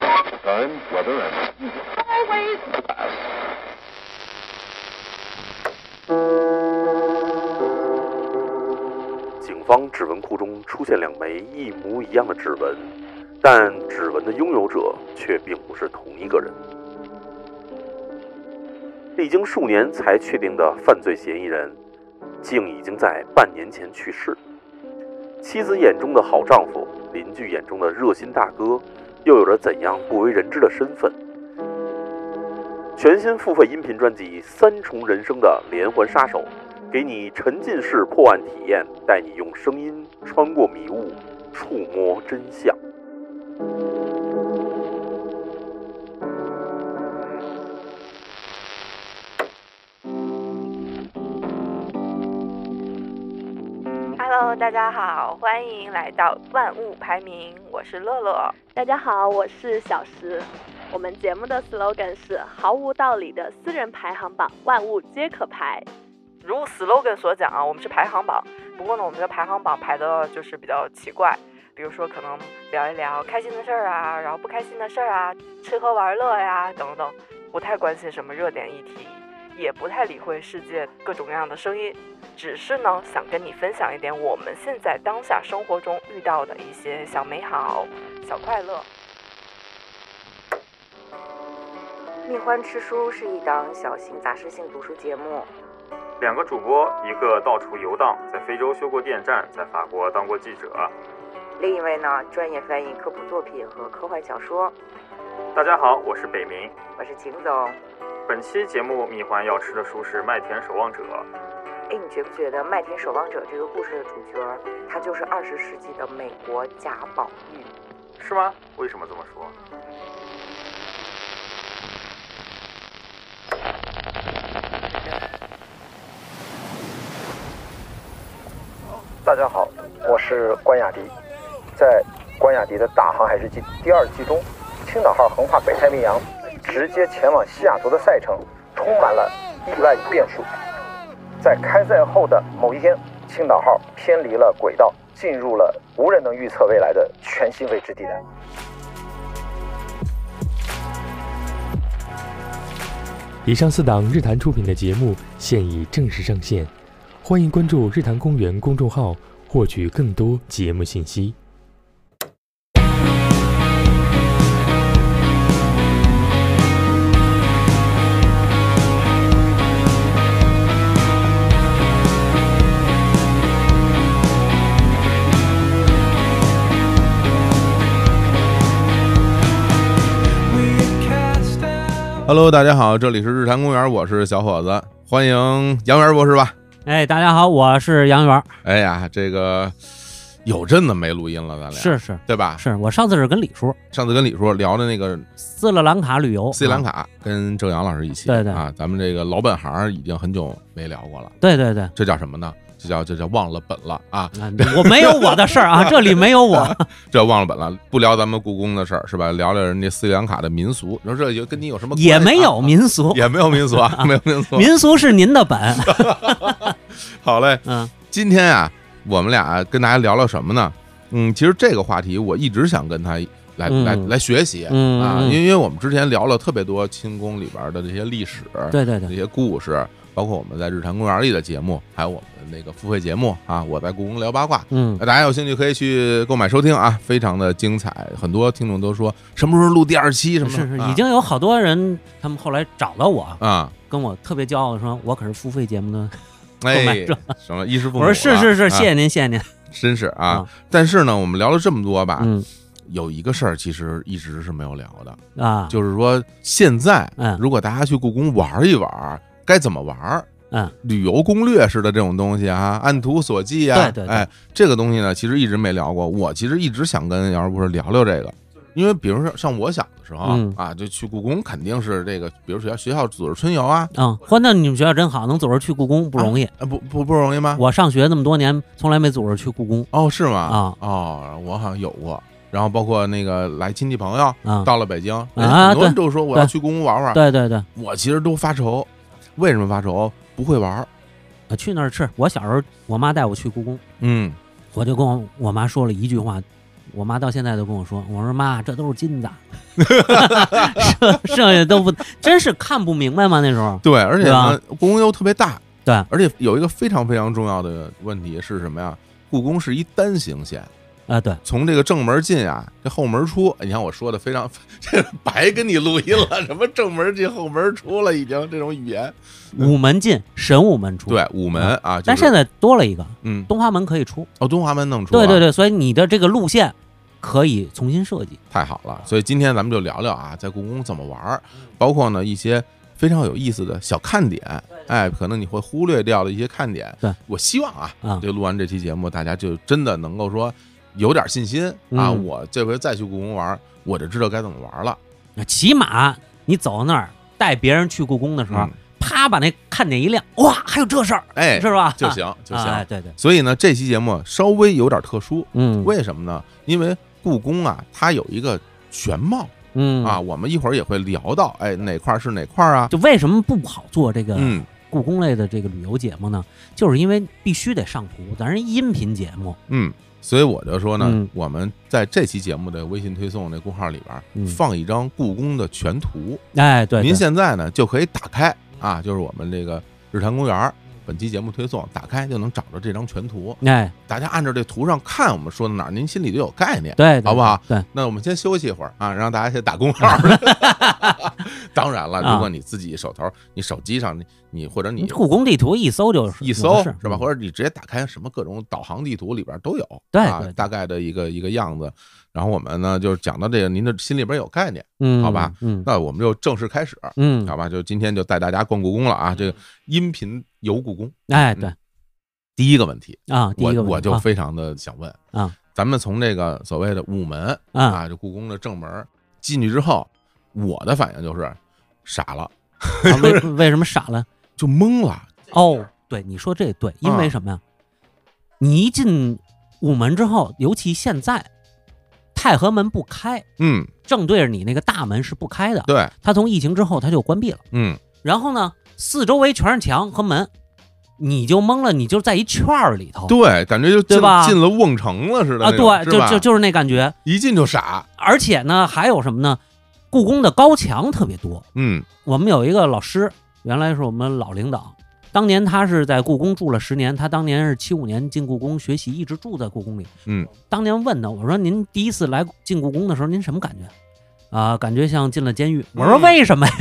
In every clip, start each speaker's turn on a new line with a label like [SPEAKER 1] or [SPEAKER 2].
[SPEAKER 1] time, weather, and
[SPEAKER 2] Highways.
[SPEAKER 1] glass.
[SPEAKER 3] 警方指纹库中出现两枚一模一样的指纹，但指纹的拥有者却并不是同一个人。历经数年才确定的犯罪嫌疑人，竟已经在半年前去世。妻子眼中的好丈夫，邻居眼中的热心大哥，又有着怎样不为人知的身份？全新付费音频专辑《三重人生的连环杀手》，给你沉浸式破案体验，带你用声音穿过迷雾，触摸真相。
[SPEAKER 4] Hello，大家好，欢迎来到万物排名，我是乐乐。
[SPEAKER 2] 大家好，我是小石。我们节目的 slogan 是“毫无道理的私人排行榜，万物皆可排
[SPEAKER 4] 如 slogan 所讲啊，我们是排行榜，不过呢，我们这个排行榜排的就是比较奇怪，比如说可能聊一聊开心的事儿啊，然后不开心的事儿啊，吃喝玩乐呀、等等，不太关心什么热点议题，也不太理会世界各种各样的声音，只是呢想跟你分享一点我们现在当下生活中遇到的一些小美好、小快乐。
[SPEAKER 5] 蜜獾吃书是一档小型杂食性读书节目，
[SPEAKER 6] 两个主播，一个到处游荡，在非洲修过电站，在法国当过记者。
[SPEAKER 5] 另一位呢专业翻译科普作品和科幻小说。
[SPEAKER 6] 大家好，我是北明。
[SPEAKER 5] 我是秦总。
[SPEAKER 6] 本期节目蜜獾要吃的书是《麦田守望者
[SPEAKER 5] 哎，你觉不觉得《麦田守望者》这个故事的主角，他就是二十世纪的美国贾宝玉？》，
[SPEAKER 6] 是吗？为什么这么说？
[SPEAKER 7] 大家好，我是关雅迪，在关雅迪的大航海日记第二季中，青岛号横跨北太平洋，直接前往西雅图的赛程充满了意外变数。在开赛后的某一天，青岛号偏离了轨道，进入了无人能预测未来的全新未知地带。
[SPEAKER 8] 以上四档日坛出品的节目现已正式上线，欢迎关注“日坛公园”公众号，获取更多节目信息。
[SPEAKER 9] Hello，大家好，这里是日坛公园，我是小伙子，欢迎杨元博士吧。
[SPEAKER 10] 哎，大家好，我是杨元儿。
[SPEAKER 9] 哎呀，这个有阵子没录音了，咱俩
[SPEAKER 10] 是是
[SPEAKER 9] 对吧？
[SPEAKER 10] 是，我上次是跟李叔
[SPEAKER 9] 上次跟李叔聊的那个
[SPEAKER 10] 斯里兰卡旅游，
[SPEAKER 9] 斯里兰
[SPEAKER 10] 啊，
[SPEAKER 9] 卡，跟郑阳老师一起，
[SPEAKER 10] 对对
[SPEAKER 9] 啊，咱们这个老本行已经很久没聊过了，
[SPEAKER 10] 对对对，
[SPEAKER 9] 这叫什么呢？这叫这叫忘了本了啊！
[SPEAKER 10] 啊我没有我的事儿 啊，这里没有我。
[SPEAKER 9] 这忘了本了，不聊咱们故宫的事儿是吧？聊聊人家斯里兰卡的民俗，你说这有跟你有什么关系
[SPEAKER 10] 也
[SPEAKER 9] 啊？
[SPEAKER 10] 没有民 俗，
[SPEAKER 9] 也没有民俗 啊，没有民俗。
[SPEAKER 10] 民俗是您 的本。
[SPEAKER 9] 好嘞，
[SPEAKER 10] 嗯，
[SPEAKER 9] 今天啊，我们俩跟大家聊聊什么呢？嗯，其实这个话题我一直想跟他来、
[SPEAKER 10] 嗯
[SPEAKER 9] 来来学习、
[SPEAKER 10] 嗯
[SPEAKER 9] 啊，
[SPEAKER 10] 嗯
[SPEAKER 9] 因为因为我们之前聊了特别多清宫里边的这些历史、
[SPEAKER 10] 对对
[SPEAKER 9] 这
[SPEAKER 10] 对，
[SPEAKER 9] 些故事，包括我们在日坛公园里的节目，还有我们的那个付费节目啊，我在故宫聊八卦。
[SPEAKER 10] 嗯
[SPEAKER 9] 大家有兴趣可以去购买收听啊，非常的精彩。很多听众都说什么时候录第二期什
[SPEAKER 10] 是
[SPEAKER 9] 么的，
[SPEAKER 10] 是，
[SPEAKER 9] 啊
[SPEAKER 10] 已经有好多人他们后来找到我，
[SPEAKER 9] 啊，
[SPEAKER 10] 跟我特别骄傲地说，我可是付费节目的。购买
[SPEAKER 9] 哎
[SPEAKER 10] 者，
[SPEAKER 9] 什么衣食父母
[SPEAKER 10] 我
[SPEAKER 9] 啊、
[SPEAKER 10] 说是是是，
[SPEAKER 9] 啊
[SPEAKER 10] 谢谢您，谢谢您。
[SPEAKER 9] 真是啊。
[SPEAKER 10] 啊
[SPEAKER 9] 但是呢，我们聊了这么多吧，
[SPEAKER 10] 嗯
[SPEAKER 9] 有一个事儿其实一直是没有聊的，
[SPEAKER 10] 啊，
[SPEAKER 9] 就是说现在
[SPEAKER 10] 嗯
[SPEAKER 9] 如果大家去故宫玩一玩，该怎么玩儿？
[SPEAKER 10] 嗯，
[SPEAKER 9] 旅游攻略似的这种东西啊，按图索骥啊，
[SPEAKER 10] 对对对
[SPEAKER 9] 哎，这个东西呢，其实一直没聊过。我其实一直想跟姚博士聊聊这个，因为比如说像我小的时候、
[SPEAKER 10] 嗯
[SPEAKER 9] 啊，就去故宫肯定是这个，比如学校学校组织春游啊，
[SPEAKER 10] 嗯，欢到你们学校真好，能组织去故宫不容易。
[SPEAKER 9] 啊不不不容易吗？
[SPEAKER 10] 我上学那么多年，从来没组织去故宫
[SPEAKER 9] 哦，是吗？
[SPEAKER 10] 啊
[SPEAKER 9] 哦，我好像有过。然后包括那个来亲戚朋友
[SPEAKER 10] 啊。
[SPEAKER 9] 到了北京，人家很多人都说我要去故宫玩玩，
[SPEAKER 10] 对对对，
[SPEAKER 9] 我其实都发愁，为什么发愁？不会玩儿。
[SPEAKER 10] 啊去那儿吃。我小时候，我妈带我去故宫，
[SPEAKER 9] 嗯，
[SPEAKER 10] 我就跟我我妈说了一句话，我妈到现在都跟我说，我说妈，这都是 金子，剩剩下都不，真是看不明白嘛那时候。
[SPEAKER 9] 对，而且
[SPEAKER 10] 吧
[SPEAKER 9] 呢，故宫又特别大，
[SPEAKER 10] 对，
[SPEAKER 9] 而且有一个非常非常重要的问题是什么呀？故宫是一单行线。
[SPEAKER 10] 啊，对，
[SPEAKER 9] 从这个正门进啊，这后门出。你看我说的非常， 这白跟你录音了，什么正门进后门出了，已经这种语言。
[SPEAKER 10] 午门进，神武门出，
[SPEAKER 9] 嗯
[SPEAKER 10] 嗯
[SPEAKER 9] 对，午门啊，就是
[SPEAKER 10] 但现在多了一个，
[SPEAKER 9] 嗯，
[SPEAKER 10] 东华门可以出，
[SPEAKER 9] 哦，东华门弄出，
[SPEAKER 10] 对对，对，所以你的这个路线可以重新设计。
[SPEAKER 9] 太好了。所以今天咱们就聊聊啊，在故宫怎么玩儿，包括呢一些非常有意思的小看点，哎，可能你会忽略掉的一些看点。
[SPEAKER 10] 对，
[SPEAKER 9] 我希望啊
[SPEAKER 10] 啊，
[SPEAKER 9] 这录完这期节目，大家就真的能够说有点信心啊，
[SPEAKER 10] 嗯
[SPEAKER 9] 我这回再去故宫玩儿，我就知道该怎么玩儿了。
[SPEAKER 10] 那起码你走到那儿带别人去故宫的时候，
[SPEAKER 9] 嗯
[SPEAKER 10] 啪把那看点一亮，哇，还有这事儿，
[SPEAKER 9] 哎，
[SPEAKER 10] 是吧？
[SPEAKER 9] 就 行就行、
[SPEAKER 10] 哎对对，
[SPEAKER 9] 所以呢，这期节目稍微有点特殊，
[SPEAKER 10] 嗯
[SPEAKER 9] 为什么呢？因为故宫啊，它有一个全貌，
[SPEAKER 10] 嗯
[SPEAKER 9] 啊，，我们一会儿也会聊到，哎，哪块儿是哪块儿啊？
[SPEAKER 10] 就为什么不好做这个
[SPEAKER 9] 嗯
[SPEAKER 10] 故宫类的这个旅游节目呢？就是因为必须得上图，咱是音频节目，
[SPEAKER 9] 嗯，所以我就说呢，
[SPEAKER 10] 嗯
[SPEAKER 9] 我们在这期节目的微信推送那公号里边儿
[SPEAKER 10] 嗯
[SPEAKER 9] 放一张故宫的全图，
[SPEAKER 10] 哎，对，对
[SPEAKER 9] 您现在呢就可以打开啊，就是我们这个日坛公园儿本期节目推送，打开就能找着这张全图。
[SPEAKER 10] 哎，
[SPEAKER 9] 大家按照这图上看我们说的哪儿，您心里就有概念，
[SPEAKER 10] 对对
[SPEAKER 9] 好不好？
[SPEAKER 10] 对对
[SPEAKER 9] 那我们先休息一会儿啊，让大家先打工号。 当然了，
[SPEAKER 10] 啊
[SPEAKER 9] 如果你自己手头、你手机上，你你或者你
[SPEAKER 10] 故宫地图一搜就是
[SPEAKER 9] 一搜
[SPEAKER 10] 有的是嗯
[SPEAKER 9] 吧？或者你直接打开什么各种导航地图里边都有，
[SPEAKER 10] 对
[SPEAKER 9] 啊
[SPEAKER 10] 对对
[SPEAKER 9] 大概的一个一个样子。然后我们呢，就是讲到这个，您的心里边有概念，
[SPEAKER 10] 嗯，
[SPEAKER 9] 好吧？
[SPEAKER 10] 嗯
[SPEAKER 9] 那我们就正式开始，
[SPEAKER 10] 嗯，
[SPEAKER 9] 好吧？就今天就带大家逛故宫了啊，这个音频游故宫。
[SPEAKER 10] 哎，对
[SPEAKER 9] 第一个问题，
[SPEAKER 10] 啊，第一个
[SPEAKER 9] 嗯我我
[SPEAKER 10] 问题
[SPEAKER 9] 就
[SPEAKER 10] 啊
[SPEAKER 9] 非常的想问
[SPEAKER 10] 啊，
[SPEAKER 9] 咱们从这个所谓的午门
[SPEAKER 10] 啊
[SPEAKER 9] 啊，就故宫的正门进去之后，我的反应就是傻了，
[SPEAKER 10] 啊为为什么傻了？
[SPEAKER 9] 就懵了。
[SPEAKER 10] 哦，对，你说这对，因为什么呀？你一进午门之后，尤其现在太和门不开，
[SPEAKER 9] 嗯，
[SPEAKER 10] 正对着你那个大门是不开的，
[SPEAKER 9] 对，
[SPEAKER 10] 它从疫情之后它就关闭了。
[SPEAKER 9] 嗯，
[SPEAKER 10] 然后呢，四周围全是墙和门，你就懵了，你就在一圈儿里头，
[SPEAKER 9] 对，感觉就进
[SPEAKER 10] 哦对吧
[SPEAKER 9] 进了瓮城了似的
[SPEAKER 10] 啊，
[SPEAKER 9] 那种
[SPEAKER 10] 对，
[SPEAKER 9] 是
[SPEAKER 10] 就
[SPEAKER 9] 吧
[SPEAKER 10] 就就是那感觉。
[SPEAKER 9] 一进就傻。
[SPEAKER 10] 而且呢，还有什么呢？故宫的高墙特别多。
[SPEAKER 9] 嗯
[SPEAKER 10] 我们有一个老师，原来是我们老领导，当年他是在故宫住了十年，他当年是七五年进故宫学习，一直住在故宫里。
[SPEAKER 9] 嗯，
[SPEAKER 10] 当年问他，我说您第一次来进故宫的时候，您什么感觉？啊、感觉像进了监狱。我说
[SPEAKER 9] 嗯
[SPEAKER 10] 为什么呀？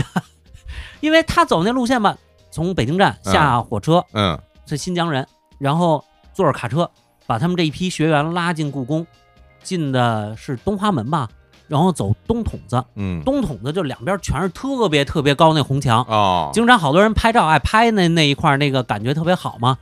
[SPEAKER 10] 因为他走那路线吧，从北京站下火车，
[SPEAKER 9] 嗯
[SPEAKER 10] 是新疆人，然后坐着卡车把他们这一批学员拉进故宫，进的是东华门吧，然后走东筒子，
[SPEAKER 9] 嗯
[SPEAKER 10] 东筒子就两边全是特别特别高那红墙，
[SPEAKER 9] 哦，
[SPEAKER 10] 经常好多人拍照爱哎拍那那一块儿那个感觉特别好嘛，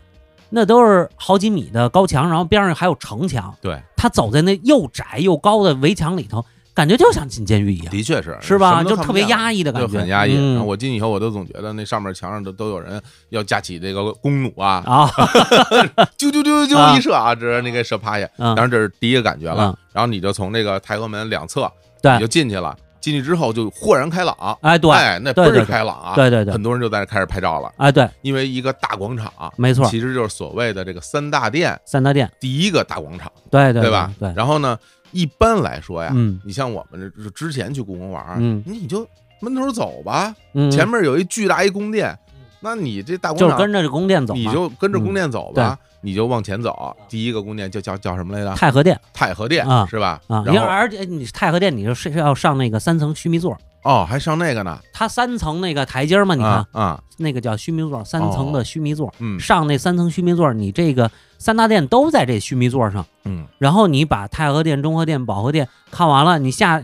[SPEAKER 10] 那都是好几米的高墙，然后边上还有城墙，
[SPEAKER 9] 对，
[SPEAKER 10] 他走在那又窄又高的围墙里头，感觉就像进监狱一样。
[SPEAKER 9] 的确是
[SPEAKER 10] 是吧
[SPEAKER 9] 什么都
[SPEAKER 10] 就
[SPEAKER 9] 看
[SPEAKER 10] 特
[SPEAKER 9] 不
[SPEAKER 10] 别
[SPEAKER 9] 见了
[SPEAKER 10] 压抑的感
[SPEAKER 9] 就很
[SPEAKER 10] 觉
[SPEAKER 9] 压抑。
[SPEAKER 10] 嗯
[SPEAKER 9] 然后我进去以后，我都总觉得那上面墙上都都有人要架起这个弓弩啊，
[SPEAKER 10] 啊，
[SPEAKER 9] 啾啾啾
[SPEAKER 10] 啊
[SPEAKER 9] 啾一射啊，直那个射趴下。
[SPEAKER 10] 嗯
[SPEAKER 9] 当然这是第一个感觉了
[SPEAKER 10] 嗯。
[SPEAKER 9] 然后你就从这个太和门两侧，
[SPEAKER 10] 对
[SPEAKER 9] 你就进去了。进去之后就豁然开朗，
[SPEAKER 10] 哎对
[SPEAKER 9] 哎，那倍
[SPEAKER 10] 对对
[SPEAKER 9] 儿
[SPEAKER 10] 对
[SPEAKER 9] 开朗啊！
[SPEAKER 10] 对对对
[SPEAKER 9] 很多人就在那开始拍照了，
[SPEAKER 10] 哎，对，
[SPEAKER 9] 因为一个大广场，
[SPEAKER 10] 没错
[SPEAKER 9] 其实就是所谓的这个三大殿
[SPEAKER 10] 三大殿，
[SPEAKER 9] 第一个大广场，
[SPEAKER 10] 对对
[SPEAKER 9] 吧？
[SPEAKER 10] 对，
[SPEAKER 9] 然后呢，一般来说呀，
[SPEAKER 10] 嗯
[SPEAKER 9] 你像我们这之前去故宫玩儿，
[SPEAKER 10] 嗯
[SPEAKER 9] 你就闷头走吧，
[SPEAKER 10] 嗯，
[SPEAKER 9] 啊前面有一巨大一宫殿，那你这大
[SPEAKER 10] 就
[SPEAKER 9] 广
[SPEAKER 10] 是跟
[SPEAKER 9] 场，
[SPEAKER 10] 着这宫殿走嘛，
[SPEAKER 9] 你就跟着宫殿走吧，你就往前走。
[SPEAKER 10] 嗯
[SPEAKER 9] 第一个宫殿就叫叫什么来着？
[SPEAKER 10] 太和殿
[SPEAKER 9] 太和殿
[SPEAKER 10] 啊
[SPEAKER 9] 是吧？
[SPEAKER 10] 啊，
[SPEAKER 9] 然
[SPEAKER 10] 因为
[SPEAKER 9] 后
[SPEAKER 10] 而且你太和殿你就是要上那个三层须弥座，
[SPEAKER 9] 哦，还上那个呢，
[SPEAKER 10] 它三层那个台阶儿嘛，你看、
[SPEAKER 9] 啊啊，
[SPEAKER 10] 那个叫须弥座，三层的须弥座，
[SPEAKER 9] 嗯
[SPEAKER 10] 上那三层须弥座，你这个三大殿都在这须弥座上。
[SPEAKER 9] 嗯，
[SPEAKER 10] 然后你把太和殿、中和殿、保和殿看完了，你下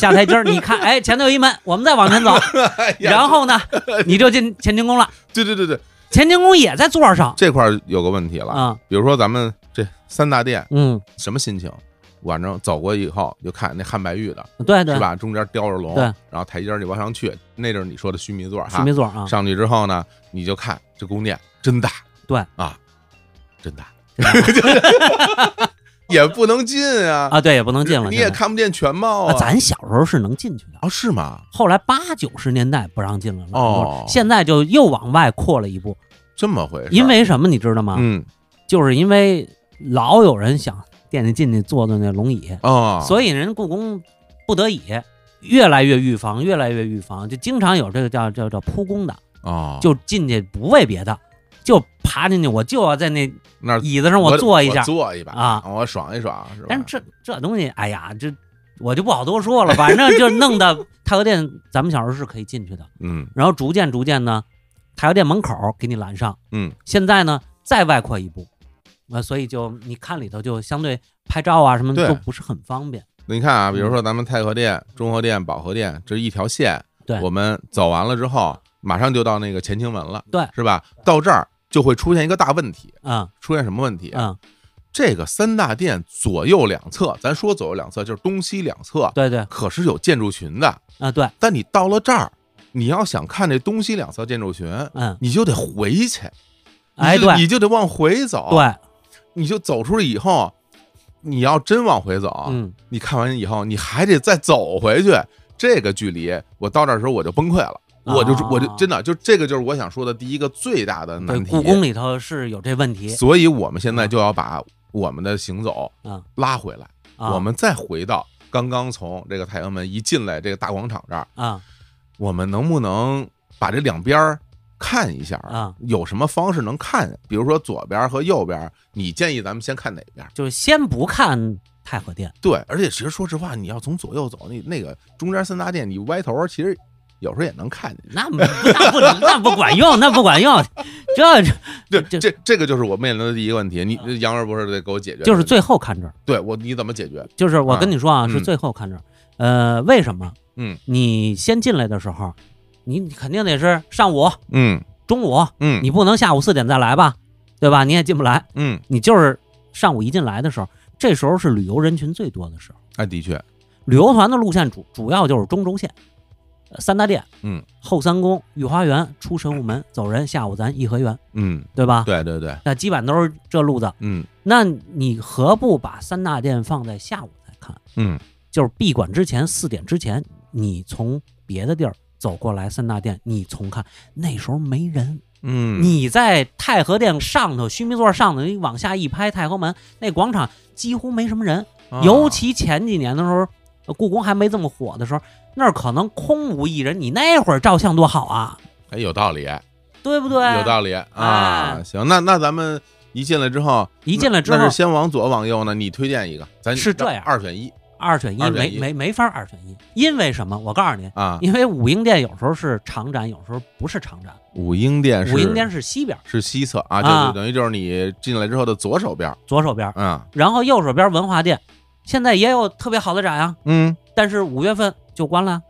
[SPEAKER 10] 下台阶儿，你看，哎，前头有一门，我们再往 前走，然后呢，你就进乾清宫了。
[SPEAKER 9] 对对对对，
[SPEAKER 10] 乾清宫也在座上
[SPEAKER 9] 这块儿有个问题了，
[SPEAKER 10] 啊，
[SPEAKER 9] 比如说咱们这三大殿
[SPEAKER 10] 嗯，
[SPEAKER 9] 什么心情？反正走过以后就看那汉白玉的，
[SPEAKER 10] 对对
[SPEAKER 9] 是，吧？中间雕着龙，
[SPEAKER 10] 对
[SPEAKER 9] 然后台阶儿你往上去，那就是你说的须弥座
[SPEAKER 10] 须
[SPEAKER 9] 哈
[SPEAKER 10] 弥。座啊，
[SPEAKER 9] 上去之后呢，你就看这宫殿真大，
[SPEAKER 10] 对
[SPEAKER 9] 啊，真大， 也不能进啊，
[SPEAKER 10] 啊，对，也不能进了，
[SPEAKER 9] 你也
[SPEAKER 10] 现在
[SPEAKER 9] 看不见全貌
[SPEAKER 10] 啊，
[SPEAKER 9] 啊。
[SPEAKER 10] 咱小时候是能进去的。
[SPEAKER 9] 哦，是吗？
[SPEAKER 10] 后来八九十年代不让进了，
[SPEAKER 9] 哦
[SPEAKER 10] 现在就又往外扩了一步，
[SPEAKER 9] 这么回事儿？
[SPEAKER 10] 啊因为什么你知道吗？
[SPEAKER 9] 嗯
[SPEAKER 10] 就是因为老有人想惦记进去坐坐那龙椅
[SPEAKER 9] 啊
[SPEAKER 10] 所以人故宫不得已越来越预防，越来越预防，就经常有这个叫叫叫扑宫的，
[SPEAKER 9] 啊，
[SPEAKER 10] 就进去不为别的，就爬进去，我就要在那
[SPEAKER 9] 那儿
[SPEAKER 10] 椅子上
[SPEAKER 9] 我
[SPEAKER 10] 坐一下，
[SPEAKER 9] 我坐一把
[SPEAKER 10] 啊，
[SPEAKER 9] 我爽一爽，是吧？
[SPEAKER 10] 但是这这东西，哎呀，这我就不好多说了，反正就弄的 太和殿，咱们小时候是可以进去的，
[SPEAKER 9] 嗯
[SPEAKER 10] 然后逐渐逐渐呢，太和殿门口给你拦上，
[SPEAKER 9] 嗯
[SPEAKER 10] 现在呢再外扩一步，啊，所以就你看里头就相对拍照啊什么的
[SPEAKER 9] 对
[SPEAKER 10] 都不是很方便，
[SPEAKER 9] 你看啊，比
[SPEAKER 10] 嗯
[SPEAKER 9] 如说咱们太和殿、中和殿、保和殿，这是一条线。
[SPEAKER 10] 对
[SPEAKER 9] 我们走完了之后，马上就到那个乾清门了，
[SPEAKER 10] 对
[SPEAKER 9] 是吧？到这儿就会出现一个大问题，
[SPEAKER 10] 嗯
[SPEAKER 9] 出现什么问题？啊
[SPEAKER 10] 嗯，
[SPEAKER 9] 这个三大殿左右两侧，咱说左右两侧就是东西两侧，
[SPEAKER 10] 对对
[SPEAKER 9] 可是有建筑群的。
[SPEAKER 10] 啊对，
[SPEAKER 9] 但你到了这儿，你要想看这东西两侧建筑群，
[SPEAKER 10] 嗯
[SPEAKER 9] 你就得回去，
[SPEAKER 10] 哎
[SPEAKER 9] 你就
[SPEAKER 10] 对
[SPEAKER 9] 你就得往回走，
[SPEAKER 10] 对，
[SPEAKER 9] 你就走出来以后，你要真往回走，
[SPEAKER 10] 嗯
[SPEAKER 9] 你看完以后，你还得再走回去，这个距离，我到那儿的时候我就崩溃了，我就
[SPEAKER 10] 啊
[SPEAKER 9] 我就真的就这个就是我想说的第一个最大的
[SPEAKER 10] 对，
[SPEAKER 9] 难题。
[SPEAKER 10] 故宫里头是有这问题，
[SPEAKER 9] 所以我们现在就要把我们的行走
[SPEAKER 10] 啊
[SPEAKER 9] 拉回来，
[SPEAKER 10] 啊
[SPEAKER 9] 我们再回到刚刚从这个太阳门一进来这个大广场这儿，
[SPEAKER 10] 啊
[SPEAKER 9] 我们能不能把这两边儿看一下
[SPEAKER 10] 啊？
[SPEAKER 9] 有什么方式能看？比如说左边儿和右边儿，你建议咱们先看哪边儿？
[SPEAKER 10] 就是先不看太和殿，
[SPEAKER 9] 对，而且其实说实话，你要从左右走，你那个中间三大殿，你歪头儿，其实有时候也能看见。
[SPEAKER 10] 那不那不那不管用，那不管用，这
[SPEAKER 9] 对，这这个就是我面临的第一个问题。你杨儿不是得给我解决？
[SPEAKER 10] 就是最后看这儿，
[SPEAKER 9] 对我你怎么解决？
[SPEAKER 10] 就是我跟你说啊，
[SPEAKER 9] 嗯
[SPEAKER 10] 是最后看这儿，呃，为什么？
[SPEAKER 9] 嗯
[SPEAKER 10] 你先进来的时候，你你肯定得是上午、
[SPEAKER 9] 嗯
[SPEAKER 10] 中午，
[SPEAKER 9] 嗯
[SPEAKER 10] 你不能下午四点再来吧，对吧？你也进不来，
[SPEAKER 9] 嗯，
[SPEAKER 10] 你就是上午一进来的时候，这时候是旅游人群最多的时候。
[SPEAKER 9] 哎，的确，
[SPEAKER 10] 旅游团的路线主主要就是中轴线，呃三大殿、
[SPEAKER 9] 嗯
[SPEAKER 10] 后三宫、御花园、出神武门，走人。下午咱颐和园，
[SPEAKER 9] 嗯，
[SPEAKER 10] 对吧？
[SPEAKER 9] 对对对，
[SPEAKER 10] 那基本都是这路子。
[SPEAKER 9] 嗯
[SPEAKER 10] 那你何不把三大殿放在下午再看？
[SPEAKER 9] 嗯
[SPEAKER 10] 就是闭馆之前四点之前，你从别的地儿走过来三大殿，你重看，那时候没人。
[SPEAKER 9] 嗯，
[SPEAKER 10] 你在太和殿上头须弥座上头，你往下一拍太和门那广场几乎没什么人，
[SPEAKER 9] 啊
[SPEAKER 10] 尤其前几年的时候，呃故宫还没这么火的时候，那儿可能空无一人。你那会儿照相多好啊，
[SPEAKER 9] 哎，有道理。
[SPEAKER 10] 对不对？
[SPEAKER 9] 有道理啊
[SPEAKER 10] 哎。
[SPEAKER 9] 行，那那咱们一进来之后，
[SPEAKER 10] 一进来之后
[SPEAKER 9] 那那是先往左往右呢？你推荐一个，咱
[SPEAKER 10] 是这样
[SPEAKER 9] 二选一
[SPEAKER 10] 二选一，
[SPEAKER 9] 二选
[SPEAKER 10] 没
[SPEAKER 9] 一
[SPEAKER 10] 没没法二选一，因为什么？我告诉你，
[SPEAKER 9] 啊。
[SPEAKER 10] 因为武英殿有时候是长展，有时候不是长展。
[SPEAKER 9] 武英殿是
[SPEAKER 10] 武英殿是西边，
[SPEAKER 9] 是西侧啊，
[SPEAKER 10] 啊
[SPEAKER 9] 就是等于就是你进来之后的左手边，
[SPEAKER 10] 左手边，
[SPEAKER 9] 啊，
[SPEAKER 10] 然后右手边文华殿，现在也有特别好的展啊，
[SPEAKER 9] 嗯
[SPEAKER 10] 但是五月份就关了，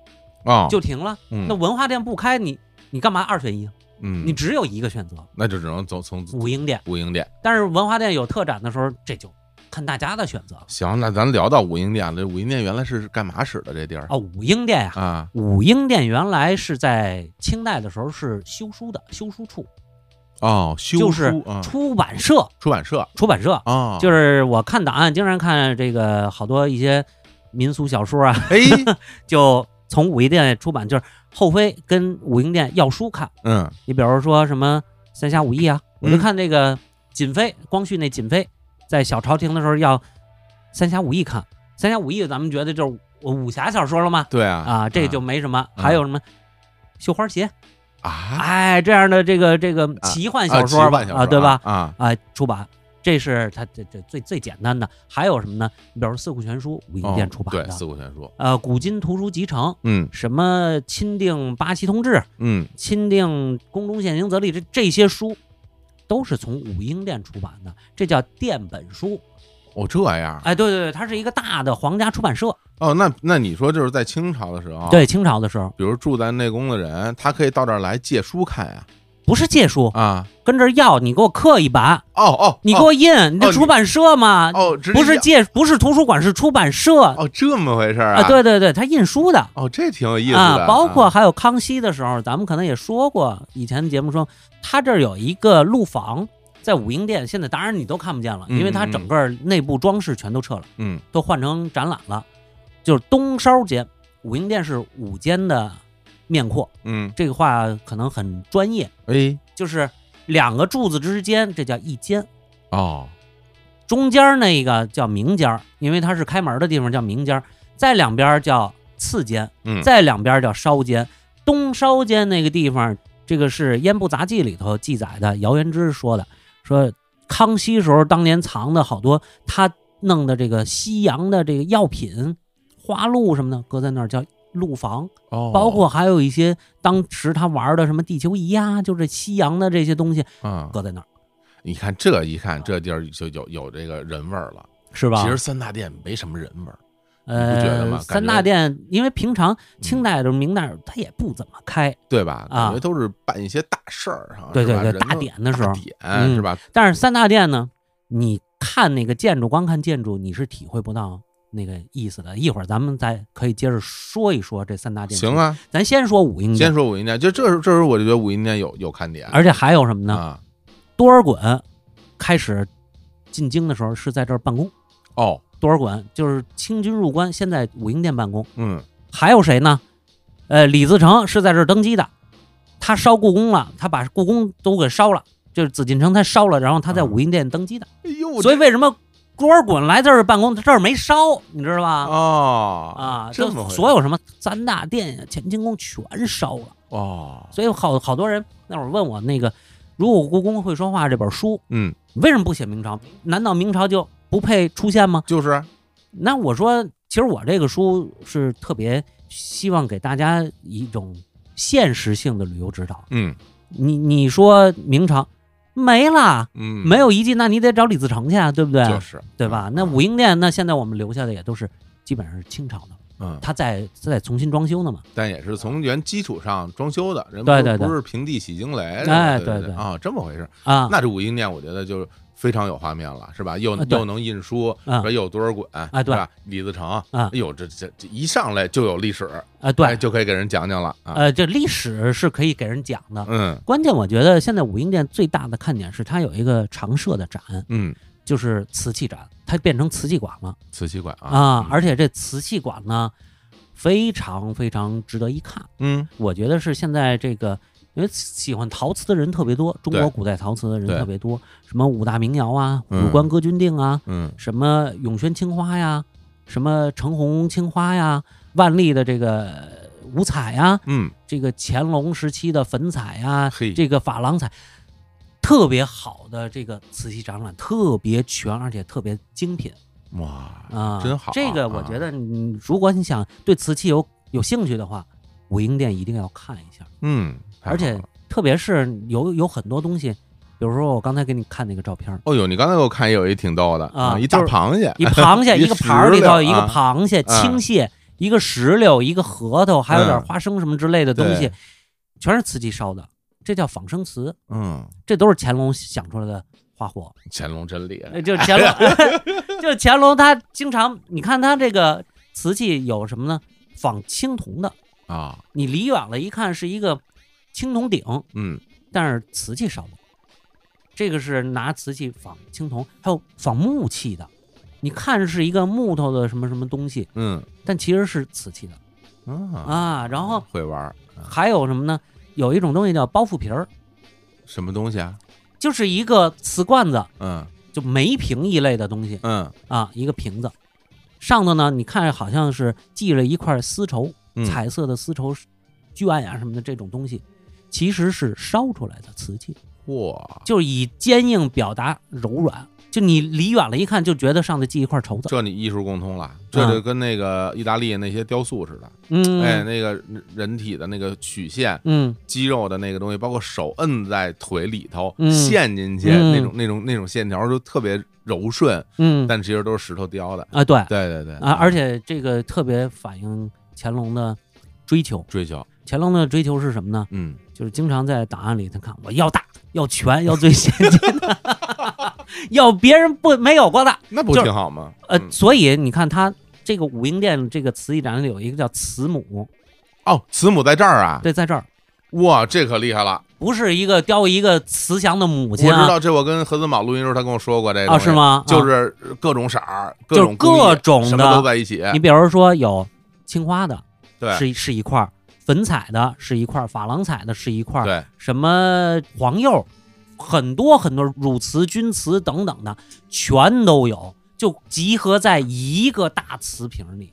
[SPEAKER 9] 哦，
[SPEAKER 10] 就停了。
[SPEAKER 9] 嗯
[SPEAKER 10] 那文化殿不开，你你干嘛二选一？
[SPEAKER 9] 嗯，
[SPEAKER 10] 你只有一个选择，
[SPEAKER 9] 那就只能走从
[SPEAKER 10] 武英殿。
[SPEAKER 9] 武英殿。
[SPEAKER 10] 但是文化殿有特展的时候，这就看大家的选择了。
[SPEAKER 9] 行，那咱聊到武英殿了，这武英殿原来是干嘛使的这地儿
[SPEAKER 10] 哦，武英殿呀、
[SPEAKER 9] 啊？
[SPEAKER 10] 武英殿原来是在清代的时候是修书的，修书处
[SPEAKER 9] 哦，修
[SPEAKER 10] 就是
[SPEAKER 9] 书啊，
[SPEAKER 10] 出版社，
[SPEAKER 9] 出版社
[SPEAKER 10] 出版社。
[SPEAKER 9] 啊，
[SPEAKER 10] 就是是我看档案，经常看这个好多一些民俗小说啊，
[SPEAKER 9] 哎，
[SPEAKER 10] 就从武英殿出版，就是后妃跟武英殿要书看。
[SPEAKER 9] 嗯
[SPEAKER 10] 你比如说什么三侠五义啊，我就
[SPEAKER 9] 嗯
[SPEAKER 10] 看那个瑾妃，光绪那瑾妃在小朝廷的时候要三侠五义看，三侠五义咱们觉得就是武武侠小说了吗？
[SPEAKER 9] 对啊
[SPEAKER 10] 啊，这就没什么。还有什么绣花鞋，
[SPEAKER 9] 啊
[SPEAKER 10] 哎，这样的这个这个奇幻小说吧，啊，对吧？
[SPEAKER 9] 啊，
[SPEAKER 10] 啊，出版。这是它这这最最简单的，还有什么呢？你比如说《四库全书》，武英殿出版
[SPEAKER 9] 哦
[SPEAKER 10] 的，
[SPEAKER 9] 对四库全书，
[SPEAKER 10] 呃，《古今图书集成》，
[SPEAKER 9] 嗯
[SPEAKER 10] 什么《钦定八旗通志》，
[SPEAKER 9] 嗯
[SPEAKER 10] 《钦定宫中现行则例》这这些书，都是从武英殿出版的，这叫殿本书。
[SPEAKER 9] 哦，这样，
[SPEAKER 10] 哎，对对对，它是一个大的皇家出版社。
[SPEAKER 9] 哦，那那你说就是在清朝的时候，
[SPEAKER 10] 对，，清朝的时候
[SPEAKER 9] 比如住在内宫的人，他可以到这儿来借书看呀，
[SPEAKER 10] 不是借书，
[SPEAKER 9] 啊，
[SPEAKER 10] 跟这儿要，你给我刻一版，
[SPEAKER 9] 哦哦，
[SPEAKER 10] 哦你给
[SPEAKER 9] 哦
[SPEAKER 10] 我印，你这
[SPEAKER 9] 哦
[SPEAKER 10] 出版社嘛，
[SPEAKER 9] 哦，直接
[SPEAKER 10] 不是
[SPEAKER 9] 要
[SPEAKER 10] 借，不是图书馆，是出版社啊
[SPEAKER 9] 哦这么回事儿啊？
[SPEAKER 10] 对对对，它印书的。
[SPEAKER 9] 哦，这挺有意思的，
[SPEAKER 10] 啊，包括
[SPEAKER 9] 啊
[SPEAKER 10] 还有康熙的时候，咱们可能也说过，以前节目说他这儿有一个陆房，在武英殿，现在当然你都看不见了，因为它
[SPEAKER 9] 嗯嗯嗯
[SPEAKER 10] 整个内部装饰全都撤了。
[SPEAKER 9] 嗯
[SPEAKER 10] 都换成展览了，就是东稍间，武英殿是午间的面阔，
[SPEAKER 9] 嗯，
[SPEAKER 10] 这个话可能很专业，
[SPEAKER 9] 哎
[SPEAKER 10] 就是两个柱子之间，这叫一间。
[SPEAKER 9] 哦，
[SPEAKER 10] 中间那个叫明间儿，因为它是开门的地方叫明间儿，在两边儿叫次间，
[SPEAKER 9] 嗯
[SPEAKER 10] 在两边儿叫烧间。东烧间那个地方，这个是《烟部杂记》里头记载的，姚元之说的，说康熙时候当年藏的好多他弄的这个西洋的这个药品、花露什么的，搁在那儿叫露房。
[SPEAKER 9] 哦，
[SPEAKER 10] 包括还有一些当时他玩的什么地球仪呀、就这西洋的这些东西
[SPEAKER 9] 啊，
[SPEAKER 10] 搁在那儿，
[SPEAKER 9] 你看这一看这地儿就有有这个人味儿了，
[SPEAKER 10] 是吧？
[SPEAKER 9] 其实三大殿没什么人味儿，你不觉得吗感
[SPEAKER 10] 呃，三
[SPEAKER 9] 觉
[SPEAKER 10] 大殿，因为平常清代的明代它也不怎么开，
[SPEAKER 9] 对吧？
[SPEAKER 10] 啊
[SPEAKER 9] 感觉都是办一些大事儿哈，
[SPEAKER 10] 对
[SPEAKER 9] 是
[SPEAKER 10] 对
[SPEAKER 9] 吧
[SPEAKER 10] 对，
[SPEAKER 9] 人
[SPEAKER 10] 大
[SPEAKER 9] 都
[SPEAKER 10] 典的时候
[SPEAKER 9] 大，典
[SPEAKER 10] 嗯
[SPEAKER 9] 是吧？
[SPEAKER 10] 但是三大殿呢，你看那个建筑，光看建筑你是体会不到那个意思的。一会儿咱们再可以接着说一说这三大殿。
[SPEAKER 9] 行，啊，
[SPEAKER 10] 咱先说武英殿，
[SPEAKER 9] 先说武英殿，就这时这时候我就觉得武英殿有有看点，
[SPEAKER 10] 而且还有什么呢？
[SPEAKER 9] 啊，
[SPEAKER 10] 多尔衮开始进京的时候是在这儿办公，
[SPEAKER 9] 哦，
[SPEAKER 10] 多尔衮就是清军入关，先在武英殿办公。
[SPEAKER 9] 嗯，
[SPEAKER 10] 还有谁呢？呃，李自成是在这儿登基的，他烧故宫了，他把故宫都给烧了，就是紫禁城他烧了，然后他在
[SPEAKER 9] 啊
[SPEAKER 10] 武英殿登基的。
[SPEAKER 9] 哎呦，我
[SPEAKER 10] 所以
[SPEAKER 9] 这
[SPEAKER 10] 为什么多尔衮来这儿办公，他这儿没烧，你知道吧？
[SPEAKER 9] 哦
[SPEAKER 10] 啊，
[SPEAKER 9] 这
[SPEAKER 10] 就
[SPEAKER 9] 么回事
[SPEAKER 10] 所有什么三大殿呀、乾清宫全烧了。
[SPEAKER 9] 哦，
[SPEAKER 10] 所以好好多人那会儿问我那个《如果故宫会说话》这本书，
[SPEAKER 9] 嗯，
[SPEAKER 10] 你为什么不写明朝？难道明朝就不配出现吗？
[SPEAKER 9] 就是啊
[SPEAKER 10] 那我说，其实我这个书是特别希望给大家一种现实性的旅游指导。
[SPEAKER 9] 嗯
[SPEAKER 10] 你你说明朝没了，
[SPEAKER 9] 嗯，
[SPEAKER 10] 没有遗迹，那你得找李自成去啊，对不对？
[SPEAKER 9] 就是嗯
[SPEAKER 10] 对吧？那
[SPEAKER 9] 武
[SPEAKER 10] 武英殿，那现在我们留下的也都是基本上是清朝的，
[SPEAKER 9] 嗯，
[SPEAKER 10] 它在在重新装修呢嘛。
[SPEAKER 9] 但也是从原基础上装修的，人不
[SPEAKER 10] 对对对
[SPEAKER 9] 不是平地起惊雷的，
[SPEAKER 10] 哎
[SPEAKER 9] 对
[SPEAKER 10] 对对
[SPEAKER 9] 啊，这么回事。
[SPEAKER 10] 啊，
[SPEAKER 9] 那这武英殿，我觉得就非常有画面了，是吧？又
[SPEAKER 10] 啊对
[SPEAKER 9] 又能印书，
[SPEAKER 10] 啊
[SPEAKER 9] 说又有多少滚，
[SPEAKER 10] 对
[SPEAKER 9] 是吧？李自成，哎呦，这这这一上来就有历史，
[SPEAKER 10] 啊
[SPEAKER 9] 哎
[SPEAKER 10] 对，
[SPEAKER 9] 就可以给人讲讲了啊。
[SPEAKER 10] 呃，这历史是可以给人讲的。
[SPEAKER 9] 嗯
[SPEAKER 10] 关键我觉得现在武英殿最大的看点是它有一个常设的展，
[SPEAKER 9] 嗯，
[SPEAKER 10] 就是瓷器展，它变成瓷器馆了
[SPEAKER 9] 瓷器馆啊
[SPEAKER 10] 啊
[SPEAKER 9] 嗯，
[SPEAKER 10] 而且这瓷器馆呢，非常非常值得一看。
[SPEAKER 9] 嗯
[SPEAKER 10] 我觉得是现在这个，因为喜欢陶瓷的人特别多，中
[SPEAKER 9] 对
[SPEAKER 10] 国古代陶瓷的人
[SPEAKER 9] 对
[SPEAKER 10] 特别多，什么五大名窑啊，
[SPEAKER 9] 嗯
[SPEAKER 10] 五官歌君定啊，
[SPEAKER 9] 嗯
[SPEAKER 10] 什么永宣青花呀，什么程红青花呀，万历的这个呃五彩呀，
[SPEAKER 9] 嗯，
[SPEAKER 10] 这个乾隆时期的粉彩呀
[SPEAKER 9] 嘿，
[SPEAKER 10] 这个珐琅彩，特别好的这个瓷器展览，特别全，而且特别精品
[SPEAKER 9] 哇
[SPEAKER 10] 啊，，
[SPEAKER 9] 真好啊。
[SPEAKER 10] 这个我觉得你如果你想对瓷器有有兴趣的话，武英殿一定要看一下。
[SPEAKER 9] 嗯，太
[SPEAKER 10] 而
[SPEAKER 9] 好
[SPEAKER 10] 且
[SPEAKER 9] 了
[SPEAKER 10] 特别是有有很多东西，比如说我刚才给你看那个照片儿，
[SPEAKER 9] 哦呦，你刚才给我看也有一挺逗的
[SPEAKER 10] 啊
[SPEAKER 9] 一大
[SPEAKER 10] 就是
[SPEAKER 9] 螃蟹，
[SPEAKER 10] 一螃蟹，
[SPEAKER 9] 一
[SPEAKER 10] 一个盘儿里
[SPEAKER 9] 石
[SPEAKER 10] 头
[SPEAKER 9] 榴
[SPEAKER 10] 一个
[SPEAKER 9] 啊
[SPEAKER 10] 螃蟹、青蟹，一个石榴，一个核桃，还有点花生什么之类的东西
[SPEAKER 9] 嗯对，
[SPEAKER 10] 全是瓷器烧的，这叫仿生瓷，
[SPEAKER 9] 嗯，
[SPEAKER 10] 这都是乾隆想出来的花火。
[SPEAKER 9] 乾隆真厉害
[SPEAKER 10] 呃，就乾隆，就乾隆他经常，你看他这个瓷器有什么呢？仿青铜的，
[SPEAKER 9] 啊，
[SPEAKER 10] 你离远了一看是一个青铜鼎，
[SPEAKER 9] 嗯，
[SPEAKER 10] 但是瓷器烧不了。这个是拿瓷器仿青铜，还有仿木器的。你看是一个木头的什么什么东西，
[SPEAKER 9] 嗯
[SPEAKER 10] 但其实是瓷器的
[SPEAKER 9] 嗯
[SPEAKER 10] 啊。然后
[SPEAKER 9] 会玩儿
[SPEAKER 10] 还有什么呢？有一种东西叫包袱皮儿，
[SPEAKER 9] 什么东西啊？
[SPEAKER 10] 就是一个瓷罐子，
[SPEAKER 9] 嗯
[SPEAKER 10] 就梅瓶一类的东西
[SPEAKER 9] 嗯
[SPEAKER 10] 啊，一个瓶子。上头呢，你看好像是系了一块丝绸，
[SPEAKER 9] 嗯，
[SPEAKER 10] 彩色的丝绸绢呀、什么的这种东西，其实是烧出来的瓷器。
[SPEAKER 9] 哇，
[SPEAKER 10] 就是以坚硬表达柔软。就你离远了一看，就觉得上头系一块绸子。
[SPEAKER 9] 这你艺术共通了，这就跟那个意大利那些雕塑似的，
[SPEAKER 10] 啊嗯，
[SPEAKER 9] 哎，那个人体的那个曲线、
[SPEAKER 10] 嗯，
[SPEAKER 9] 肌肉的那个东西，包括手摁在腿里头
[SPEAKER 10] 嗯
[SPEAKER 9] 陷进去
[SPEAKER 10] 嗯
[SPEAKER 9] 那种那种那种线条，就特别柔顺，
[SPEAKER 10] 嗯
[SPEAKER 9] 但其实都是石头雕的。
[SPEAKER 10] 啊，对啊，
[SPEAKER 9] 对对对，
[SPEAKER 10] 而且这个特别反映乾隆的追求。
[SPEAKER 9] 追求，
[SPEAKER 10] 乾隆的追求是什么呢？
[SPEAKER 9] 嗯，
[SPEAKER 10] 就是经常在档案里头看，我要大，要全，要最先进 的，要别人不没有过的。
[SPEAKER 9] 那不
[SPEAKER 10] 就是
[SPEAKER 9] 挺好吗？
[SPEAKER 10] 呃，
[SPEAKER 9] 嗯
[SPEAKER 10] 所以你看他这个武英殿这个瓷器展里有一个叫慈母，
[SPEAKER 9] 哦，慈母在这儿啊，
[SPEAKER 10] 对，在这儿
[SPEAKER 9] 哇，这可厉害了！
[SPEAKER 10] 不是一个雕一个慈祥的母
[SPEAKER 9] 我
[SPEAKER 10] 亲
[SPEAKER 9] 知
[SPEAKER 10] 啊，
[SPEAKER 9] 道这，我跟何子宝录音时候他跟我说过这个
[SPEAKER 10] 啊是？吗？啊
[SPEAKER 9] 就是各种色儿，
[SPEAKER 10] 就是
[SPEAKER 9] 种工艺
[SPEAKER 10] 各种的
[SPEAKER 9] 什么都在一起，
[SPEAKER 10] 你比如说有青花的，
[SPEAKER 9] 对
[SPEAKER 10] 是是一块儿；粉彩的是一块儿；珐琅彩的是一块儿；
[SPEAKER 9] 对，
[SPEAKER 10] 什么黄釉、很多很多汝词、钧词等等的，全都有，就集合在一个大瓷瓶里。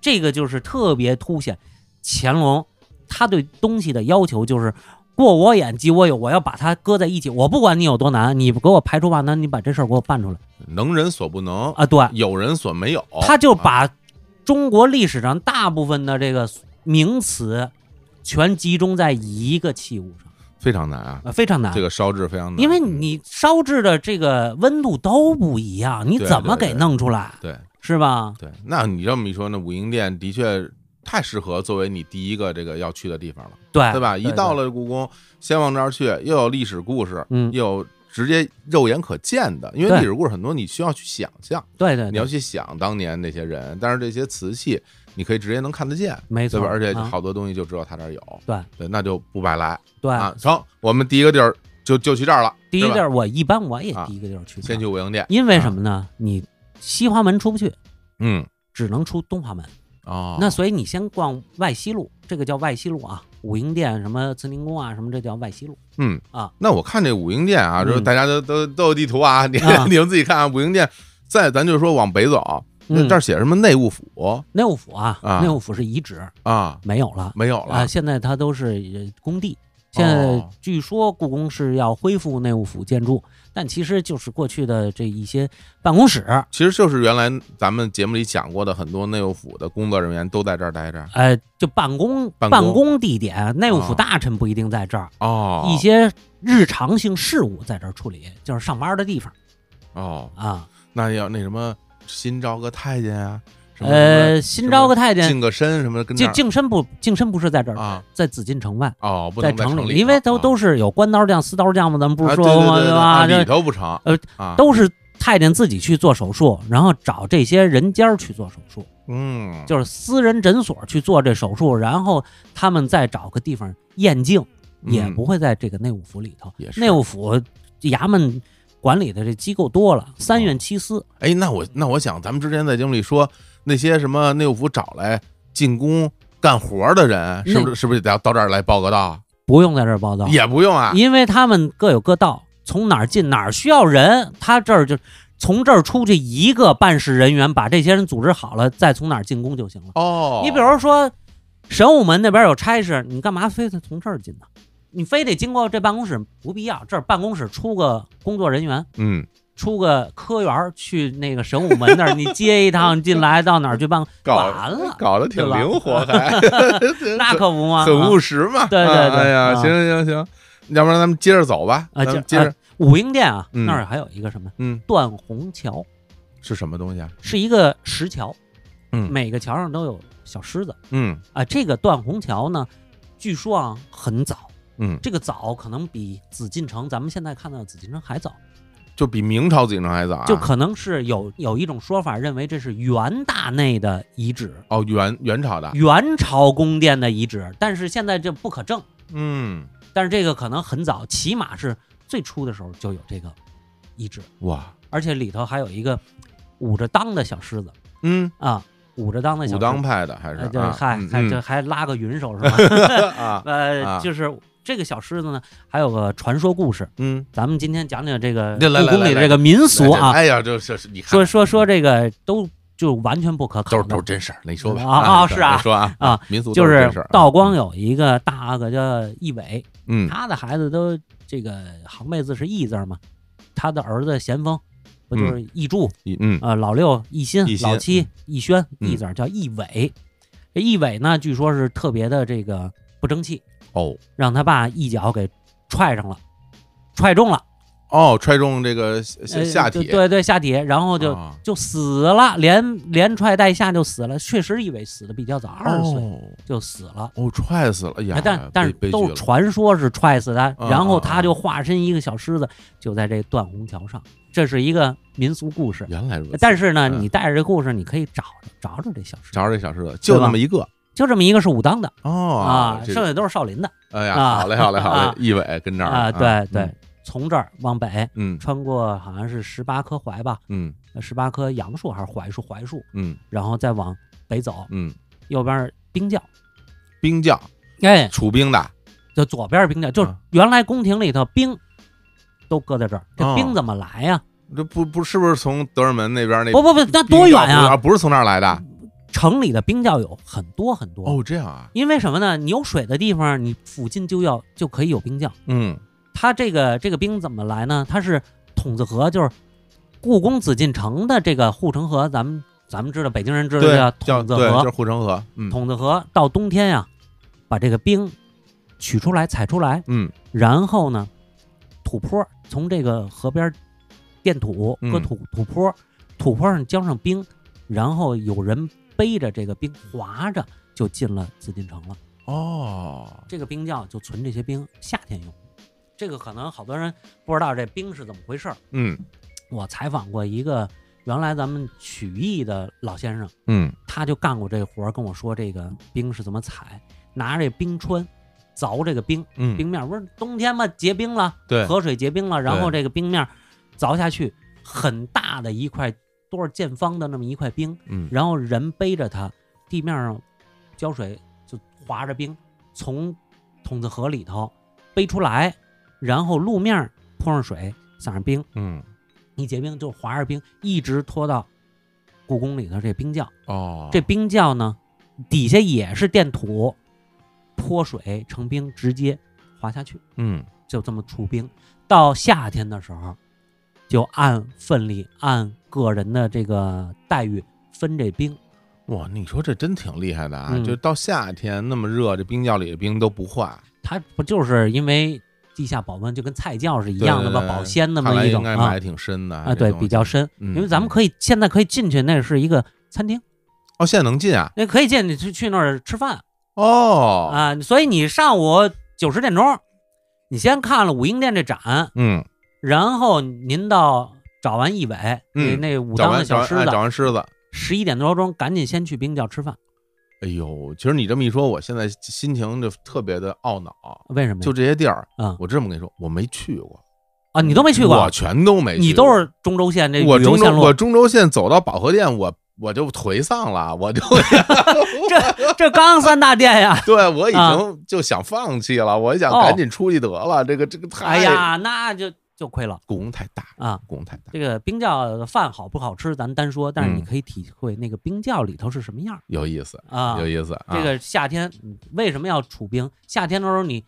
[SPEAKER 10] 这个就是特别凸显乾隆他对东西的要求，就是过我眼及我有，我要把它搁在一起。我不管你有多难，你给我排除万难，你把这事儿给我办出来。
[SPEAKER 9] 能人所不能
[SPEAKER 10] 啊，对，
[SPEAKER 9] 有人所没有。
[SPEAKER 10] 他就把中国历史上大部分的这个名词全集中在一个器物上，
[SPEAKER 9] 非常难啊，
[SPEAKER 10] 呃非常难
[SPEAKER 9] 这个烧制非常难，
[SPEAKER 10] 因为你烧制的这个温度都不一样，你
[SPEAKER 9] 对
[SPEAKER 10] 怎么
[SPEAKER 9] 对
[SPEAKER 10] 给弄出来，
[SPEAKER 9] 对
[SPEAKER 10] 是吧？
[SPEAKER 9] 对。那你这么一说，那武英殿的确太适合作为你第一个这个要去的地方了，
[SPEAKER 10] 对
[SPEAKER 9] 对吧？
[SPEAKER 10] 对
[SPEAKER 9] 一到了故宫，先往这儿去，又有历史故事，
[SPEAKER 10] 嗯
[SPEAKER 9] 又有直接肉眼可见的，因为
[SPEAKER 10] 对
[SPEAKER 9] 历史故事很多你需要去想象，
[SPEAKER 10] 对对，对
[SPEAKER 9] 你要去想当年那些人，但是这些瓷器你可以直接能看得见，
[SPEAKER 10] 没错
[SPEAKER 9] 对吧？而且
[SPEAKER 10] 啊
[SPEAKER 9] 好多东西就只有他这儿有，
[SPEAKER 10] 对
[SPEAKER 9] 对，那就不白来，
[SPEAKER 10] 对
[SPEAKER 9] 啊。成，我们第一个地儿就就去这儿了，
[SPEAKER 10] 第一
[SPEAKER 9] 是吧
[SPEAKER 10] 地儿我一般我也
[SPEAKER 9] 啊
[SPEAKER 10] 第一个地儿去这儿，
[SPEAKER 9] 先啊去武英殿，
[SPEAKER 10] 因为什么呢？你西华门出不去，
[SPEAKER 9] 嗯，
[SPEAKER 10] 只能出东华门。
[SPEAKER 9] 哦，
[SPEAKER 10] 那所以你先逛外西路，这个叫外西路啊，武英殿什么慈宁宫啊，什么这叫外西路。
[SPEAKER 9] 嗯
[SPEAKER 10] 啊，
[SPEAKER 9] 那我看这武英殿啊，就是
[SPEAKER 10] 嗯
[SPEAKER 9] 大家都都都有地图啊，你
[SPEAKER 10] 啊
[SPEAKER 9] 你们自己看啊，武英殿再咱就说往北走，那
[SPEAKER 10] 嗯
[SPEAKER 9] 这儿写什么内务府
[SPEAKER 10] 内务府啊，
[SPEAKER 9] 啊
[SPEAKER 10] 内务府是遗址，
[SPEAKER 9] 啊，
[SPEAKER 10] 没有了，
[SPEAKER 9] 没有
[SPEAKER 10] 啊，
[SPEAKER 9] 了，
[SPEAKER 10] 现在它都是呃工地。现在
[SPEAKER 9] 哦
[SPEAKER 10] 据说故宫是要恢复内务府建筑，但其实就是过去的这一些办公室，
[SPEAKER 9] 其实就是原来咱们节目里讲过的很多内务府的工作人员都在这儿待着
[SPEAKER 10] 呃，就办公
[SPEAKER 9] 办公
[SPEAKER 10] 公地点，内务府
[SPEAKER 9] 哦
[SPEAKER 10] 大臣不一定在这儿，
[SPEAKER 9] 哦，
[SPEAKER 10] 一些日常性事务在这儿处理，就是上班的地方
[SPEAKER 9] 哦，
[SPEAKER 10] 啊。
[SPEAKER 9] 那要那什么新招个太监啊，什么什么
[SPEAKER 10] 呃，新招个太
[SPEAKER 9] 进
[SPEAKER 10] 监，
[SPEAKER 9] 个身什么的跟这
[SPEAKER 10] 净
[SPEAKER 9] 儿
[SPEAKER 10] 净身不净身不是在这儿，
[SPEAKER 9] 啊
[SPEAKER 10] 在紫禁城外，
[SPEAKER 9] 哦，不
[SPEAKER 10] 在
[SPEAKER 9] 能在
[SPEAKER 10] 城
[SPEAKER 9] 里
[SPEAKER 10] 因为都
[SPEAKER 9] 啊
[SPEAKER 10] 都是有官刀匠、私刀匠嘛，咱们不是
[SPEAKER 9] 啊
[SPEAKER 10] 说
[SPEAKER 9] 对
[SPEAKER 10] 过
[SPEAKER 9] 对对
[SPEAKER 10] 吗？
[SPEAKER 9] 对啊
[SPEAKER 10] 吧？
[SPEAKER 9] 里
[SPEAKER 10] 这
[SPEAKER 9] 头不成，
[SPEAKER 10] 呃
[SPEAKER 9] 啊
[SPEAKER 10] 都是太监自己去做手术，然后找这些人家儿去做手术，
[SPEAKER 9] 嗯，
[SPEAKER 10] 就是私人诊所去做这手术，然后他们再找个地方验镜，也
[SPEAKER 9] 嗯
[SPEAKER 10] 不会在这个内务府里头。
[SPEAKER 9] 也是
[SPEAKER 10] 内务府衙门管理的这机构多了，三院七司，
[SPEAKER 9] 哎，那我那我想，咱们之前在节目里说那些什么内务府找来进宫干活的人，是不是是不是得要到这儿来报个到？
[SPEAKER 10] 不用在这儿报道，
[SPEAKER 9] 也不用啊，
[SPEAKER 10] 因为他们各有各道，从哪儿进哪儿需要人，他这儿就从这儿出去一个办事人员，把这些人组织好了，再从哪儿进宫就行了。
[SPEAKER 9] 哦，
[SPEAKER 10] 你比如说神武门那边有差事，你干嘛非得从这儿进呢？你非得经过这办公室，不必要。这儿办公室出个工作人员，
[SPEAKER 9] 嗯，
[SPEAKER 10] 出个科员儿去那个神武门那儿，你接一趟进来，到哪儿去办？
[SPEAKER 9] 搞
[SPEAKER 10] 完了，
[SPEAKER 9] 搞得挺
[SPEAKER 10] 嗯对吧
[SPEAKER 9] 灵活，还
[SPEAKER 10] 那可不吗？
[SPEAKER 9] 很务
[SPEAKER 10] 实。
[SPEAKER 9] 实嘛。
[SPEAKER 10] 啊对对
[SPEAKER 9] 啊
[SPEAKER 10] 对
[SPEAKER 9] 哎呀，
[SPEAKER 10] 啊
[SPEAKER 9] 行行行，要不然咱们接着走吧，
[SPEAKER 10] 啊，
[SPEAKER 9] 咱
[SPEAKER 10] 就
[SPEAKER 9] 们接着
[SPEAKER 10] 啊，武英殿啊，
[SPEAKER 9] 嗯
[SPEAKER 10] 那儿还有一个什么
[SPEAKER 9] 嗯，
[SPEAKER 10] 断虹桥，
[SPEAKER 9] 是什么东西啊？
[SPEAKER 10] 是一个石桥，
[SPEAKER 9] 嗯
[SPEAKER 10] 每个桥上都有小狮子
[SPEAKER 9] 嗯
[SPEAKER 10] 啊。这个断虹桥呢，据说啊很早，
[SPEAKER 9] 嗯，
[SPEAKER 10] 这个早可能比紫禁城咱们现在看到的紫禁城还早，
[SPEAKER 9] 就比明朝紫禁城还早啊，
[SPEAKER 10] 就可能是有有一种说法认为这是元大内的遗址，
[SPEAKER 9] 哦，元元朝的，
[SPEAKER 10] 元朝宫殿的遗址，但是现在这不可证，
[SPEAKER 9] 嗯，
[SPEAKER 10] 但是这个可能很早，起码是最初的时候就有这个遗址，
[SPEAKER 9] 哇，
[SPEAKER 10] 而且里头还有一个舞着裆的小狮子
[SPEAKER 9] 嗯，
[SPEAKER 10] 啊，舞着裆的小
[SPEAKER 9] 武
[SPEAKER 10] 狮
[SPEAKER 9] 当
[SPEAKER 10] 子。
[SPEAKER 9] 派的还是
[SPEAKER 10] 呃，就是
[SPEAKER 9] 啊
[SPEAKER 10] 嗨
[SPEAKER 9] 嗯，
[SPEAKER 10] 还
[SPEAKER 9] 嗯
[SPEAKER 10] 这还拉个云手是吧？
[SPEAKER 9] 啊，啊
[SPEAKER 10] 呃，就是这个小狮子呢，还有个传说故事。
[SPEAKER 9] 嗯，
[SPEAKER 10] 咱们今天讲讲这个
[SPEAKER 9] 来来
[SPEAKER 10] 故宫
[SPEAKER 9] 来
[SPEAKER 10] 里
[SPEAKER 9] 来
[SPEAKER 10] 这个民俗啊，
[SPEAKER 9] 哎呀，这这是你看
[SPEAKER 10] 说说说这个都就完全不可考
[SPEAKER 9] 都
[SPEAKER 10] 的，
[SPEAKER 9] 是都是真事儿，那你说吧
[SPEAKER 10] 啊啊
[SPEAKER 9] 对
[SPEAKER 10] 是啊
[SPEAKER 9] 你说啊
[SPEAKER 10] 啊，
[SPEAKER 9] 民俗都
[SPEAKER 10] 就是是
[SPEAKER 9] 真事儿
[SPEAKER 10] 道光有一个大阿哥叫义伟，
[SPEAKER 9] 嗯
[SPEAKER 10] 他的孩子都这个行辈字是义字儿嘛，他的儿子咸丰不就是义柱
[SPEAKER 9] 嗯嗯
[SPEAKER 10] 啊，老六义新
[SPEAKER 9] 义，新
[SPEAKER 10] 老七
[SPEAKER 9] 嗯
[SPEAKER 10] 义轩，
[SPEAKER 9] 嗯
[SPEAKER 10] 义字儿叫义伟。这义伟呢，据说是特别的这个不争气，
[SPEAKER 9] 哦
[SPEAKER 10] 让他爸一脚给踹上了，踹中了
[SPEAKER 9] 哦，踹中这个下
[SPEAKER 10] 呃
[SPEAKER 9] 下
[SPEAKER 10] 对
[SPEAKER 9] 体，
[SPEAKER 10] 对对下体，然后就
[SPEAKER 9] 啊
[SPEAKER 10] 就死了，连连踹带下就死了。确实，义伟死的比较早，二十岁
[SPEAKER 9] 哦
[SPEAKER 10] 就死了。
[SPEAKER 9] 哦，踹死了，哎呀
[SPEAKER 10] 哎，，但但是
[SPEAKER 9] 悲
[SPEAKER 10] 都
[SPEAKER 9] 剧
[SPEAKER 10] 是
[SPEAKER 9] 了
[SPEAKER 10] 传说是踹死的，
[SPEAKER 9] 嗯
[SPEAKER 10] 然后
[SPEAKER 9] 嗯
[SPEAKER 10] 他
[SPEAKER 9] 嗯
[SPEAKER 10] 就化身一个小狮子，就在这断虹桥上。这是一个民俗故事，
[SPEAKER 9] 原来如此，
[SPEAKER 10] 但是呢，
[SPEAKER 9] 嗯
[SPEAKER 10] 你带着这故事，你可以找着找着这小狮子，
[SPEAKER 9] 找着这小狮子就那么一个
[SPEAKER 10] 就这么一个是武当的
[SPEAKER 9] 哦
[SPEAKER 10] 啊，
[SPEAKER 9] 这
[SPEAKER 10] 剩下都是少林的
[SPEAKER 9] 哎呀，
[SPEAKER 10] 啊
[SPEAKER 9] 好嘞好嘞好
[SPEAKER 10] 啊
[SPEAKER 9] 嘞，一伟跟这儿
[SPEAKER 10] 啊。对对，，从这儿往北
[SPEAKER 9] 嗯
[SPEAKER 10] 穿过好像是十八棵槐吧，
[SPEAKER 9] 嗯
[SPEAKER 10] 十八棵杨树还是槐树，槐树，
[SPEAKER 9] 嗯
[SPEAKER 10] 然后再往北走，
[SPEAKER 9] 嗯，
[SPEAKER 10] 右边儿冰窖，
[SPEAKER 9] 兵将
[SPEAKER 10] 哎，
[SPEAKER 9] 楚兵的
[SPEAKER 10] 就左边儿冰窖，就是
[SPEAKER 9] 啊
[SPEAKER 10] 原来宫廷里头冰都搁在这儿，这
[SPEAKER 9] 哦
[SPEAKER 10] 兵怎么来呀、
[SPEAKER 9] 这不不是不是从德尔门那边那
[SPEAKER 10] 不不不那多远啊
[SPEAKER 9] 啊？不是从那儿来的
[SPEAKER 10] 城里的冰窖有很多很多，
[SPEAKER 9] 哦，这样啊，
[SPEAKER 10] 因为什么呢？你有水的地方，你附近就要就可以有冰窖。
[SPEAKER 9] 嗯
[SPEAKER 10] 它这个这个冰怎么来呢？它是筒子河，就是故宫紫禁城的这个护城河，咱们咱们知道，北京人知
[SPEAKER 9] 对
[SPEAKER 10] 道
[SPEAKER 9] 叫
[SPEAKER 10] 叫筒子
[SPEAKER 9] 对
[SPEAKER 10] 河，
[SPEAKER 9] 就是护城河嗯
[SPEAKER 10] 筒子河到冬天呀、把这个冰取出来、采出来，
[SPEAKER 9] 嗯，
[SPEAKER 10] 然后呢，土坡从这个河边垫土，
[SPEAKER 9] 嗯
[SPEAKER 10] 搁土土坡，土坡上浇上冰，然后有人背着这个冰划着就进了紫禁城了。
[SPEAKER 9] 哦，
[SPEAKER 10] 这个冰窖就存这些冰，夏天用。这个可能好多人不知道这冰是怎么回事儿。
[SPEAKER 9] 嗯
[SPEAKER 10] 我采访过一个原来咱们曲艺的老先生，
[SPEAKER 9] 嗯，
[SPEAKER 10] 他就干过这活儿，跟我说这个冰是怎么采，拿这冰川凿这个冰，
[SPEAKER 9] 嗯
[SPEAKER 10] 冰面儿不是冬天嘛，结冰了，
[SPEAKER 9] 对
[SPEAKER 10] 河水结冰了，然后
[SPEAKER 9] 对
[SPEAKER 10] 这个冰面儿凿下去，很大的一块多少见方的那么一块冰，
[SPEAKER 9] 嗯
[SPEAKER 10] 然后人背着它，地面上浇水就划着冰，从筒子河里头背出来，然后路面儿泼上水，撒上冰，
[SPEAKER 9] 嗯，
[SPEAKER 10] 一结冰就滑着冰，一直拖到故宫里头这冰窖。
[SPEAKER 9] 哦，
[SPEAKER 10] 这冰窖呢，底下也是垫土，泼水成冰，直接滑下去，
[SPEAKER 9] 嗯，
[SPEAKER 10] 就这么出冰。到夏天的时候，就按分力，按个人的这个待遇分这冰。
[SPEAKER 9] 哇，你说这真挺厉害的啊！
[SPEAKER 10] 嗯
[SPEAKER 9] 就到夏天那么热，这冰窖里的冰都不化，
[SPEAKER 10] 它不就是因为地下保温就跟菜窖是
[SPEAKER 9] 一
[SPEAKER 10] 一样的吗？保鲜那么一种
[SPEAKER 9] 应该
[SPEAKER 10] 啊
[SPEAKER 9] 埋挺深的
[SPEAKER 10] 啊，对，比较深。
[SPEAKER 9] 嗯
[SPEAKER 10] 因为咱们可以现在可以进去，那是一个餐厅，
[SPEAKER 9] 哦，现在能进啊？
[SPEAKER 10] 那可以进去去去那儿吃饭
[SPEAKER 9] 哦，
[SPEAKER 10] 哎啊。所以你上午九十点钟，你先看了武英殿这展，
[SPEAKER 9] 嗯，
[SPEAKER 10] 然后您到找完义伟，那
[SPEAKER 9] 嗯，
[SPEAKER 10] 那武
[SPEAKER 9] 找
[SPEAKER 10] 当
[SPEAKER 9] 完
[SPEAKER 10] 的小狮
[SPEAKER 9] 找
[SPEAKER 10] 子，
[SPEAKER 9] 完狮子。
[SPEAKER 10] 十一点多钟赶紧先去冰窖吃饭。
[SPEAKER 9] 哎呦，其实你这么一说，我现在心情就特别的懊恼。
[SPEAKER 10] 为什么呀
[SPEAKER 9] 就这些地儿
[SPEAKER 10] 啊，
[SPEAKER 9] 我这么跟你说，我没去过
[SPEAKER 10] 嗯啊，你都没去过，
[SPEAKER 9] 我全都没去过
[SPEAKER 10] 你都是中轴线这
[SPEAKER 9] 我
[SPEAKER 10] 旅游
[SPEAKER 9] 中
[SPEAKER 10] 线
[SPEAKER 9] 轴，
[SPEAKER 10] 路，
[SPEAKER 9] 我中轴线走到保和店，我我就颓丧了，我 就。
[SPEAKER 10] 这这刚三大殿呀
[SPEAKER 9] 对我已
[SPEAKER 10] 啊
[SPEAKER 9] 经就想放弃了，我想
[SPEAKER 10] 哦
[SPEAKER 9] 赶紧出去得了。这个这个太
[SPEAKER 10] 哎呀，那就就亏了。
[SPEAKER 9] 故宫太大
[SPEAKER 10] 啊，
[SPEAKER 9] 故宫太大，
[SPEAKER 10] 这个冰窖的饭好不好吃，咱单说，但是你
[SPEAKER 9] 嗯
[SPEAKER 10] 可以体会那个冰窖里头是什么样儿
[SPEAKER 9] 有意思
[SPEAKER 10] 啊，
[SPEAKER 9] 有意思啊
[SPEAKER 10] 这个夏天嗯为什么要储冰？夏天的时候你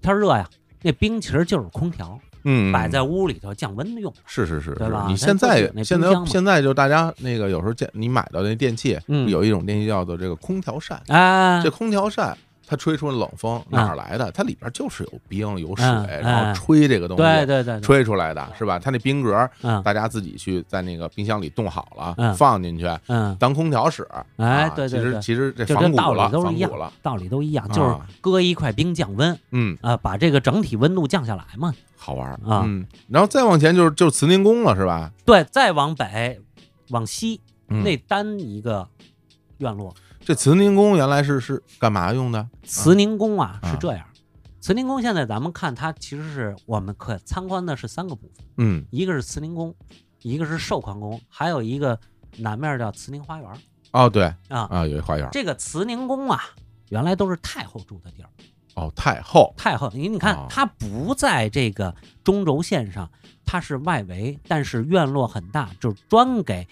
[SPEAKER 10] 天热呀，那冰其实就是空调，
[SPEAKER 9] 嗯
[SPEAKER 10] 摆在屋里头降温用。
[SPEAKER 9] 是是是
[SPEAKER 10] 对
[SPEAKER 9] 是
[SPEAKER 10] 吧，
[SPEAKER 9] 你
[SPEAKER 10] 咱
[SPEAKER 9] 现
[SPEAKER 10] 自己
[SPEAKER 9] 在
[SPEAKER 10] 有那
[SPEAKER 9] 现在
[SPEAKER 10] 冰箱嘛
[SPEAKER 9] 现在就大家那个有时候见你买到那电器，
[SPEAKER 10] 嗯
[SPEAKER 9] 有一种电器叫做这个空调扇，
[SPEAKER 10] 啊
[SPEAKER 9] 这空调扇。它吹出冷风哪儿来的？它里边就是有冰有水，
[SPEAKER 10] 嗯
[SPEAKER 9] 然后
[SPEAKER 10] 嗯
[SPEAKER 9] 吹这个东西，
[SPEAKER 10] 对对对对
[SPEAKER 9] 吹出来的是吧？它那冰格，
[SPEAKER 10] 嗯
[SPEAKER 9] 大家自己去在那个冰箱里冻好了，
[SPEAKER 10] 嗯
[SPEAKER 9] 放进去，
[SPEAKER 10] 嗯
[SPEAKER 9] 当空调使。
[SPEAKER 10] 哎
[SPEAKER 9] 啊，
[SPEAKER 10] 对对对，
[SPEAKER 9] 其实其实这
[SPEAKER 10] 就
[SPEAKER 9] 仿
[SPEAKER 10] 跟
[SPEAKER 9] 古
[SPEAKER 10] 道
[SPEAKER 9] 了，
[SPEAKER 10] 理都
[SPEAKER 9] 仿
[SPEAKER 10] 是一样
[SPEAKER 9] 古了，，
[SPEAKER 10] 道理都一样，就是
[SPEAKER 9] 啊
[SPEAKER 10] 搁一块冰降温，
[SPEAKER 9] 嗯
[SPEAKER 10] 啊，把这个整体温度降下来嘛。
[SPEAKER 9] 好玩儿
[SPEAKER 10] 啊
[SPEAKER 9] 嗯，然后再往前就是就是慈宁宫了，是吧？
[SPEAKER 10] 对，再往北往西
[SPEAKER 9] 嗯
[SPEAKER 10] 那单一个院落，
[SPEAKER 9] 这慈宁宫原来是是干嘛用的？
[SPEAKER 10] 慈宁宫啊
[SPEAKER 9] 啊
[SPEAKER 10] 是这样，慈宁宫现在咱们看它其实是我们可参观的是三个部分，
[SPEAKER 9] 嗯，
[SPEAKER 10] 一个是慈宁宫，一个是寿康宫，还有一个南面叫慈宁花园
[SPEAKER 9] 哦，对
[SPEAKER 10] 啊
[SPEAKER 9] 啊，有一花园。
[SPEAKER 10] 这个慈宁宫啊，原来都是太后住的地儿，
[SPEAKER 9] 哦，太后，
[SPEAKER 10] 太后，你你看
[SPEAKER 9] 哦
[SPEAKER 10] 它不在这个中轴线上，它是外围，但是院落很大，就是专给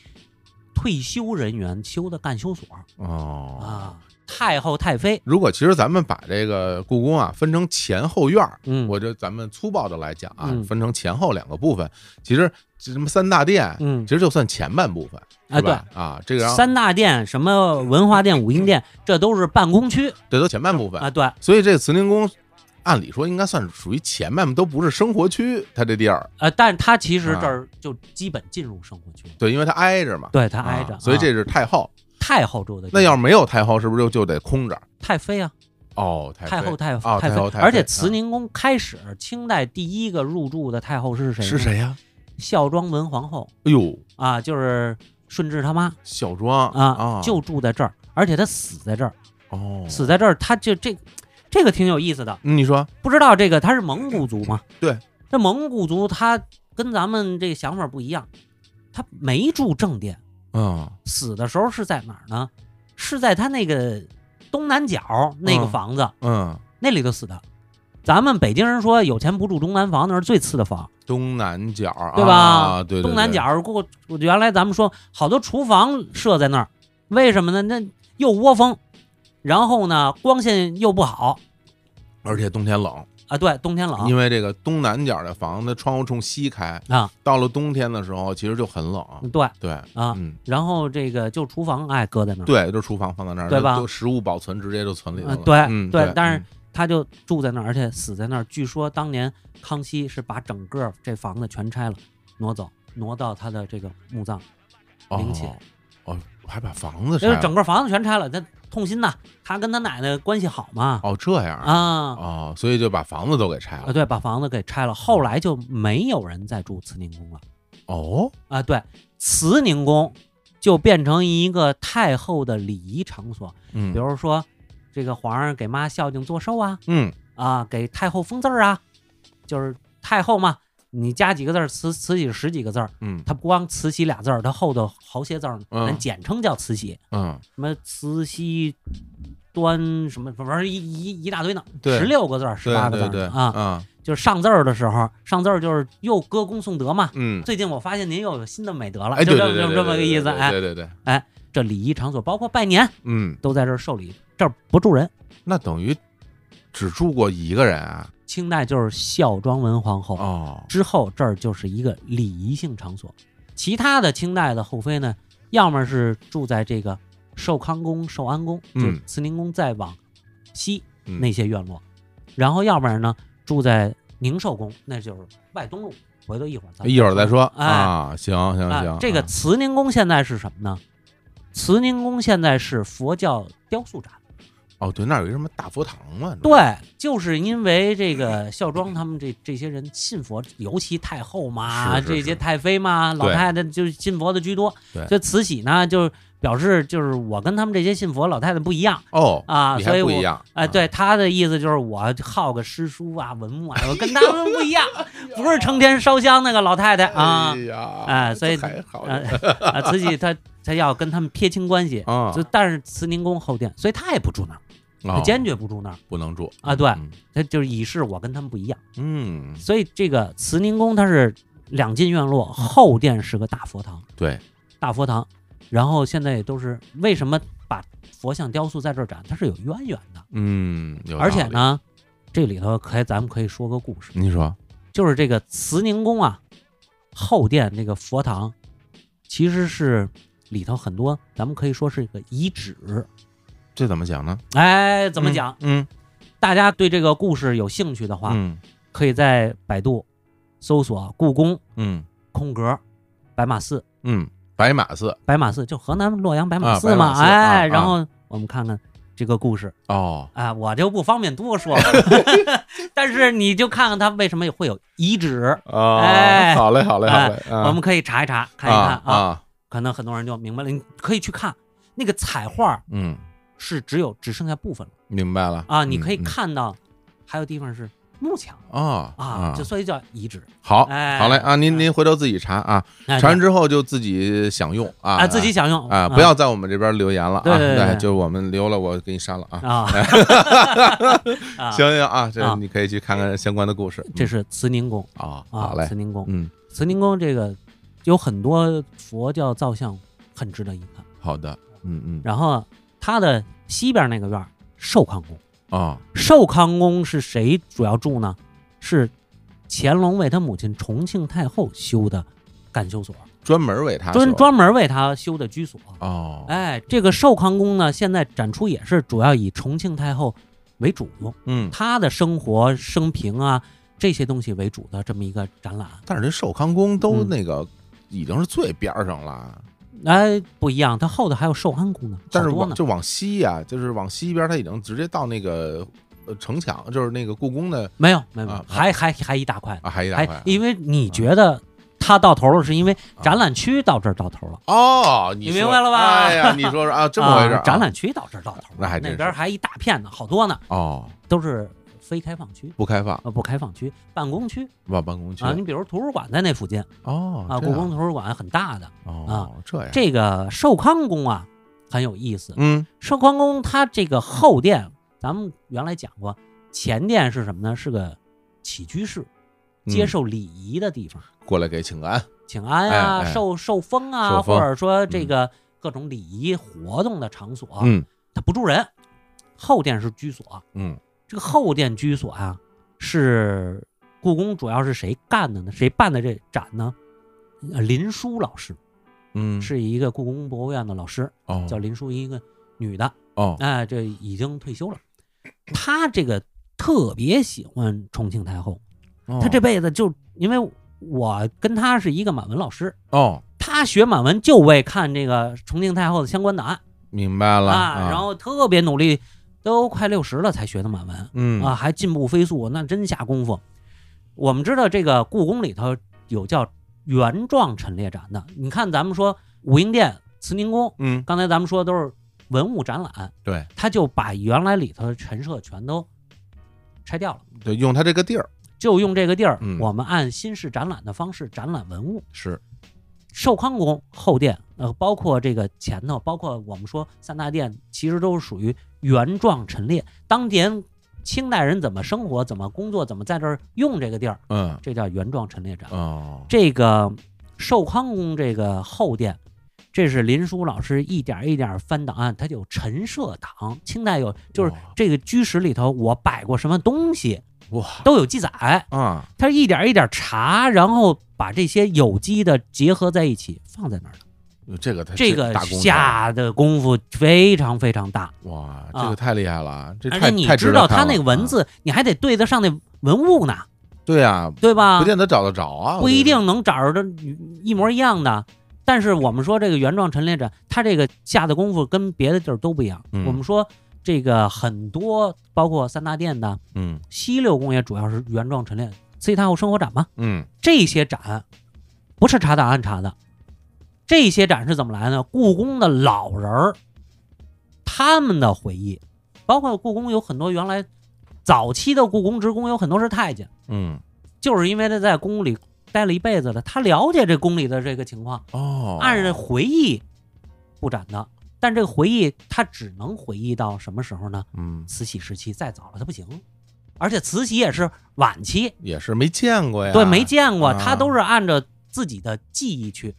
[SPEAKER 10] 退休人员修的干休所
[SPEAKER 9] 哦，
[SPEAKER 10] 啊。太后、太妃，
[SPEAKER 9] 如果其实咱们把这个故宫啊分成前后院儿，
[SPEAKER 10] 嗯
[SPEAKER 9] 我这咱们粗暴的来讲啊，
[SPEAKER 10] 嗯
[SPEAKER 9] 分成前后两个部分。其实这什么三大殿，
[SPEAKER 10] 嗯
[SPEAKER 9] 其实就算前半部分，是吧？啊，这个让
[SPEAKER 10] 三大殿，什么文化殿、武英殿，这都是办公区
[SPEAKER 9] 这都前半部分
[SPEAKER 10] 啊。对，
[SPEAKER 9] 所以这慈宁宫，按理说应该算是属于前半部，都不是生活区，它这地儿，啊
[SPEAKER 10] 呃，但是它其实这儿就基本进入生活区，
[SPEAKER 9] 对，因为它挨着嘛，
[SPEAKER 10] 对它挨着
[SPEAKER 9] 啊所以
[SPEAKER 10] 啊
[SPEAKER 9] 这是太后。
[SPEAKER 10] 太后住的地
[SPEAKER 9] 那
[SPEAKER 10] 方。
[SPEAKER 9] 要是没有太后，是不是就就得空着？
[SPEAKER 10] 太妃啊，
[SPEAKER 9] 哦，太
[SPEAKER 10] 太后、太
[SPEAKER 9] 哦太
[SPEAKER 10] 妃
[SPEAKER 9] 后，太妃，
[SPEAKER 10] 而且
[SPEAKER 9] 啊
[SPEAKER 10] 慈宁宫开始清代第一个入住的太后是谁？
[SPEAKER 9] 是谁？呀？
[SPEAKER 10] 孝庄文皇后
[SPEAKER 9] 哎呦，
[SPEAKER 10] 啊，就是顺治他妈
[SPEAKER 9] 孝庄
[SPEAKER 10] 啊
[SPEAKER 9] 啊，，
[SPEAKER 10] 就住在这儿，而且她死在这儿，
[SPEAKER 9] 哦，
[SPEAKER 10] 死在这儿，她就这这个挺有意思的。
[SPEAKER 9] 嗯你说
[SPEAKER 10] 不知道这个他是蒙古族吗？
[SPEAKER 9] 对，
[SPEAKER 10] 这蒙古族他跟咱们这个想法不一样，他没住正殿，
[SPEAKER 9] 啊，
[SPEAKER 10] 死的时候是在哪儿呢？是在他那个东南角那个
[SPEAKER 9] 嗯
[SPEAKER 10] 房子、
[SPEAKER 9] 嗯，
[SPEAKER 10] 那里头死的。咱们北京人说有钱不住东南房，那是最次的房，
[SPEAKER 9] 东南角啊，
[SPEAKER 10] 对吧？
[SPEAKER 9] 对对对
[SPEAKER 10] 东南角儿，过原来咱们说好多厨房设在那儿，为什么呢？那又窝风，然后呢光线又不好
[SPEAKER 9] 而且冬天冷，
[SPEAKER 10] 啊，对，冬天冷，
[SPEAKER 9] 因为这个东南角的房子窗户冲西开
[SPEAKER 10] 啊，
[SPEAKER 9] 到了冬天的时候其实就很冷。
[SPEAKER 10] 对
[SPEAKER 9] 对
[SPEAKER 10] 啊，
[SPEAKER 9] 嗯，
[SPEAKER 10] 然后这个就厨房哎搁在那儿，
[SPEAKER 9] 对，就厨房放在那儿，
[SPEAKER 10] 对吧
[SPEAKER 9] 都食物保存直接就存里头
[SPEAKER 10] 呃
[SPEAKER 9] 了。
[SPEAKER 10] 对、
[SPEAKER 9] 嗯
[SPEAKER 10] 对
[SPEAKER 9] 对，，
[SPEAKER 10] 但是他就住在那儿，而且死在那儿。据说当年康熙是把整个这房子全拆了，挪走，挪到他的这个墓葬陵寝，
[SPEAKER 9] 哦哦，还把房子
[SPEAKER 10] 因
[SPEAKER 9] 拆
[SPEAKER 10] 为
[SPEAKER 9] 了
[SPEAKER 10] 整个房子全拆了，他痛心呐。他跟他奶奶关系好嘛，
[SPEAKER 9] 哦这样
[SPEAKER 10] 啊
[SPEAKER 9] 哦，所以就把房子都给拆
[SPEAKER 10] 啊，
[SPEAKER 9] 了。
[SPEAKER 10] 对，把房子给拆了，后来就没有人再住慈宁宫了
[SPEAKER 9] 哦，
[SPEAKER 10] 啊，对，慈宁宫就变成一个太后的礼仪场所，
[SPEAKER 9] 嗯
[SPEAKER 10] 比如说这个皇上给妈孝敬做寿啊，
[SPEAKER 9] 嗯
[SPEAKER 10] 啊，给太后封字儿啊，就是太后嘛，你加几个字儿，慈慈禧十几个字儿，
[SPEAKER 9] 嗯
[SPEAKER 10] 它不光慈禧俩字儿，它后头好些字儿呢，
[SPEAKER 9] 嗯
[SPEAKER 10] 咱简称叫慈禧，
[SPEAKER 9] 嗯，
[SPEAKER 10] 什么慈禧端什么，反正一一一大堆呢，
[SPEAKER 9] 对
[SPEAKER 10] 十六个字儿，十
[SPEAKER 9] 对
[SPEAKER 10] 八个字
[SPEAKER 9] 对
[SPEAKER 10] 儿
[SPEAKER 9] 对
[SPEAKER 10] 呢啊。
[SPEAKER 9] 啊，
[SPEAKER 10] 就是上字儿的时候，上字儿就是又歌功颂德嘛。
[SPEAKER 9] 嗯
[SPEAKER 10] 最近我发现您又有新的美德了，
[SPEAKER 9] 哎
[SPEAKER 10] 就
[SPEAKER 9] 对
[SPEAKER 10] 这
[SPEAKER 9] 对
[SPEAKER 10] 么
[SPEAKER 9] 对对
[SPEAKER 10] 这么这
[SPEAKER 9] 对
[SPEAKER 10] 么个意思。
[SPEAKER 9] 对对
[SPEAKER 10] 哎，
[SPEAKER 9] 对对对
[SPEAKER 10] 哎，这礼仪场所包括拜年
[SPEAKER 9] 嗯，
[SPEAKER 10] 都在这儿受礼，这儿不住人。
[SPEAKER 9] 那等于只住过一个人啊？
[SPEAKER 10] 清代就是孝庄文皇后
[SPEAKER 9] 哦，
[SPEAKER 10] 之后这儿就是一个礼仪性场所。其他的清代的后妃呢，要么是住在这个寿康宫、寿安宫，就
[SPEAKER 9] 嗯
[SPEAKER 10] 是慈宁宫再往西
[SPEAKER 9] 嗯
[SPEAKER 10] 那些院落，然后要不然呢住在宁寿宫，那就是外东路。回头一会儿咱们
[SPEAKER 9] 一会儿再说
[SPEAKER 10] 哎
[SPEAKER 9] 啊，行行
[SPEAKER 10] 啊
[SPEAKER 9] 行，
[SPEAKER 10] 这个
[SPEAKER 9] 啊
[SPEAKER 10] 慈宁宫现在是什么呢？慈宁宫现在是佛教雕塑展。
[SPEAKER 9] 哦，对，那儿有一什么大佛堂嘛？
[SPEAKER 10] 对，就是因为这个孝庄他们这这些人信佛，尤其太后嘛，
[SPEAKER 9] 是是
[SPEAKER 10] 这
[SPEAKER 9] 是
[SPEAKER 10] 些太妃嘛，老
[SPEAKER 9] 对
[SPEAKER 10] 太太就是信佛的居多。
[SPEAKER 9] 对
[SPEAKER 10] 所以慈禧呢，就是表示就是我跟他们这些信佛老太太不一样。
[SPEAKER 9] 哦
[SPEAKER 10] 啊，
[SPEAKER 9] 你
[SPEAKER 10] 所以
[SPEAKER 9] 还不
[SPEAKER 10] 我
[SPEAKER 9] 一样
[SPEAKER 10] 哎，对他的意思就是我好个诗书啊、文物啊，我跟他们不 一样，不是成天烧香那个老太太啊
[SPEAKER 9] 哎，呀
[SPEAKER 10] 哎，所以
[SPEAKER 9] 这还好
[SPEAKER 10] 啊啊， 慈禧她她要跟他们撇清关系
[SPEAKER 9] 啊
[SPEAKER 10] 就但是慈宁宫后殿，所以她也不住那儿，她
[SPEAKER 9] 哦
[SPEAKER 10] 坚决不住那儿。
[SPEAKER 9] 不能住
[SPEAKER 10] 啊，对
[SPEAKER 9] 嗯，
[SPEAKER 10] 他就是以示我跟他们不一样，
[SPEAKER 9] 嗯，
[SPEAKER 10] 所以这个慈宁宫它是两进院落，后殿是个大佛堂，
[SPEAKER 9] 对，
[SPEAKER 10] 大佛堂，然后现在也都是为什么把佛像雕塑在这儿展，它是有渊源的，
[SPEAKER 9] 嗯，有
[SPEAKER 10] 而且
[SPEAKER 9] 道理，
[SPEAKER 10] 呢，这里头可以咱们可以说个故事，
[SPEAKER 9] 你说，
[SPEAKER 10] 就是这个慈宁宫啊，后殿那个佛堂，其实是里头很多，咱们可以说是一个遗址，
[SPEAKER 9] 这怎么讲呢？
[SPEAKER 10] 哎，怎么
[SPEAKER 9] 嗯
[SPEAKER 10] 讲？
[SPEAKER 9] 嗯
[SPEAKER 10] 大家对这个故事有兴趣的话，
[SPEAKER 9] 嗯
[SPEAKER 10] 可以在百度搜索“故宫
[SPEAKER 9] 嗯
[SPEAKER 10] 空格白马寺
[SPEAKER 9] 嗯，白马寺”，
[SPEAKER 10] 白马寺就河南洛阳白马
[SPEAKER 9] 啊
[SPEAKER 10] 寺
[SPEAKER 9] 白
[SPEAKER 10] 嘛，
[SPEAKER 9] 马寺啊
[SPEAKER 10] 哎，
[SPEAKER 9] 啊
[SPEAKER 10] 然后我们看看这个故事
[SPEAKER 9] 哦，
[SPEAKER 10] 啊，我就不方便多 说了， 但是你就看看它为什么会有遗址，
[SPEAKER 9] 哦
[SPEAKER 10] 哎，
[SPEAKER 9] 好嘞，好嘞，好
[SPEAKER 10] 哎
[SPEAKER 9] 嘞，啊
[SPEAKER 10] 我们可以查一查，看一看
[SPEAKER 9] 啊啊，
[SPEAKER 10] 可能很多人就明白了，你可以去看那个彩画
[SPEAKER 9] 嗯，
[SPEAKER 10] 是只有只剩下部分了
[SPEAKER 9] 明白了
[SPEAKER 10] 啊，你可以
[SPEAKER 9] 嗯嗯
[SPEAKER 10] 看到还有地方是幕墙
[SPEAKER 9] 哦
[SPEAKER 10] 啊，就所以叫遗址。
[SPEAKER 9] 好，
[SPEAKER 10] 哎
[SPEAKER 9] 好嘞啊！您您回头自己查啊，
[SPEAKER 10] 哎
[SPEAKER 9] 查完之后就自己享用啊，
[SPEAKER 10] 啊自己享用
[SPEAKER 9] 啊，
[SPEAKER 10] 啊
[SPEAKER 9] 不要在我们这边留言了啊，
[SPEAKER 10] 对对对对
[SPEAKER 9] 就是我们留了，我给你删了啊
[SPEAKER 10] 啊。 啊
[SPEAKER 9] 行行啊，这
[SPEAKER 10] 啊
[SPEAKER 9] 你可以去看看相关的故事。
[SPEAKER 10] 这
[SPEAKER 9] 嗯
[SPEAKER 10] 是慈宁宫
[SPEAKER 9] 啊，
[SPEAKER 10] 啊，
[SPEAKER 9] 好嘞
[SPEAKER 10] 慈，宁宫，
[SPEAKER 9] 嗯，
[SPEAKER 10] 慈宁宫这个有很多佛教造像，很值得一看。
[SPEAKER 9] 好的，嗯嗯，
[SPEAKER 10] 然后它的西边那个院儿，寿康宫，
[SPEAKER 9] 啊
[SPEAKER 10] 寿康宫是谁主要住呢？是乾隆为他母亲重庆太后修的干休所，
[SPEAKER 9] 专门为他
[SPEAKER 10] 专
[SPEAKER 9] 说
[SPEAKER 10] 专门为他修的居所。
[SPEAKER 9] 哦，
[SPEAKER 10] 哎，这个寿康宫呢，现在展出也是主要以重庆太后为主用，
[SPEAKER 9] 嗯，
[SPEAKER 10] 她的生活、生平啊这些东西为主的这么一个展览。
[SPEAKER 9] 但是这寿康宫都
[SPEAKER 10] 嗯
[SPEAKER 9] 那个已经是最边儿上了，
[SPEAKER 10] 哎，不一样，它后头还有寿安宫呢，
[SPEAKER 9] 但是
[SPEAKER 10] 好多
[SPEAKER 9] 往
[SPEAKER 10] 呢。
[SPEAKER 9] 就往西呀，就是往西边，他已经直接到那个呃城墙，就是那个故宫的
[SPEAKER 10] 没有，没有，没
[SPEAKER 9] 啊
[SPEAKER 10] 有，还还还一大块呢，
[SPEAKER 9] 啊，还一大块
[SPEAKER 10] 还
[SPEAKER 9] 啊。
[SPEAKER 10] 哎因为你觉得它到头了，是因为展览区到这儿到头了，
[SPEAKER 9] 哦，你
[SPEAKER 10] 你
[SPEAKER 9] 说
[SPEAKER 10] 明白了吧
[SPEAKER 9] 哎呀，你说说 啊，这么回事儿啊？
[SPEAKER 10] 啊展览区到这儿到头了，
[SPEAKER 9] 那还真
[SPEAKER 10] 那
[SPEAKER 9] 是
[SPEAKER 10] 边还一大片呢，好多呢，
[SPEAKER 9] 哦，
[SPEAKER 10] 都是非开放区。
[SPEAKER 9] 不开放，
[SPEAKER 10] 呃，不开放区、办公区
[SPEAKER 9] 往办公区
[SPEAKER 10] 啊，你比如图书馆在那附近
[SPEAKER 9] 哦
[SPEAKER 10] 啊，
[SPEAKER 9] 这
[SPEAKER 10] 故
[SPEAKER 9] 样
[SPEAKER 10] 宫图书馆很大的。
[SPEAKER 9] 哦，这样
[SPEAKER 10] 这个寿康宫啊，很有意思。
[SPEAKER 9] 嗯
[SPEAKER 10] 寿康宫它这个后殿，咱们原来讲过，前殿是什么呢？是个起居室，
[SPEAKER 9] 嗯
[SPEAKER 10] 接受礼仪的地方，
[SPEAKER 9] 过来给请安，
[SPEAKER 10] 请安啊，
[SPEAKER 9] 哎哎
[SPEAKER 10] 受受封啊，
[SPEAKER 9] 受封
[SPEAKER 10] 或者说这个各种礼仪活动的场所，
[SPEAKER 9] 嗯
[SPEAKER 10] 它不住人。后殿是居所，
[SPEAKER 9] 嗯
[SPEAKER 10] 这个后殿居所啊，是故宫主要是谁干的呢？谁办的这展呢？呃林淑老师
[SPEAKER 9] 嗯，
[SPEAKER 10] 是一个故宫博物院的老师，
[SPEAKER 9] 哦
[SPEAKER 10] 叫林淑，一个女的，
[SPEAKER 9] 哦
[SPEAKER 10] 哎，这已经退休了。她这个特别喜欢重庆太后，
[SPEAKER 9] 哦
[SPEAKER 10] 她这辈子就因为我跟她是一个满文老师，
[SPEAKER 9] 哦，
[SPEAKER 10] 她学满文就为看这个重庆太后的相关档案
[SPEAKER 9] 明白了
[SPEAKER 10] 啊，然后特别努力，都快六十了才学的满文，
[SPEAKER 9] 嗯
[SPEAKER 10] 啊，还进步飞速，那真下功夫。我们知道这个故宫里头有叫原状陈列展的，你看咱们说武英殿、慈宁宫，
[SPEAKER 9] 嗯
[SPEAKER 10] 刚才咱们说都是文物展览，
[SPEAKER 9] 对，
[SPEAKER 10] 他就把原来里头的陈设全都拆掉了，
[SPEAKER 9] 就用他这个地儿
[SPEAKER 10] 就用这个地儿，
[SPEAKER 9] 嗯
[SPEAKER 10] 我们按新式展览的方式展览文物。
[SPEAKER 9] 是，
[SPEAKER 10] 寿康宫后殿，呃，包括这个前头，包括我们说三大殿，其实都是属于原状陈列。当年清代人怎么生活、怎么工作、怎么在这儿用这个地儿，
[SPEAKER 9] 嗯
[SPEAKER 10] 这叫原状陈列展。
[SPEAKER 9] 哦，
[SPEAKER 10] 这个寿康宫这个后殿，这是林淑老师一点一点翻档案，它有陈设档，清代有就是这个居室里头我摆过什么东西，
[SPEAKER 9] 哇，
[SPEAKER 10] 都有记载啊。它是一点一点查，然后把这些有机的结合在一起放在那儿的。
[SPEAKER 9] 这个他
[SPEAKER 10] 这个
[SPEAKER 9] 大功夫
[SPEAKER 10] 下的功夫非常非常大，
[SPEAKER 9] 哇，
[SPEAKER 10] 啊
[SPEAKER 9] 这个太厉害了，这
[SPEAKER 10] 而
[SPEAKER 9] 太
[SPEAKER 10] 且你
[SPEAKER 9] 太值
[SPEAKER 10] 知
[SPEAKER 9] 得
[SPEAKER 10] 道
[SPEAKER 9] 看
[SPEAKER 10] 他那
[SPEAKER 9] 了
[SPEAKER 10] 文
[SPEAKER 9] 啊
[SPEAKER 10] 字，你还得对得上那文物呢，
[SPEAKER 9] 对啊，
[SPEAKER 10] 对吧？
[SPEAKER 9] 不见得找得着啊，
[SPEAKER 10] 不一定能找着一模一样的。但是我们说这个原状陈列展，它这个下的功夫跟别的地儿都不一样。
[SPEAKER 9] 嗯
[SPEAKER 10] 我们说这个很多，包括三大殿的
[SPEAKER 9] 嗯
[SPEAKER 10] 西六宫也主要是原状陈列，慈禧太后生活展嘛，
[SPEAKER 9] 嗯
[SPEAKER 10] 这些展不是查档案查的，这些展是怎么来呢？故宫的老人儿他们的回忆，包括故宫有很多原来早期的故宫职工有很多是太监，
[SPEAKER 9] 嗯
[SPEAKER 10] 就是因为他在宫里待了一辈子了，他了解这宫里的这个情况，
[SPEAKER 9] 哦，
[SPEAKER 10] 按着回忆布展的。但这个回忆，他只能回忆到什么时候呢？
[SPEAKER 9] 嗯
[SPEAKER 10] 慈禧时期，再早了他不行。而且慈禧也是晚期，
[SPEAKER 9] 也是没见过呀，
[SPEAKER 10] 对，没见过，他
[SPEAKER 9] 啊
[SPEAKER 10] 都是按照自己的记忆去。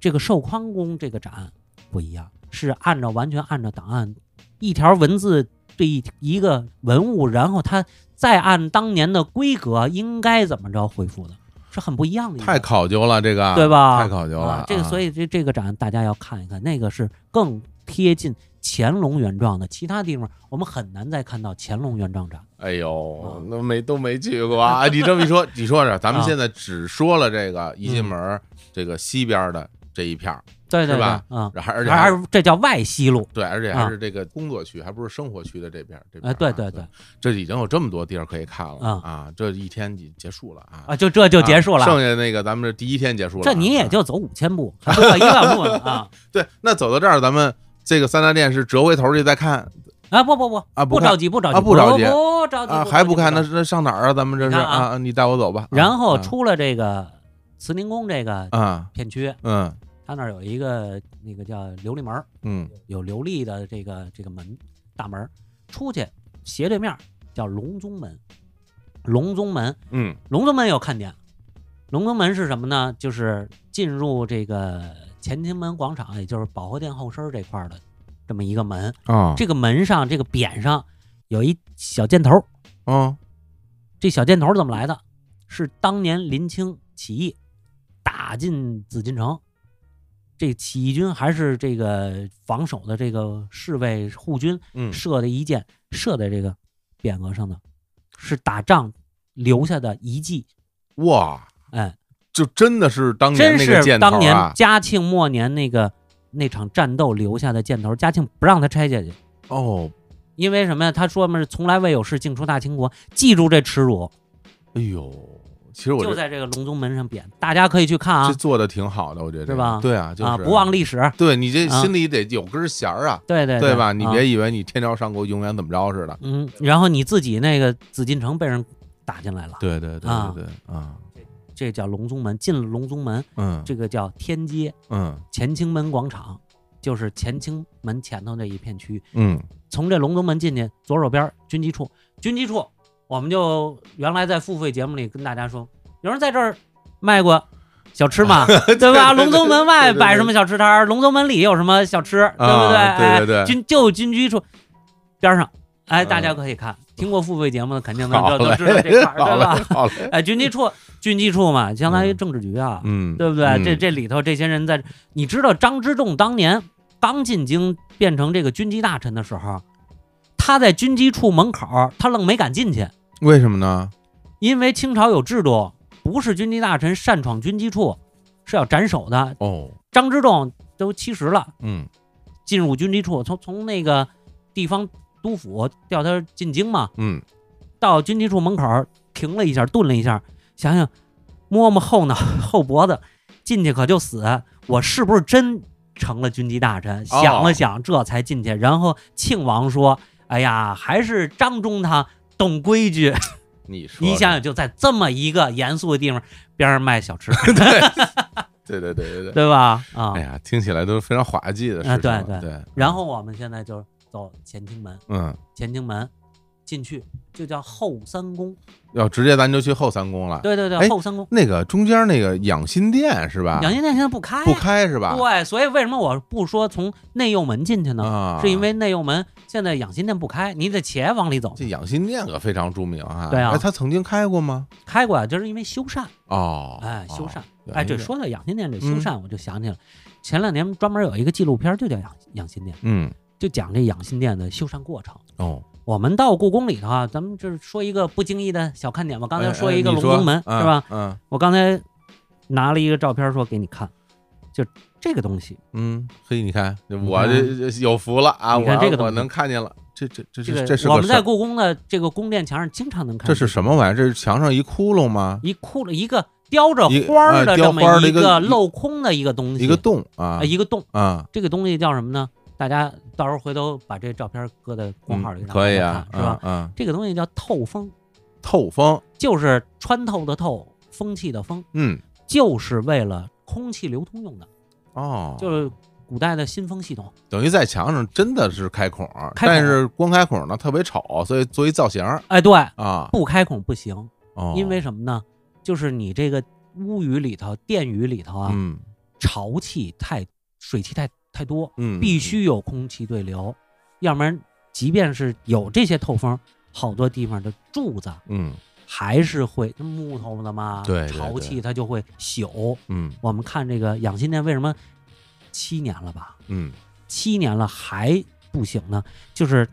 [SPEAKER 10] 这个寿康宫这个展不一样，是按照完全按照档案，一条文字对一一个文物，然后他再按当年的规格应该怎么着恢复的，是很不一样的一个。
[SPEAKER 9] 太考究了，这个
[SPEAKER 10] 对吧？
[SPEAKER 9] 太考究了，
[SPEAKER 10] 啊这个所以这这个展大家要看一看，那个是更贴近乾隆原状的，其他地方我们很难再看到乾隆原状展。
[SPEAKER 9] 哎呦，那没都没去过啊！你这么一说，你说是，咱们
[SPEAKER 10] 啊嗯
[SPEAKER 9] 现在只说了这个一进门儿这个西边的这一片儿，
[SPEAKER 10] 对对
[SPEAKER 9] 是吧？
[SPEAKER 10] 对嗯
[SPEAKER 9] 然后而且
[SPEAKER 10] 而
[SPEAKER 9] 还
[SPEAKER 10] 而这叫外西路
[SPEAKER 9] 对，而且还
[SPEAKER 10] 啊
[SPEAKER 9] 是这个工作区，还不是生活区的这边儿这边儿
[SPEAKER 10] 哎，
[SPEAKER 9] 啊。
[SPEAKER 10] 对对对，
[SPEAKER 9] 这已经有这么多地儿可以看了
[SPEAKER 10] 嗯
[SPEAKER 9] 啊！这一天已结束了啊
[SPEAKER 10] 啊就这就结束了
[SPEAKER 9] 啊剩下那个咱们这第一天结束了啊，
[SPEAKER 10] 这你也就走五千步，还不到一 万步呢啊！
[SPEAKER 9] 对。那走到这儿，咱们这个三大殿是折回头去再看
[SPEAKER 10] 啊不不不
[SPEAKER 9] 啊，
[SPEAKER 10] 不
[SPEAKER 9] 看
[SPEAKER 10] 着急不着急哦
[SPEAKER 9] 啊，不着急
[SPEAKER 10] 不着急
[SPEAKER 9] 啊，
[SPEAKER 10] 不着急
[SPEAKER 9] 还不
[SPEAKER 10] 不
[SPEAKER 9] 看？
[SPEAKER 10] 着
[SPEAKER 9] 那
[SPEAKER 10] 急
[SPEAKER 9] 那上哪儿啊？咱们这是
[SPEAKER 10] 你看啊
[SPEAKER 9] 啊，你带我走吧。啊
[SPEAKER 10] 然后
[SPEAKER 9] 啊
[SPEAKER 10] 出了这个慈宁宫这个
[SPEAKER 9] 啊
[SPEAKER 10] 片区，
[SPEAKER 9] 嗯
[SPEAKER 10] 它那儿有一个那个叫琉璃门儿，
[SPEAKER 9] 嗯
[SPEAKER 10] 有琉璃的这个这个门大门儿，出去斜对面儿叫隆宗门，隆宗门，
[SPEAKER 9] 嗯，
[SPEAKER 10] 隆宗门有看点，隆宗门是什么呢？就是进入这个乾清门广场，也就是保和殿后身儿这块儿的这么一个门
[SPEAKER 9] 哦
[SPEAKER 10] 这个门上这个匾上有一小箭头儿，
[SPEAKER 9] 哦，
[SPEAKER 10] 这小箭头儿怎么来的？是当年林清起义打进紫禁城，这起义军还是这个防守的这个侍卫护军，
[SPEAKER 9] 嗯
[SPEAKER 10] 射的一箭射在这个匾额上的，是打仗留下的遗迹。
[SPEAKER 9] 哇，
[SPEAKER 10] 哎，
[SPEAKER 9] 就真的是当年
[SPEAKER 10] 真
[SPEAKER 9] 那个
[SPEAKER 10] 是
[SPEAKER 9] 箭头
[SPEAKER 10] 当年
[SPEAKER 9] 啊！
[SPEAKER 10] 嘉庆末年那个那场战斗留下的箭头，嘉庆不让他拆下去，
[SPEAKER 9] 哦，
[SPEAKER 10] 因为什么呀？他说嘛，是从来未有事竟出大清国，记住这耻辱，
[SPEAKER 9] 哎呦，其实我
[SPEAKER 10] 就
[SPEAKER 9] 这
[SPEAKER 10] 在这个隆宗门上匾，大家可以去看啊
[SPEAKER 9] 这，做的挺好的，我觉得这
[SPEAKER 10] 是
[SPEAKER 9] 个
[SPEAKER 10] 吧？
[SPEAKER 9] 对啊，就是
[SPEAKER 10] 啊，不忘历史，
[SPEAKER 9] 对你这
[SPEAKER 10] 啊
[SPEAKER 9] 心里得有根弦儿啊，
[SPEAKER 10] 对对
[SPEAKER 9] 对吧？你别
[SPEAKER 10] 啊
[SPEAKER 9] 以为你天朝上国永远怎么着似的。
[SPEAKER 10] 嗯，然后你自己那个紫禁城被人打进来了，
[SPEAKER 9] 对对对
[SPEAKER 10] 啊
[SPEAKER 9] 对对啊，
[SPEAKER 10] 这叫隆宗门，进了隆宗门，
[SPEAKER 9] 嗯
[SPEAKER 10] 这个叫天街，
[SPEAKER 9] 嗯
[SPEAKER 10] 乾清门广场，就是乾清门前头那一片区域，
[SPEAKER 9] 嗯
[SPEAKER 10] 从这隆宗门进去，左手边儿军机处，军机处我们就原来在付费节目里跟大家说，有人在这儿卖过小 吃吗？ 对吧？龙宗门外摆什么小吃摊儿？龙宗门里有什么小吃？对不对？
[SPEAKER 9] 啊对对对
[SPEAKER 10] 哎军就军居处边上，哎，大家可以看，听过付费节目的肯定能
[SPEAKER 9] 嗯好
[SPEAKER 10] 都都
[SPEAKER 9] 嘞
[SPEAKER 10] 知道
[SPEAKER 9] 好
[SPEAKER 10] 这块儿，对
[SPEAKER 9] 嘞
[SPEAKER 10] 吧？
[SPEAKER 9] 好嘞
[SPEAKER 10] 哎，军机处，军机处嘛，相当于政治局啊，
[SPEAKER 9] 嗯
[SPEAKER 10] 对不对？
[SPEAKER 9] 嗯
[SPEAKER 10] 这这里头这些人在，你知道张之洞当年刚进京变成这个军机大臣的时候，他在军机处门口，他愣没敢进去，
[SPEAKER 9] 为什么呢？
[SPEAKER 10] 因为清朝有制度，不是军机大臣擅闯军机处是要斩首的。
[SPEAKER 9] 哦，
[SPEAKER 10] 张之洞都七十了，
[SPEAKER 9] 嗯
[SPEAKER 10] 进入军机处，从从那个地方督府调他进京嘛，
[SPEAKER 9] 嗯，
[SPEAKER 10] 到军机处门口停了一下，顿了一下，想想摸摸后脑 后脖子，进去可就死，我是不是真成了军机大臣？
[SPEAKER 9] 哦
[SPEAKER 10] 想了想，这才进去。然后庆王说：“哎呀，还是张中堂懂规矩。”
[SPEAKER 9] 你说
[SPEAKER 10] 你想想，就在这么一个严肃的地方，边上卖小吃，
[SPEAKER 9] 对对对对对，
[SPEAKER 10] 对吧？ 啊
[SPEAKER 9] 哎呀，听起来都是非常滑稽的事
[SPEAKER 10] 啊，
[SPEAKER 9] 情
[SPEAKER 10] 对
[SPEAKER 9] 了。对
[SPEAKER 10] 然后我们现在就走前厅门，
[SPEAKER 9] 嗯，
[SPEAKER 10] 前厅门进去就叫后三宫，
[SPEAKER 9] 要直接咱就去后三宫了。
[SPEAKER 10] 对对对
[SPEAKER 9] 哎
[SPEAKER 10] 后三宫
[SPEAKER 9] 那个中间那个养心殿是吧？
[SPEAKER 10] 养心殿现在不开呀、
[SPEAKER 9] 不开是吧？
[SPEAKER 10] 对，所以为什么我不说从内右门进去呢？
[SPEAKER 9] 啊
[SPEAKER 10] 是因为内右门现在养心殿不开，你得且往里走。
[SPEAKER 9] 这养心殿可非常著名啊。
[SPEAKER 10] 对啊
[SPEAKER 9] 哎，他曾经开过吗？
[SPEAKER 10] 开过，就是因为修缮。
[SPEAKER 9] 哦，
[SPEAKER 10] 哎，修
[SPEAKER 9] 哦
[SPEAKER 10] 缮。
[SPEAKER 9] 原
[SPEAKER 10] 哎，
[SPEAKER 9] 来
[SPEAKER 10] 对，
[SPEAKER 9] 是
[SPEAKER 10] 说到养心殿这修
[SPEAKER 9] 嗯
[SPEAKER 10] 缮，我就想起来，前两年专门有一个纪录片，就叫《养养心殿》，
[SPEAKER 9] 嗯，
[SPEAKER 10] 就讲这养心殿的修缮过程。
[SPEAKER 9] 哦，
[SPEAKER 10] 我们到故宫里头啊，咱们就是说一个不经意的小看点吧。刚才
[SPEAKER 9] 哎
[SPEAKER 10] 说
[SPEAKER 9] 哎
[SPEAKER 10] 一个
[SPEAKER 9] 你
[SPEAKER 10] 龙宫门、
[SPEAKER 9] 嗯
[SPEAKER 10] 是吧？
[SPEAKER 9] 嗯
[SPEAKER 10] 我刚才拿了一个照片说给你看，就这个东西，
[SPEAKER 9] 嗯，嘿，你看
[SPEAKER 10] 你
[SPEAKER 9] 我
[SPEAKER 10] 看
[SPEAKER 9] 这这有福了啊！
[SPEAKER 10] 你看
[SPEAKER 9] 我
[SPEAKER 10] 这个东
[SPEAKER 9] 我
[SPEAKER 10] 西
[SPEAKER 9] 能看见了，这这这
[SPEAKER 10] 这
[SPEAKER 9] 是
[SPEAKER 10] 个
[SPEAKER 9] 这是
[SPEAKER 10] 我
[SPEAKER 9] 个
[SPEAKER 10] 们
[SPEAKER 9] 什
[SPEAKER 10] 在故宫的这个宫殿墙上经常能看
[SPEAKER 9] 这
[SPEAKER 10] 见。
[SPEAKER 9] 是什么玩意儿？这是墙上一窟窿吗？
[SPEAKER 10] 一窟窿，一个雕着
[SPEAKER 9] 一个
[SPEAKER 10] 花儿
[SPEAKER 9] 呃
[SPEAKER 10] 的
[SPEAKER 9] 雕
[SPEAKER 10] 这
[SPEAKER 9] 花
[SPEAKER 10] 么
[SPEAKER 9] 儿的一个
[SPEAKER 10] 镂空的一个东西，
[SPEAKER 9] 一个洞啊
[SPEAKER 10] 啊，一个洞。
[SPEAKER 9] 啊，
[SPEAKER 10] 这个东西叫什么呢？大家到时候回头把这照片搁在公号里
[SPEAKER 9] 嗯
[SPEAKER 10] 给大家看，
[SPEAKER 9] 可以啊，
[SPEAKER 10] 是吧？
[SPEAKER 9] 嗯，
[SPEAKER 10] 这个东西叫透风，
[SPEAKER 9] 透风，
[SPEAKER 10] 就是穿透的透，风气的风，
[SPEAKER 9] 嗯，
[SPEAKER 10] 就是为了空气流通用的，
[SPEAKER 9] 哦，
[SPEAKER 10] 就是古代的新风系统。
[SPEAKER 9] 等于在墙上真的是开孔，
[SPEAKER 10] 开孔
[SPEAKER 9] 但是光开孔呢特别丑，所以做一造型儿
[SPEAKER 10] 哎，对，
[SPEAKER 9] 啊，
[SPEAKER 10] 不开孔不行，
[SPEAKER 9] 哦
[SPEAKER 10] 因为什么呢？就是你这个屋宇里头、殿宇里头啊，
[SPEAKER 9] 嗯
[SPEAKER 10] 潮气太、水气太太多，
[SPEAKER 9] 嗯
[SPEAKER 10] 必须有空气对流，要不然即便是有这些透风，好多地方的柱子
[SPEAKER 9] 嗯
[SPEAKER 10] 还是会木头的嘛，
[SPEAKER 9] 对对
[SPEAKER 10] 潮
[SPEAKER 9] 对
[SPEAKER 10] 气它就会朽。
[SPEAKER 9] 嗯
[SPEAKER 10] 我们看这个养心殿为什么七年了吧？
[SPEAKER 9] 嗯，
[SPEAKER 10] 七年了还不行呢，就是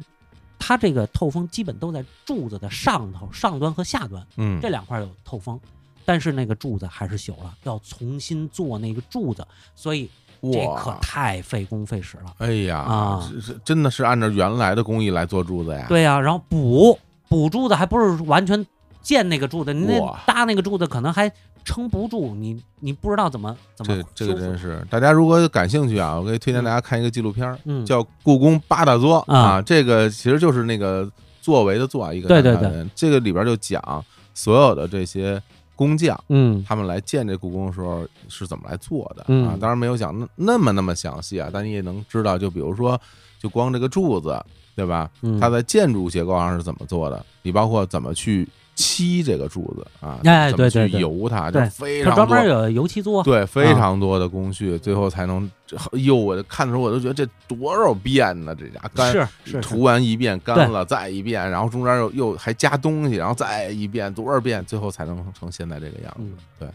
[SPEAKER 10] 它这个透风基本都在柱子的上头、上端和下端，
[SPEAKER 9] 嗯
[SPEAKER 10] 这两块有透风，但是那个柱子还是朽了，要重新做那个柱子，所以这
[SPEAKER 9] 哇
[SPEAKER 10] 可太费工费时了。
[SPEAKER 9] 哎呀
[SPEAKER 10] 啊，
[SPEAKER 9] 是是真的是按照原来的工艺来做柱子呀，
[SPEAKER 10] 对呀、啊然后补补柱子还不是完全建那个柱子，你那
[SPEAKER 9] 哇
[SPEAKER 10] 搭那个柱子可能还撑不住，你你不知道怎么怎么
[SPEAKER 9] 这这个
[SPEAKER 10] 修复
[SPEAKER 9] 真是，大家如果感兴趣啊，我可以推荐大家看一个纪录片儿，
[SPEAKER 10] 嗯
[SPEAKER 9] 叫《故宫八大作》
[SPEAKER 10] 啊
[SPEAKER 9] 啊，这个其实就是那个作为的作啊，一个
[SPEAKER 10] 对对
[SPEAKER 9] 男男
[SPEAKER 10] 对
[SPEAKER 9] 人，这个里边就讲所有的这些工匠，
[SPEAKER 10] 嗯
[SPEAKER 9] 他们来建这故宫的时候是怎么来做的啊
[SPEAKER 10] 嗯？
[SPEAKER 9] 当然没有讲那那么那么详细啊，但你也能知道，就比如说，就光这个柱子，对吧？
[SPEAKER 10] 嗯
[SPEAKER 9] 它在建筑结构上是怎么做的？你包括怎么去漆这个柱子啊？
[SPEAKER 10] 哎
[SPEAKER 9] 怎么
[SPEAKER 10] 对对
[SPEAKER 9] 去
[SPEAKER 10] 对
[SPEAKER 9] 油它，就
[SPEAKER 10] 对，
[SPEAKER 9] 非
[SPEAKER 10] 它
[SPEAKER 9] 常
[SPEAKER 10] 专
[SPEAKER 9] 多
[SPEAKER 10] 门有油漆做，
[SPEAKER 9] 对，非
[SPEAKER 10] 啊
[SPEAKER 9] 常多的工序，最后才能。这哎呦，我就看的时候我都觉得这多少遍呢？这家干
[SPEAKER 10] 是是是
[SPEAKER 9] 涂完一遍
[SPEAKER 10] 对
[SPEAKER 9] 干了再一遍，然后中间又又还加东西，然后再一遍多少遍，最后才能成现在这个样子
[SPEAKER 10] 嗯。
[SPEAKER 9] 对，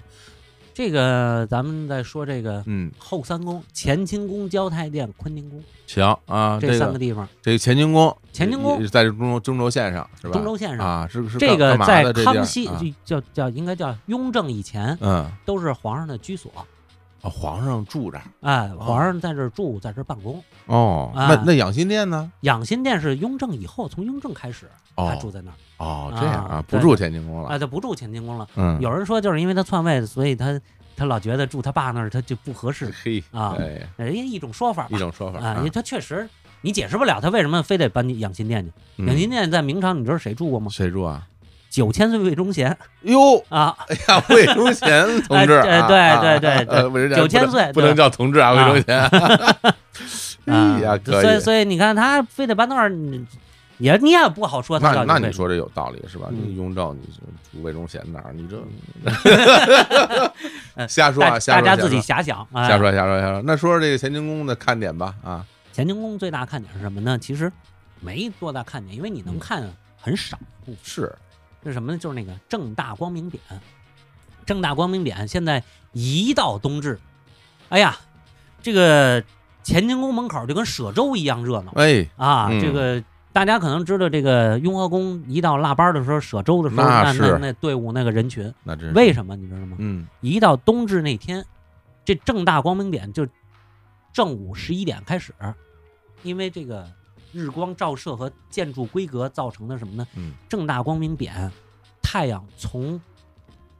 [SPEAKER 10] 这个咱们再说这个，
[SPEAKER 9] 嗯
[SPEAKER 10] 后三宫、乾清宫、交泰殿、坤宁宫
[SPEAKER 9] 行啊，
[SPEAKER 10] 这三个地方，
[SPEAKER 9] 这个乾清宫，
[SPEAKER 10] 乾清宫
[SPEAKER 9] 也是在中州中轴线上是吧？
[SPEAKER 10] 中轴线上
[SPEAKER 9] 啊，是是
[SPEAKER 10] 这
[SPEAKER 9] 干
[SPEAKER 10] 个
[SPEAKER 9] 干嘛
[SPEAKER 10] 在
[SPEAKER 9] 的这地儿
[SPEAKER 10] 康熙
[SPEAKER 9] 啊
[SPEAKER 10] 就叫叫应该叫雍正以前，
[SPEAKER 9] 嗯，
[SPEAKER 10] 都是皇上的居所，
[SPEAKER 9] 哦皇上住这儿
[SPEAKER 10] 哎，皇上在这儿住，在这儿办公。
[SPEAKER 9] 哦，
[SPEAKER 10] 啊
[SPEAKER 9] 那那养心殿呢？
[SPEAKER 10] 养心殿是雍正以后，从雍正开始，
[SPEAKER 9] 哦
[SPEAKER 10] 他住在那儿，
[SPEAKER 9] 哦，这样
[SPEAKER 10] 啊
[SPEAKER 9] 不
[SPEAKER 10] 对
[SPEAKER 9] 住乾清宫了
[SPEAKER 10] 哎，他不住乾清宫了。
[SPEAKER 9] 嗯
[SPEAKER 10] 有人说就是因为他篡位，所以他他老觉得住他爸那儿他就不 合适，
[SPEAKER 9] 嘿
[SPEAKER 10] 啊
[SPEAKER 9] 哎，
[SPEAKER 10] 人家一种说法吧，
[SPEAKER 9] 一种说法
[SPEAKER 10] 啊
[SPEAKER 9] 啊，
[SPEAKER 10] 他确实你解释不了他为什么非得搬去养心殿去。
[SPEAKER 9] 嗯
[SPEAKER 10] 养心殿在明朝，你知道谁住过吗？
[SPEAKER 9] 谁住啊？
[SPEAKER 10] 九千岁魏忠贤
[SPEAKER 9] 哟，
[SPEAKER 10] 啊，
[SPEAKER 9] 哎呀，魏忠 贤同志
[SPEAKER 10] 哎
[SPEAKER 9] 啊，
[SPEAKER 10] 对
[SPEAKER 9] 啊
[SPEAKER 10] 对对
[SPEAKER 9] 啊
[SPEAKER 10] 对
[SPEAKER 9] 呃魏忠贤
[SPEAKER 10] 九千
[SPEAKER 9] 不能
[SPEAKER 10] 岁
[SPEAKER 9] 不
[SPEAKER 10] 对
[SPEAKER 9] 能叫同志啊，
[SPEAKER 10] 啊
[SPEAKER 9] 魏忠贤。哎呀，
[SPEAKER 10] 啊
[SPEAKER 9] 可
[SPEAKER 10] 所以
[SPEAKER 9] 以，
[SPEAKER 10] 所以你看他非得搬那儿，你也你也不好说他
[SPEAKER 9] 那
[SPEAKER 10] 到底
[SPEAKER 9] 那
[SPEAKER 10] 为
[SPEAKER 9] 你
[SPEAKER 10] 什么
[SPEAKER 9] 说这有道理是吧？
[SPEAKER 10] 嗯
[SPEAKER 9] 你雍正，你是魏忠贤哪儿？你这
[SPEAKER 10] 呃
[SPEAKER 9] 瞎说啊，
[SPEAKER 10] 大
[SPEAKER 9] 瞎说，
[SPEAKER 10] 大家
[SPEAKER 9] 瞎
[SPEAKER 10] 自己
[SPEAKER 9] 说
[SPEAKER 10] 遐想哎
[SPEAKER 9] 瞎说瞎说瞎说。那说说这个乾清宫的看点吧啊，
[SPEAKER 10] 乾清宫最大看点是什么呢？其实没多大看点，因为你
[SPEAKER 9] 嗯
[SPEAKER 10] 能看很少部分。
[SPEAKER 9] 是，
[SPEAKER 10] 是什么呢？就是那个正大光明匾。正大光明匾现在一到冬至，哎呀，这个乾清宫门口就跟舍粥一样热闹。
[SPEAKER 9] 哎
[SPEAKER 10] 啊，
[SPEAKER 9] 嗯
[SPEAKER 10] 这个大家可能知道，这个雍和宫一到腊八的时候，舍粥的时候，
[SPEAKER 9] 那
[SPEAKER 10] 那那
[SPEAKER 9] 是
[SPEAKER 10] 那队伍那个人群，
[SPEAKER 9] 那真是
[SPEAKER 10] 为什么你知道吗？
[SPEAKER 9] 嗯，
[SPEAKER 10] 一到冬至那天，这正大光明匾就正午十一点开始，因为这个日光照射和建筑规格造成的什么呢？
[SPEAKER 9] 嗯，
[SPEAKER 10] 正大光明匾，太阳从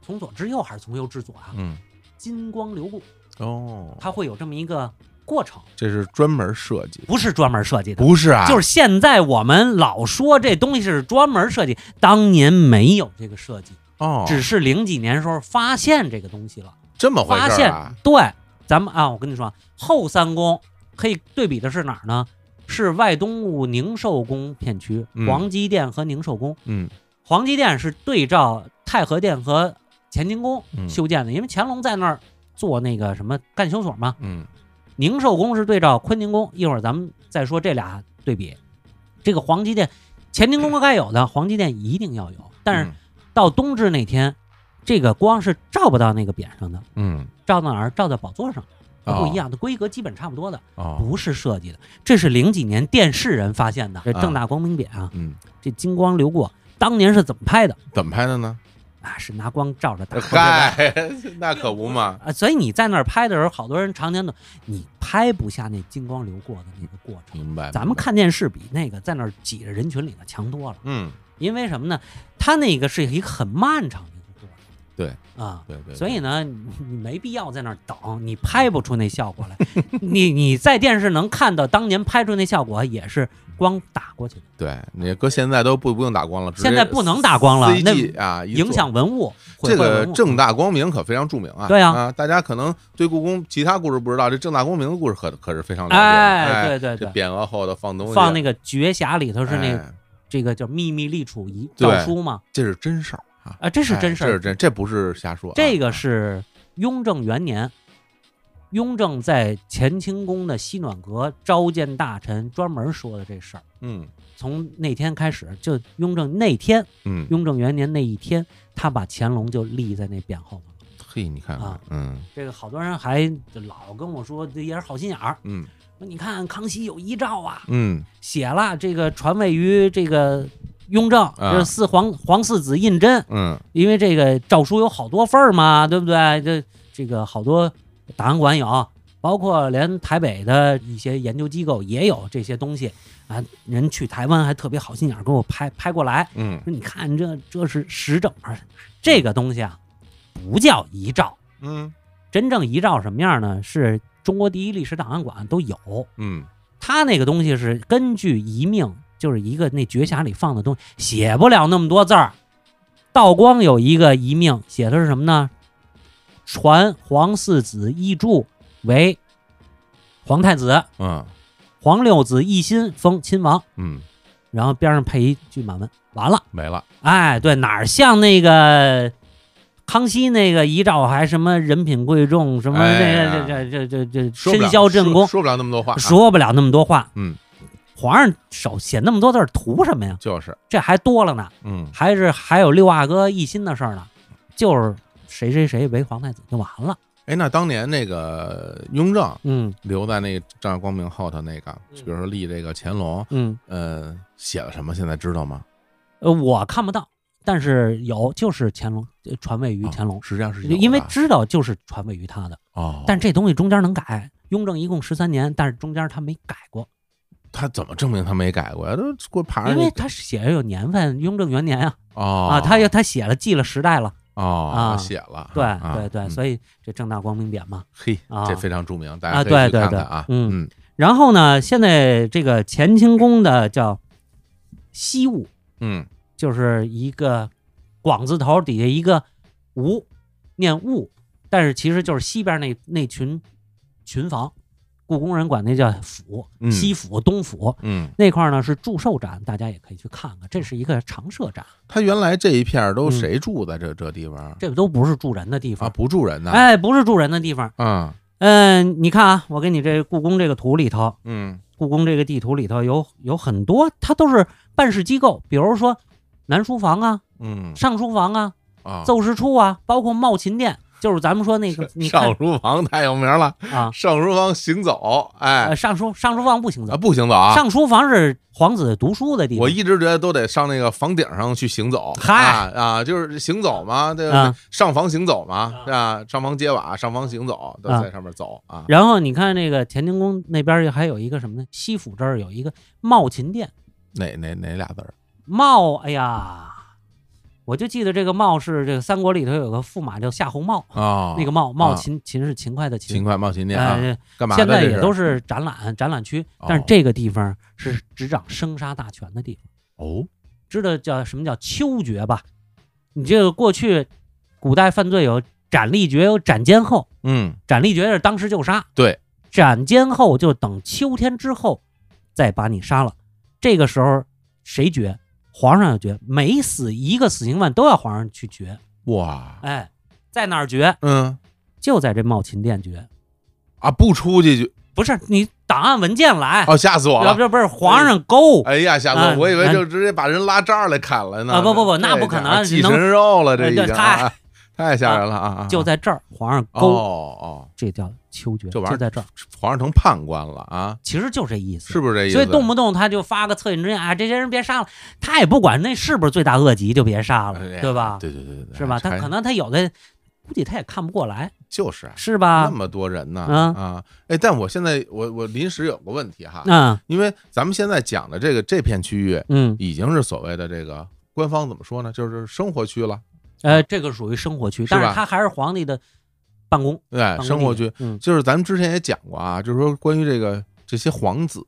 [SPEAKER 10] 从左至右还是从右至左啊？
[SPEAKER 9] 嗯，
[SPEAKER 10] 金光流过，
[SPEAKER 9] 哦，
[SPEAKER 10] 它会有这么一个过程。
[SPEAKER 9] 这是专门设计的，
[SPEAKER 10] 不是专门设计的，
[SPEAKER 9] 不是啊，
[SPEAKER 10] 就是现在我们老说这东西是专门设计，当年没有这个设计，
[SPEAKER 9] 哦，
[SPEAKER 10] 只是零几年时候发现这个东西了。
[SPEAKER 9] 这么回
[SPEAKER 10] 发
[SPEAKER 9] 事儿
[SPEAKER 10] 现
[SPEAKER 9] 啊？
[SPEAKER 10] 对，咱们啊，我跟你说，后三宫可以对比的是哪儿呢？是外东路宁寿宫片区，
[SPEAKER 9] 嗯
[SPEAKER 10] 黄鸡殿和宁寿宫。
[SPEAKER 9] 嗯，
[SPEAKER 10] 黄鸡殿是对照太和殿和乾清宫
[SPEAKER 9] 嗯
[SPEAKER 10] 修建的，因为乾隆在那儿做那个什么干休所嘛。
[SPEAKER 9] 嗯，
[SPEAKER 10] 宁寿宫是对照坤宁宫，一会儿咱们再说这俩对比。这个黄鸡殿，乾清宫该有的，黄鸡殿一定要有，但是
[SPEAKER 9] 嗯
[SPEAKER 10] 到冬至那天，这个光是照不到那个匾上的，
[SPEAKER 9] 嗯，
[SPEAKER 10] 照到哪儿？照到宝座上，
[SPEAKER 9] 哦
[SPEAKER 10] 不一样的规格，基本差不多的，
[SPEAKER 9] 哦，
[SPEAKER 10] 不是设计的。这是零几年电视人发现的，这
[SPEAKER 9] 啊
[SPEAKER 10] 正大光明匾啊，
[SPEAKER 9] 嗯，
[SPEAKER 10] 这金光流过，当年是怎么拍的
[SPEAKER 9] 怎么拍的 呢？
[SPEAKER 10] 啊？是拿光照着打。
[SPEAKER 9] 嗨， 那可不嘛，
[SPEAKER 10] 啊，所以你在那儿拍的时候，好多人常年的你拍不下那金光流过的那个过程。
[SPEAKER 9] 明白？
[SPEAKER 10] 咱们
[SPEAKER 9] 明白，
[SPEAKER 10] 看电视比那个在那儿挤着人群里头强多了，
[SPEAKER 9] 嗯，
[SPEAKER 10] 因为什么呢？它那个是一个很漫长的一个过程
[SPEAKER 9] 对
[SPEAKER 10] 啊，
[SPEAKER 9] 对对，
[SPEAKER 10] 所
[SPEAKER 9] 对
[SPEAKER 10] 以呢，你你没必要在那儿等，你拍不出那效果来。 你你在电视能看到当年拍出那效果，也是光打过去的，
[SPEAKER 9] 对，你搁现在都不不用打光了，直
[SPEAKER 10] 现在
[SPEAKER 9] 接
[SPEAKER 10] 不能打光了
[SPEAKER 9] CG 啊，一
[SPEAKER 10] 影
[SPEAKER 9] 做
[SPEAKER 10] 响文物，毁
[SPEAKER 9] 这
[SPEAKER 10] 坏
[SPEAKER 9] 个
[SPEAKER 10] 文物
[SPEAKER 9] 正大光明可非常著名啊！
[SPEAKER 10] 对
[SPEAKER 9] 啊，
[SPEAKER 10] 啊
[SPEAKER 9] 大家可能对故宫其他故事不知道，这正大光明的故事可可是非常了解的。
[SPEAKER 10] 哎
[SPEAKER 9] 哎，
[SPEAKER 10] 对对对
[SPEAKER 9] 这匾额后头放东西，
[SPEAKER 10] 放那个绝匣里头是那
[SPEAKER 9] 哎
[SPEAKER 10] 这个叫秘密立储仪
[SPEAKER 9] 对
[SPEAKER 10] 诏书嘛？
[SPEAKER 9] 这是真事儿啊！
[SPEAKER 10] 啊，这是
[SPEAKER 9] 哎
[SPEAKER 10] 真事
[SPEAKER 9] 这
[SPEAKER 10] 儿
[SPEAKER 9] 是，真，这不是瞎说啊。
[SPEAKER 10] 这个是雍正元年，雍正在乾清宫的西暖阁召见大臣，专门说的这事儿。
[SPEAKER 9] 嗯
[SPEAKER 10] 从那天开始，就雍正那天，
[SPEAKER 9] 嗯，
[SPEAKER 10] 雍正元年那一天，他把乾隆就立在那匾后头了。
[SPEAKER 9] 嘿，你看看
[SPEAKER 10] 啊，
[SPEAKER 9] 嗯
[SPEAKER 10] 这个好多人还老跟我说，这也是好心眼儿。
[SPEAKER 9] 嗯
[SPEAKER 10] 说你看康熙有遗诏啊，
[SPEAKER 9] 嗯，
[SPEAKER 10] 写了这个传位于这个雍正，
[SPEAKER 9] 啊
[SPEAKER 10] 这四皇皇四子胤禛，
[SPEAKER 9] 嗯
[SPEAKER 10] 因为这个诏书有好多份儿嘛，对不对？这这个好多档案馆有，包括连台北的一些研究机构也有这些东西啊。人去台湾还特别好心眼儿给我拍拍过来，
[SPEAKER 9] 嗯
[SPEAKER 10] 说你看这这是实证，而这个东西啊不叫遗诏，
[SPEAKER 9] 嗯
[SPEAKER 10] 真正遗诏什么样呢？是中国第一历史档案馆都有，
[SPEAKER 9] 嗯，
[SPEAKER 10] 他那个东西是根据遗命，就是一个那绝匣里放的东西，写不了那么多字儿。道光有一个遗命，写的是什么呢？传皇四子奕柱为皇太子，
[SPEAKER 9] 嗯
[SPEAKER 10] 皇六子奕欣封亲王，
[SPEAKER 9] 嗯，
[SPEAKER 10] 然后边上配一句满文，完了。
[SPEAKER 9] 没了，
[SPEAKER 10] 哎，对，哪儿像那个康熙那个遗诏，还什么人品贵重，什么
[SPEAKER 9] 哎
[SPEAKER 10] 这
[SPEAKER 9] 呀
[SPEAKER 10] 个这这这这这
[SPEAKER 9] 说不了
[SPEAKER 10] 身嚣正
[SPEAKER 9] 说
[SPEAKER 10] 宫，
[SPEAKER 9] 说不了那么多话啊，
[SPEAKER 10] 说不了那么多话。
[SPEAKER 9] 嗯，
[SPEAKER 10] 皇上手写那么多字儿图什么呀？
[SPEAKER 9] 就是
[SPEAKER 10] 这还多了呢，
[SPEAKER 9] 嗯
[SPEAKER 10] 还是还有六阿哥一心的事儿呢，就是谁谁谁为皇太子就完了。
[SPEAKER 9] 哎，那当年那个雍正
[SPEAKER 10] 嗯
[SPEAKER 9] 留在那个正大光明后头那个，比如说立这个乾隆，
[SPEAKER 10] 嗯，
[SPEAKER 9] 呃，写了什么？现在知道吗？
[SPEAKER 10] 呃，我看不到，但是有就是乾隆呃传位于
[SPEAKER 9] 啊
[SPEAKER 10] 乾隆，
[SPEAKER 9] 实际上是有的
[SPEAKER 10] 因为知道就是传位于他的，
[SPEAKER 9] 哦，
[SPEAKER 10] 但这东西中间能改。雍正一共十三年，但是中间他没改过，
[SPEAKER 9] 他怎么证明他没改过呀？都给我爬上
[SPEAKER 10] 因
[SPEAKER 9] 去
[SPEAKER 10] 为他写着有年份，雍正元年啊
[SPEAKER 9] 哦
[SPEAKER 10] 啊，他也他写了记了时代了，
[SPEAKER 9] 哦
[SPEAKER 10] 啊
[SPEAKER 9] 写了，
[SPEAKER 10] 对
[SPEAKER 9] 啊
[SPEAKER 10] 对对，
[SPEAKER 9] 嗯
[SPEAKER 10] 所以这正大光明匾嘛，
[SPEAKER 9] 嘿，
[SPEAKER 10] 啊
[SPEAKER 9] 这非常著名，大
[SPEAKER 10] 啊
[SPEAKER 9] 家可以
[SPEAKER 10] 对
[SPEAKER 9] 去看
[SPEAKER 10] 对
[SPEAKER 9] 看啊，
[SPEAKER 10] 对嗯
[SPEAKER 9] 嗯
[SPEAKER 10] 然后呢，现在这个乾清宫的叫西务，
[SPEAKER 9] 嗯
[SPEAKER 10] 就是一个广字头底下一个吴，念务，但是其实就是西边那那群群房，故宫人管那叫府，
[SPEAKER 9] 嗯
[SPEAKER 10] 西府、东府。
[SPEAKER 9] 嗯，
[SPEAKER 10] 那块儿呢是祝寿展，大家也可以去看看，这是一个常设展，
[SPEAKER 9] 他原来这一片儿
[SPEAKER 10] 嗯
[SPEAKER 9] 都谁住在这这地方？
[SPEAKER 10] 这都不是住人的地
[SPEAKER 9] 啊，
[SPEAKER 10] 方，
[SPEAKER 9] 不住人呐。
[SPEAKER 10] 嗯哎，不是住人的地方。
[SPEAKER 9] 嗯
[SPEAKER 10] 嗯、你看啊，我给你这故宫这个图里头，
[SPEAKER 9] 嗯
[SPEAKER 10] 故宫这个地图里头有有很多，它都是办事机构，比如说南书房啊、
[SPEAKER 9] 嗯
[SPEAKER 10] 上书房啊、
[SPEAKER 9] 啊，
[SPEAKER 10] 奏事处啊，包括茂琴殿，就是咱们说那个 你看
[SPEAKER 9] 上书房太有名了
[SPEAKER 10] 啊
[SPEAKER 9] 上书房行走，哎
[SPEAKER 10] 呃，上书上书房不行走，
[SPEAKER 9] 啊不行走啊，
[SPEAKER 10] 上书房是皇子读书的地方。
[SPEAKER 9] 我一直觉得都得上那个房顶上去行走，
[SPEAKER 10] 嗨
[SPEAKER 9] 啊啊，就是行走嘛，对吧
[SPEAKER 10] 啊？
[SPEAKER 9] 上房行走嘛，是吧？上房揭瓦，上房行走，都在上面走啊。
[SPEAKER 10] 然后你看那个乾清宫那边儿还有一个什么呢？西府这儿有一个茂琴殿，
[SPEAKER 9] 哪哪哪俩 字儿？
[SPEAKER 10] 茂，哎呀，我就记得这个茂是这个三国里头有个驸马叫夏侯茂，
[SPEAKER 9] 哦，
[SPEAKER 10] 那个茂茂
[SPEAKER 9] 啊
[SPEAKER 10] 秦秦是勤快的
[SPEAKER 9] 勤
[SPEAKER 10] 勤，
[SPEAKER 9] 快冒勤店啊
[SPEAKER 10] 哎，
[SPEAKER 9] 干嘛的
[SPEAKER 10] 现在
[SPEAKER 9] 这
[SPEAKER 10] 也都
[SPEAKER 9] 是
[SPEAKER 10] 是展览展览区
[SPEAKER 9] 哦，
[SPEAKER 10] 但是这个地方是执掌生杀大权的地方，
[SPEAKER 9] 哦，
[SPEAKER 10] 知道叫什么叫秋决吧？你这个过去古代犯罪有斩立决，有斩监候，
[SPEAKER 9] 嗯，
[SPEAKER 10] 斩立决是当时就杀，
[SPEAKER 9] 对，
[SPEAKER 10] 斩监后就等秋天之后再把你杀了。这个时候谁决？皇上要决，每死一个死刑犯都要皇上去决。
[SPEAKER 9] 哇，
[SPEAKER 10] 哎，在哪儿决？
[SPEAKER 9] 嗯
[SPEAKER 10] 就在这茂勤殿决。
[SPEAKER 9] 啊，不出去就
[SPEAKER 10] 不是你档案文件来，
[SPEAKER 9] 哦，吓死我了！
[SPEAKER 10] 要不不是皇上勾。
[SPEAKER 9] 哎呀，吓死
[SPEAKER 10] 啊
[SPEAKER 9] 我！我以为
[SPEAKER 10] 啊
[SPEAKER 9] 就直接把人拉这儿来砍了呢。
[SPEAKER 10] 啊不不不
[SPEAKER 9] 这
[SPEAKER 10] 那不可能
[SPEAKER 9] 家伙寄
[SPEAKER 10] 能
[SPEAKER 9] 人肉了，这
[SPEAKER 10] 哎
[SPEAKER 9] 已
[SPEAKER 10] 对
[SPEAKER 9] 经
[SPEAKER 10] 太
[SPEAKER 9] 啊太吓人了啊！啊
[SPEAKER 10] 就在这儿，皇上
[SPEAKER 9] 哦
[SPEAKER 10] 勾，
[SPEAKER 9] 哦，
[SPEAKER 10] 这叫秋决，
[SPEAKER 9] 这
[SPEAKER 10] 就
[SPEAKER 9] 玩意儿
[SPEAKER 10] 在这儿，
[SPEAKER 9] 皇上成判官了啊，
[SPEAKER 10] 其实就这意思，
[SPEAKER 9] 是不是这意思？
[SPEAKER 10] 所以动不动他就发个恻隐之心啊，这些人别杀了，他也不管那是不是罪大恶极，就别杀了
[SPEAKER 9] 哎呀，
[SPEAKER 10] 对吧？
[SPEAKER 9] 对对对对对，
[SPEAKER 10] 是吧？他
[SPEAKER 9] 还
[SPEAKER 10] 可能他有的估计他也看不过来，
[SPEAKER 9] 就是啊
[SPEAKER 10] 是
[SPEAKER 9] 那
[SPEAKER 10] 吧？
[SPEAKER 9] 么多人呢
[SPEAKER 10] 嗯
[SPEAKER 9] 啊！哎，但我现在我我临时有个问题哈，
[SPEAKER 10] 嗯
[SPEAKER 9] 因为咱们现在讲的这个这片区域
[SPEAKER 10] 嗯，
[SPEAKER 9] 已经是所谓的这个官方怎么说呢，就是生活区了，
[SPEAKER 10] 呃，这个属于生活区，
[SPEAKER 9] 是吧
[SPEAKER 10] 但是他还是皇帝的办公
[SPEAKER 9] 对
[SPEAKER 10] 办，公
[SPEAKER 9] 哎生活
[SPEAKER 10] 地
[SPEAKER 9] 区。
[SPEAKER 10] 嗯
[SPEAKER 9] 就是咱们之前也讲过啊，就是说关于这个这些皇子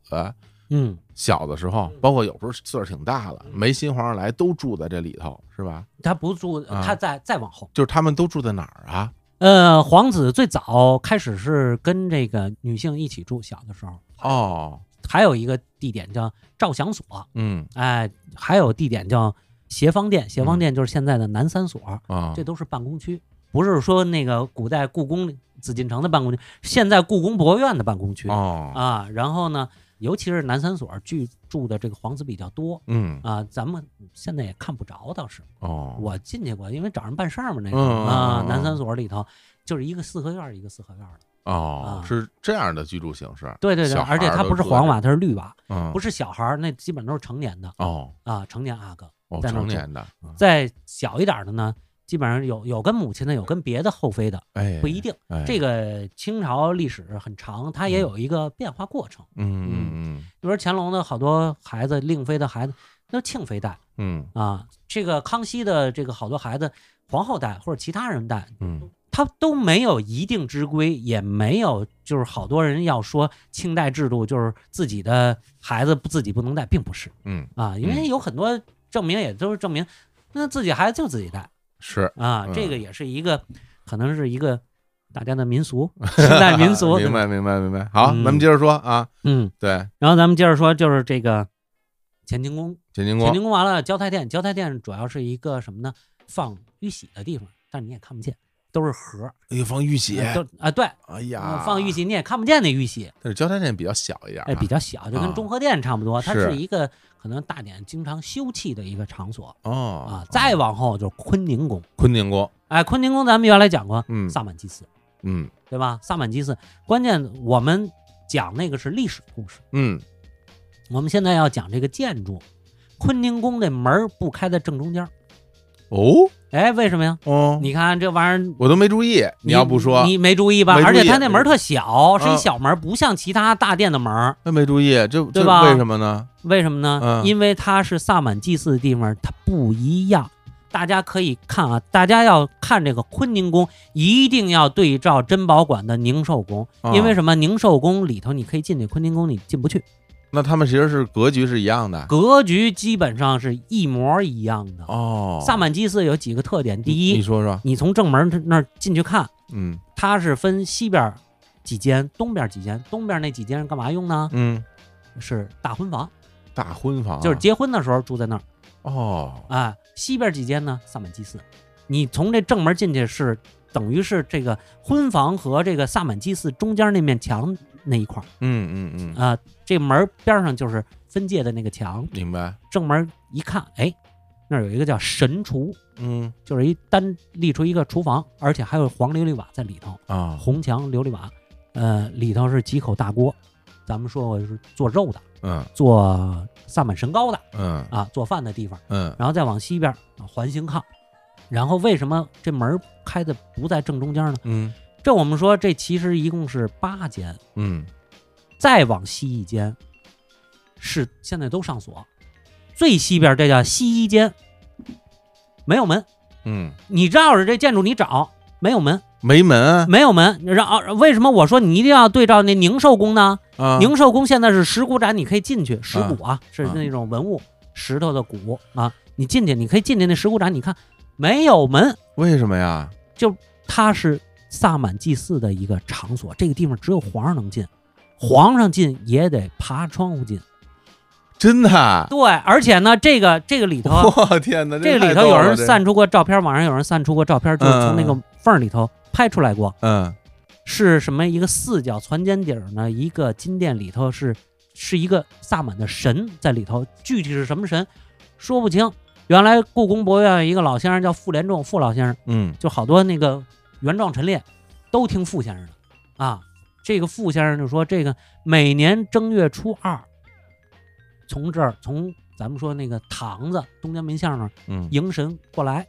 [SPEAKER 10] 嗯，
[SPEAKER 9] 小的时候，包括有时候岁数挺大了，没新皇上来都住在这里头，是吧？
[SPEAKER 10] 他不住，
[SPEAKER 9] 啊
[SPEAKER 10] 他再再往后，
[SPEAKER 9] 就是他们都住在哪儿啊？
[SPEAKER 10] 呃，皇子最早开始是跟这个女性一起住，小的时候
[SPEAKER 9] 哦，
[SPEAKER 10] 还有一个地点叫照祥所，
[SPEAKER 9] 嗯
[SPEAKER 10] 哎，还有地点叫协方殿，协方殿就是现在的南三所，
[SPEAKER 9] 啊
[SPEAKER 10] 这，都是办公区，不是说那个古代故宫紫禁城的办公区，现在故宫博物院的办公区、
[SPEAKER 9] 哦，
[SPEAKER 10] 啊。然后呢，尤其是南三所居住的这个皇子比较多
[SPEAKER 9] 嗯
[SPEAKER 10] 啊，咱们现在也看不着，倒是
[SPEAKER 9] 哦，
[SPEAKER 10] 我进去过，因为找人办事儿嘛，那个、
[SPEAKER 9] 嗯嗯
[SPEAKER 10] 啊
[SPEAKER 9] 嗯，
[SPEAKER 10] 南三所里头就是一个四合院儿一个四合院儿的，
[SPEAKER 9] 哦，
[SPEAKER 10] 啊
[SPEAKER 9] 是这样的居住形式。
[SPEAKER 10] 对对对，
[SPEAKER 9] 小孩
[SPEAKER 10] 而且
[SPEAKER 9] 儿
[SPEAKER 10] 它
[SPEAKER 9] 都
[SPEAKER 10] 不是
[SPEAKER 9] 住在
[SPEAKER 10] 黄
[SPEAKER 9] 这
[SPEAKER 10] 啊瓦，它是绿瓦，
[SPEAKER 9] 嗯，
[SPEAKER 10] 不
[SPEAKER 9] 是
[SPEAKER 10] 是小孩儿，那基本都是成年的
[SPEAKER 9] 哦
[SPEAKER 10] 啊，成年阿哥。
[SPEAKER 9] 哦，
[SPEAKER 10] 在那儿
[SPEAKER 9] 成
[SPEAKER 10] 住
[SPEAKER 9] 年的，嗯
[SPEAKER 10] 再小一点儿的呢，基本上有有跟母亲的，有跟别的后妃的，
[SPEAKER 9] 哎，
[SPEAKER 10] 不一定。
[SPEAKER 9] 哎，
[SPEAKER 10] 这个清朝历史很长，它也有一个变化过程。
[SPEAKER 9] 嗯嗯
[SPEAKER 10] 比如说乾隆的好多孩子，令妃的孩子那庆妃带
[SPEAKER 9] 嗯
[SPEAKER 10] 啊，这个康熙的这个好多孩子，皇后带或者其他人带，
[SPEAKER 9] 嗯
[SPEAKER 10] 他都没有一定之规，也没有就是好多人 要说清代制度就是自己的孩子不自己不能带，并不是
[SPEAKER 9] 嗯，
[SPEAKER 10] 啊，因为有很多证明也都是证明，那自己孩子就自己带。
[SPEAKER 9] 是
[SPEAKER 10] 啊，这
[SPEAKER 9] 嗯
[SPEAKER 10] 个也是一个，可能是一个大家的民俗，清代民俗。对
[SPEAKER 9] 明
[SPEAKER 10] 吧
[SPEAKER 9] 白明白明白。好，
[SPEAKER 10] 嗯
[SPEAKER 9] 咱们接着说啊，
[SPEAKER 10] 嗯，
[SPEAKER 9] 对，
[SPEAKER 10] 然后咱们接着说，就是这个乾清宫，
[SPEAKER 9] 乾清
[SPEAKER 10] 乾
[SPEAKER 9] 宫
[SPEAKER 10] 清宫完了，交泰殿，交
[SPEAKER 9] 哦
[SPEAKER 10] 泰殿主要是一个什么呢？放玉玺的地方，但是你也看不见，都是盒儿，
[SPEAKER 9] 哎呦放玉玺，
[SPEAKER 10] 都啊对，
[SPEAKER 9] 哎呀，
[SPEAKER 10] 放玉玺你也看不见那玉玺，
[SPEAKER 9] 但是交泰殿比较小一点啊，
[SPEAKER 10] 哎，比较小，就
[SPEAKER 9] 啊
[SPEAKER 10] 跟中和殿差不多，它
[SPEAKER 9] 是
[SPEAKER 10] 是一个可能大典经常休憩的一个场所
[SPEAKER 9] 哦
[SPEAKER 10] 啊。再往后就是坤宁宫，
[SPEAKER 9] 坤宁宫，
[SPEAKER 10] 哎，坤宁宫咱们原来讲过，
[SPEAKER 9] 嗯
[SPEAKER 10] 萨满祭祀。
[SPEAKER 9] 嗯
[SPEAKER 10] 对吧？萨满祭祀，关键我们讲那个是历史故事，
[SPEAKER 9] 嗯
[SPEAKER 10] 我们现在要讲这个建筑。坤宁宫那门儿不开在正中间儿，
[SPEAKER 9] 哦
[SPEAKER 10] 哎，为什么呀？
[SPEAKER 9] 哦，
[SPEAKER 10] 你看这玩意儿，
[SPEAKER 9] 我都没注意，你要不说
[SPEAKER 10] 你没注意吧？
[SPEAKER 9] 没注意
[SPEAKER 10] 而且它那门儿特小，是
[SPEAKER 9] 嗯
[SPEAKER 10] 一小门儿，不像其他大殿的门儿。
[SPEAKER 9] 那没注意，这这
[SPEAKER 10] 对吧
[SPEAKER 9] 为什么呢？
[SPEAKER 10] 为什么呢？
[SPEAKER 9] 嗯
[SPEAKER 10] 因为它是萨满祭祀的地方，它不一样。大家可以看啊，大家要看这个坤宁宫，一定要对照珍宝馆的宁寿宫，
[SPEAKER 9] 啊
[SPEAKER 10] 因为什么？宁寿宫里头你可以进去，坤宁宫你进不去。
[SPEAKER 9] 那他们其实是格局是一样的
[SPEAKER 10] 格局基本上是一模一样的。
[SPEAKER 9] 哦。
[SPEAKER 10] 萨满祭祀有几个特点，第
[SPEAKER 9] 你
[SPEAKER 10] 一，
[SPEAKER 9] 说说，
[SPEAKER 10] 你从正门那儿进去看，
[SPEAKER 9] 嗯
[SPEAKER 10] 它是分西边儿几间，东边几间，东边那几间是干嘛用呢？
[SPEAKER 9] 嗯，
[SPEAKER 10] 是大婚房，
[SPEAKER 9] 大婚房啊
[SPEAKER 10] 就是结婚的时候住在那儿。
[SPEAKER 9] 哦，
[SPEAKER 10] 啊，西边几间呢？萨满祭祀。你从这正门进去是等于是这个婚房和这个萨满祭祀中间那面墙那一块儿
[SPEAKER 9] 嗯嗯嗯，
[SPEAKER 10] 啊，这门边上就是分界的那个墙。
[SPEAKER 9] 明白，
[SPEAKER 10] 正门一看，哎，那儿有一个叫神厨，
[SPEAKER 9] 嗯
[SPEAKER 10] 就是一单立出一个厨房，而且还有黄琉璃瓦在里头，
[SPEAKER 9] 啊，
[SPEAKER 10] 红墙琉璃瓦，呃，里头是几口大锅。咱们说过是做肉的，
[SPEAKER 9] 嗯
[SPEAKER 10] 做萨满神膏的
[SPEAKER 9] 嗯
[SPEAKER 10] 啊，做饭的地方。
[SPEAKER 9] 嗯
[SPEAKER 10] 然后再往西边啊环形炕。然后为什么这门儿开的不在正中间呢？
[SPEAKER 9] 嗯
[SPEAKER 10] 这我们说这其实一共是八间，
[SPEAKER 9] 嗯，
[SPEAKER 10] 再往西一间是现在都上锁，最西边这叫西一间，没有门。
[SPEAKER 9] 嗯，
[SPEAKER 10] 你绕着这建筑你找，没有门，
[SPEAKER 9] 没门啊
[SPEAKER 10] 没有门。然后为什么我说你一定要对照那宁寿宫呢？
[SPEAKER 9] 啊，
[SPEAKER 10] 宁寿宫现在是石鼓展，你可以进去，石鼓啊是
[SPEAKER 9] 啊
[SPEAKER 10] 那种文物，石头的鼓啊，你进去，你可以进去那石鼓展，你看没有门，
[SPEAKER 9] 为什么呀？
[SPEAKER 10] 就它是萨满祭祀的一个场所，这个地方只有皇上能进，皇上进也得爬窗户进。
[SPEAKER 9] 真的啊，
[SPEAKER 10] 对，而且呢，这个这个里头，
[SPEAKER 9] 我天哪，
[SPEAKER 10] 啊这个里头有人散，出过照片，网上有人散出过照片，就是从那个
[SPEAKER 9] 嗯
[SPEAKER 10] 缝儿里头拍出来过，
[SPEAKER 9] 嗯
[SPEAKER 10] 是什么一个四角攒尖底儿呢？一个金殿里头是是一个萨满的神在里头，具体是什么神说不清。原来故宫博物院有一个老先生叫傅连仲，傅老先生
[SPEAKER 9] 嗯
[SPEAKER 10] 就好多那个原状陈列都听傅先生的啊。这个傅先生就说，这个每年正月初二，从这儿从咱们说那个堂子东间门巷那儿
[SPEAKER 9] 嗯
[SPEAKER 10] 迎神过来，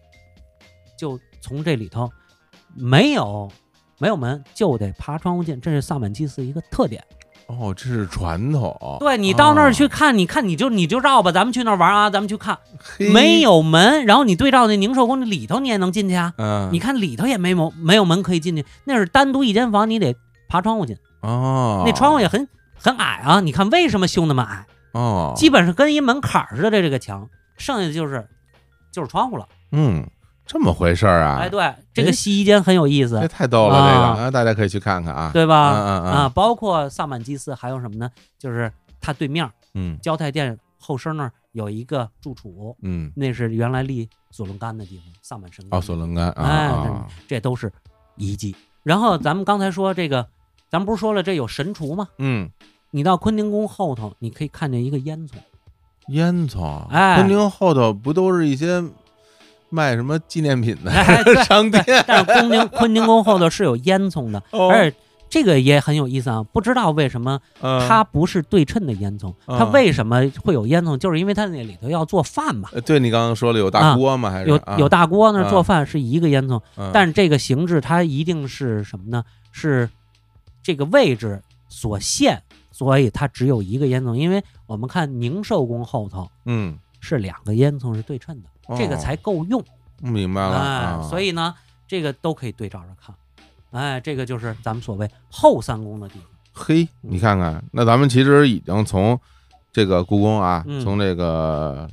[SPEAKER 10] 就从这里头没有没有门，就得爬窗户进，这是萨满祭祀一个特点。
[SPEAKER 9] 哦，这是传统，
[SPEAKER 10] 对你到那
[SPEAKER 9] 哦
[SPEAKER 10] 儿去看，你看你就你就绕吧，咱们去那儿玩啊，咱们去看，
[SPEAKER 9] 嘿
[SPEAKER 10] 没有门，然后你对照那宁寿宫那里头，你也能进去啊。
[SPEAKER 9] 嗯，
[SPEAKER 10] 你看里头也没门，没有门可以进去，那是单独一间房，你得爬窗户进。
[SPEAKER 9] 哦，
[SPEAKER 10] 那窗户也很很矮啊，你看为什么修那么矮？
[SPEAKER 9] 哦，
[SPEAKER 10] 基本是跟一门槛儿似的这这个墙，剩下的就是就是窗户了。
[SPEAKER 9] 嗯，这么回事儿啊？
[SPEAKER 10] 哎，对，这个洗衣间很有意思
[SPEAKER 9] 这，太逗了，这
[SPEAKER 10] 啊
[SPEAKER 9] 个啊，大家可以去看看啊，
[SPEAKER 10] 对吧？
[SPEAKER 9] 哎嗯嗯
[SPEAKER 10] 啊，
[SPEAKER 9] 嗯
[SPEAKER 10] 包括萨满祭祀还有什么呢？就是它对面儿
[SPEAKER 9] 嗯
[SPEAKER 10] 交泰殿后身那儿有一个住处，
[SPEAKER 9] 嗯，
[SPEAKER 10] 那是原来立索伦干的地方，萨满神
[SPEAKER 9] 哦，
[SPEAKER 10] 干。
[SPEAKER 9] 索伦干啊
[SPEAKER 10] 哎
[SPEAKER 9] 啊，
[SPEAKER 10] 这都是遗迹。然后咱们刚才说这个，咱们不是说了这有神厨吗？
[SPEAKER 9] 嗯，
[SPEAKER 10] 你到昆宁宫后头，你可以看见一个 烟囱，
[SPEAKER 9] 烟囱，
[SPEAKER 10] 哎
[SPEAKER 9] 昆明后头不都是一些卖什么纪念品的
[SPEAKER 10] 哎对
[SPEAKER 9] 商店？
[SPEAKER 10] 但是昆宁昆宁宫后头是有烟囱的，
[SPEAKER 9] 哦
[SPEAKER 10] 而且这个也很有意思啊。不知道为什么
[SPEAKER 9] 嗯
[SPEAKER 10] 它不是对称的烟囱，
[SPEAKER 9] 嗯
[SPEAKER 10] 它为什么会有烟囱？就是因为它那里头要做饭嘛，
[SPEAKER 9] 呃对你刚刚说了有大锅吗？还是
[SPEAKER 10] 有
[SPEAKER 9] 啊
[SPEAKER 10] 有大锅那
[SPEAKER 9] 嗯
[SPEAKER 10] 儿做饭是一个烟囱，
[SPEAKER 9] 嗯
[SPEAKER 10] 但是这个形制它一定是什么呢？是这个位置所限，所以它只有一个烟囱。因为我们看宁寿宫后头
[SPEAKER 9] 嗯，
[SPEAKER 10] 是两个烟囱是对称的，这个
[SPEAKER 9] 哦
[SPEAKER 10] 才够用。
[SPEAKER 9] 嗯明白了
[SPEAKER 10] 哎
[SPEAKER 9] 啊，，
[SPEAKER 10] 所以呢，这个都可以对照着看。哎，这个就是咱们所谓后三宫的地方。
[SPEAKER 9] 嘿，你看看，那咱们其实已经从这个故宫啊，
[SPEAKER 10] 嗯
[SPEAKER 9] 从这个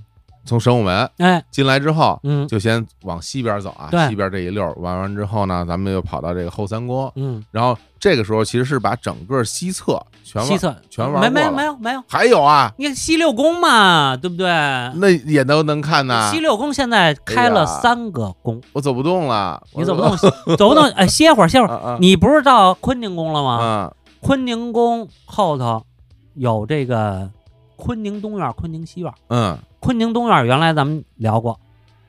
[SPEAKER 9] 从神武门
[SPEAKER 10] 哎，
[SPEAKER 9] 进来之后，
[SPEAKER 10] 嗯
[SPEAKER 9] 就先往西边走啊，
[SPEAKER 10] 对
[SPEAKER 9] 西边这一溜儿玩完之后呢，咱们又跑到这个后三宫，
[SPEAKER 10] 嗯，
[SPEAKER 9] 然后这个时候其实是把整个西侧全玩
[SPEAKER 10] 西侧
[SPEAKER 9] 全
[SPEAKER 10] 没
[SPEAKER 9] 玩
[SPEAKER 10] 没
[SPEAKER 9] 过了
[SPEAKER 10] 没有没有，
[SPEAKER 9] 还有啊，
[SPEAKER 10] 你看西六宫嘛，对不对？
[SPEAKER 9] 那也都能看呐
[SPEAKER 10] 西。六宫现在开
[SPEAKER 9] 哎呀
[SPEAKER 10] 了三个宫，
[SPEAKER 9] 我走不动了，
[SPEAKER 10] 你走不动， 走不动，哎，歇会儿，歇会
[SPEAKER 9] 啊
[SPEAKER 10] 儿。
[SPEAKER 9] 啊
[SPEAKER 10] 你不是到坤宁宫了吗？
[SPEAKER 9] 啊！
[SPEAKER 10] 坤宁宫后头有这个坤宁东院、坤宁西院。
[SPEAKER 9] 嗯
[SPEAKER 10] 坤宁东院原来咱们聊过，